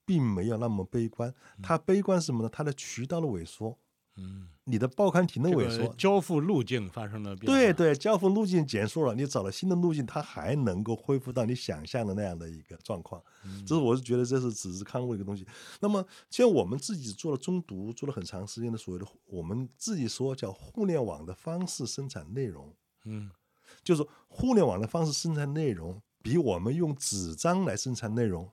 [SPEAKER 2] 并没有那么悲观，它悲观是什么呢？它的渠道的萎缩，
[SPEAKER 1] 嗯，
[SPEAKER 2] 你的报刊亭的
[SPEAKER 1] 这
[SPEAKER 2] 萎
[SPEAKER 1] 个
[SPEAKER 2] 缩。
[SPEAKER 1] 交付路径发生了变化。
[SPEAKER 2] 对对，交付路径减速了，你找了新的路径，它还能够恢复到你想象的那样的一个状况。
[SPEAKER 1] 嗯
[SPEAKER 2] 这是我是觉得这是纸质刊物的一个东西。那么，像我们自己做了中读，做了很长时间的所谓的互我们自己说叫互联网的方式生产内容，
[SPEAKER 1] 嗯
[SPEAKER 2] 就是说互联网的方式生产内容，比我们用纸张来生产内容，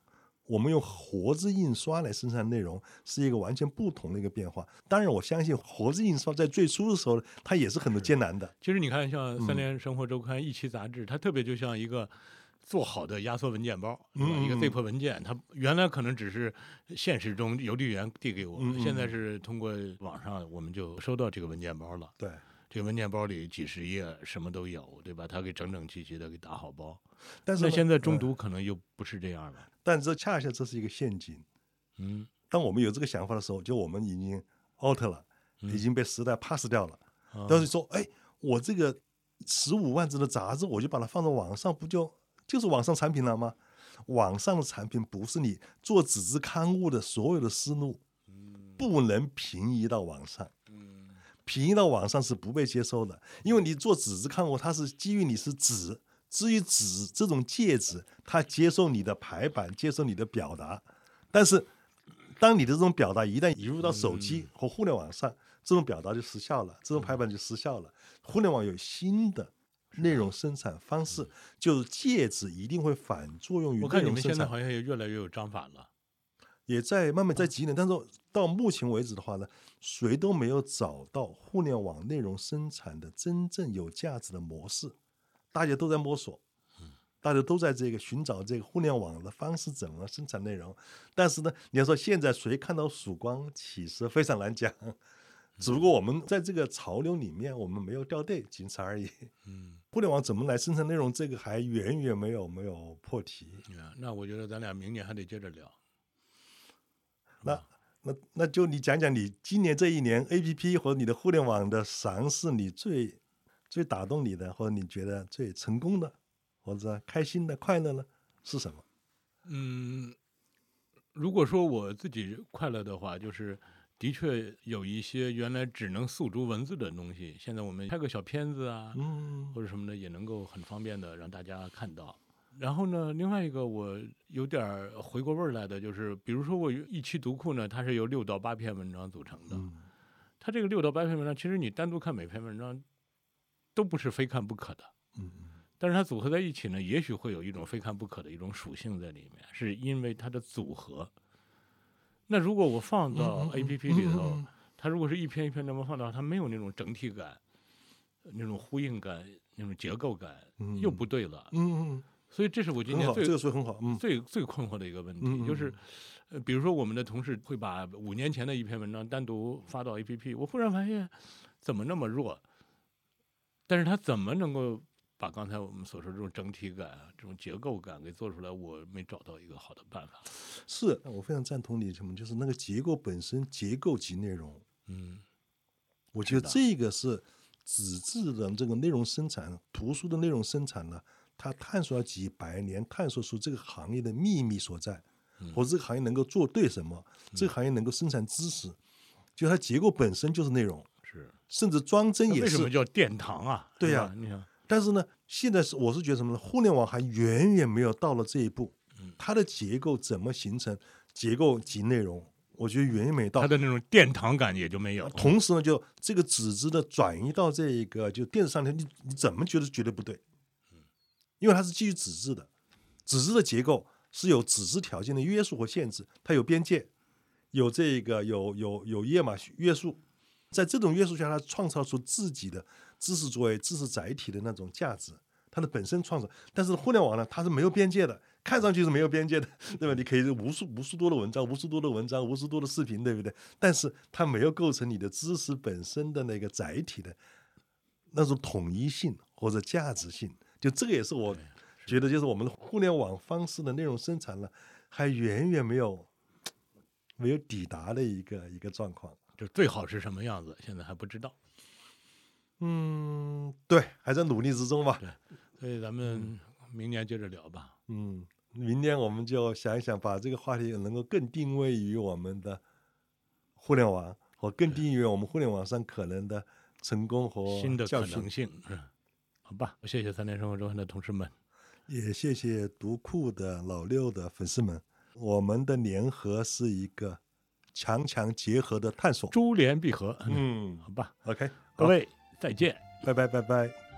[SPEAKER 2] 我们用活字印刷来生产内容，是一个完全不同的一个变化。当然，我相信活字印刷在最初的时候，它也是很多艰难的。
[SPEAKER 1] 其实你看，像
[SPEAKER 2] 嗯
[SPEAKER 1] 《三联生活周刊》一期杂志，它特别就像一个做好的压缩文件包，是吧
[SPEAKER 2] 嗯
[SPEAKER 1] 一个
[SPEAKER 2] 嗯
[SPEAKER 1] zip 文件。它原来可能只是现实中邮递员递给我，
[SPEAKER 2] 嗯嗯
[SPEAKER 1] 现在是通过网上我们就收到这个文件包了。
[SPEAKER 2] 对，
[SPEAKER 1] 这个文件包里几十页，什么都有，对吧？它给整整齐齐的给打好包。
[SPEAKER 2] 但是
[SPEAKER 1] 那
[SPEAKER 2] 呢
[SPEAKER 1] 现在中
[SPEAKER 2] 嗯
[SPEAKER 1] 毒可能又不是这样了。
[SPEAKER 2] 但这恰恰这是一个陷阱。
[SPEAKER 1] 嗯
[SPEAKER 2] 当我们有这个想法的时候，就我们已经 out 了，已经被时代 pass 掉了。
[SPEAKER 1] 啊
[SPEAKER 2] 但是说，哎，我这个十五万字的杂志，我就把它放到网上，不就就是网上产品了吗？网上的产品不是你做纸质刊物的所有的思路，不能平移到网上。
[SPEAKER 1] 嗯
[SPEAKER 2] 平移到网上是不被接受的，因为你做纸质刊物，它是基于你是纸，至于纸这种介质，它接受你的排版，接受你的表达，但是当你的这种表达一旦移入到手
[SPEAKER 1] 嗯
[SPEAKER 2] 机和互联网上，这种表达就失效了，这种排版就失效了。互联网有新的内容生产方式，就是介质一定会反作用于
[SPEAKER 1] 嗯我
[SPEAKER 2] 内
[SPEAKER 1] 看你
[SPEAKER 2] 容
[SPEAKER 1] 们
[SPEAKER 2] 生
[SPEAKER 1] 现在
[SPEAKER 2] 产，
[SPEAKER 1] 好像也越来越有章法了。
[SPEAKER 2] 也在慢慢在积累。但是到目前为止的话呢，谁都没有找到互联网内容生产的真正有价值的模式，大家都在摸索。大家都在这个寻找这个互联网的方式怎么生产内容，但是呢，你要说现在谁看到曙光，其实非常难讲。只不过我们在这个潮流里面，我们没有掉队，仅此而已。
[SPEAKER 1] 嗯，
[SPEAKER 2] 互联网怎么来生产内容，这个还远远没有没有破题。
[SPEAKER 1] 啊那我觉得咱俩明年还得接着聊。
[SPEAKER 2] 那那那就你讲讲你今年这一年 A P P 和你的互联网的尝试，你最最打动你的，或者你觉得最成功的，或者开心的、快乐呢，是什么？
[SPEAKER 1] 嗯，如果说我自己快乐的话，就是的确有一些原来只能诉诸文字的东西，现在我们拍个小片子啊，
[SPEAKER 2] 嗯
[SPEAKER 1] 或者什么的，也能够很方便的让大家看到。然后呢，另外一个我有点儿回过味儿来的，就是比如说我一期读库呢，它是由六到八篇文章组成的。
[SPEAKER 2] 嗯
[SPEAKER 1] 它这个六到八篇文章，其实你单独看每篇文章都不是非看不可的，
[SPEAKER 2] 嗯
[SPEAKER 1] 但是它组合在一起呢，也许会有一种非看不可的一种属性在里面，是因为它的组合。那如果我放到
[SPEAKER 2] 嗯嗯嗯
[SPEAKER 1] A P P 里头，
[SPEAKER 2] 嗯嗯嗯
[SPEAKER 1] 它如果是一篇一篇那么放到，它没有那种整体感、那种呼应感、那种结构感，
[SPEAKER 2] 嗯
[SPEAKER 1] 又不对了。
[SPEAKER 2] 嗯嗯
[SPEAKER 1] 所以这是我今
[SPEAKER 2] 嗯，很
[SPEAKER 1] 年
[SPEAKER 2] 好，
[SPEAKER 1] 最、
[SPEAKER 2] 这个说得很好，嗯
[SPEAKER 1] 最最困惑的一个问题，
[SPEAKER 2] 嗯嗯
[SPEAKER 1] 就是，呃，比如说我们的同事会把五年前的一篇文章单独发到 APP，我忽然发现怎么那么弱，但是他怎么能够把刚才我们所说这种整体感、啊、这种结构感给做出来，我没找到一个好的办法。
[SPEAKER 2] 是我非常赞同你什么，就是那个结构本身，结构及内容，
[SPEAKER 1] 嗯
[SPEAKER 2] 我觉得
[SPEAKER 1] 的
[SPEAKER 2] 这个是纸质的这个内容生产、图书的内容生产呢，它探索了几百年，探索出这个行业的秘密所在，
[SPEAKER 1] 嗯
[SPEAKER 2] 或者这个行业能够做对什么，这个行业能够生产知识，就它结构本身就是内容，
[SPEAKER 1] 是，
[SPEAKER 2] 甚至装帧
[SPEAKER 1] 那
[SPEAKER 2] 也
[SPEAKER 1] 为什么
[SPEAKER 2] 是。
[SPEAKER 1] 叫殿堂啊？
[SPEAKER 2] 对
[SPEAKER 1] 是
[SPEAKER 2] 呀
[SPEAKER 1] 吧你想，
[SPEAKER 2] 但是呢，现在是我是觉得什么呢？互联网还远远没有到了这一步，
[SPEAKER 1] 嗯
[SPEAKER 2] 它的结构怎么形成？结构及内容，我觉得远远没到呃
[SPEAKER 1] 他。的那种殿堂感也就没有。
[SPEAKER 2] 同时呢，就这个纸质的转移到这一个就电子上面，你你怎么觉得绝对不对？因为它是基于纸质的，纸质的结构是有纸质条件的约束和限制，它有边界，有这个有有有页码约束，在这种约束下，它创造出自己的知识作为知识载体的那种价值，它的本身创造。但是互联网呢，它是没有边界的，看上去是没有边界的， 对吧？你可以无数无数多的文章，无数多的文章，无数多的视频，对不对？但是它没有构成你的知识本身的那个载体的那种统一性或者价值性。就这个也是我觉得，就是我们的互联网方式的内容生产呢，还远远没有没有抵达的一个一个状况。
[SPEAKER 1] 就最好是什么样子，现在还不知道。
[SPEAKER 2] 嗯，对，还在努力之中吧。
[SPEAKER 1] 所以咱们明年接着聊吧。
[SPEAKER 2] 嗯，明天我们就想一想，把这个话题能够更定位于我们的互联网，或更定义于我们互联网上可能的成功和
[SPEAKER 1] 新的
[SPEAKER 2] 教
[SPEAKER 1] 可
[SPEAKER 2] 训
[SPEAKER 1] 能。性。嗯，好吧，谢谢三联生活周刊的同事们。
[SPEAKER 2] 也谢谢读库的老六的粉丝们，我们的联合是一个强强结合的探索。
[SPEAKER 1] 珠联璧合，
[SPEAKER 2] 嗯
[SPEAKER 1] 好吧，
[SPEAKER 2] ，OK，
[SPEAKER 1] 各
[SPEAKER 2] 好，
[SPEAKER 1] 位再见。
[SPEAKER 2] 拜拜，拜拜。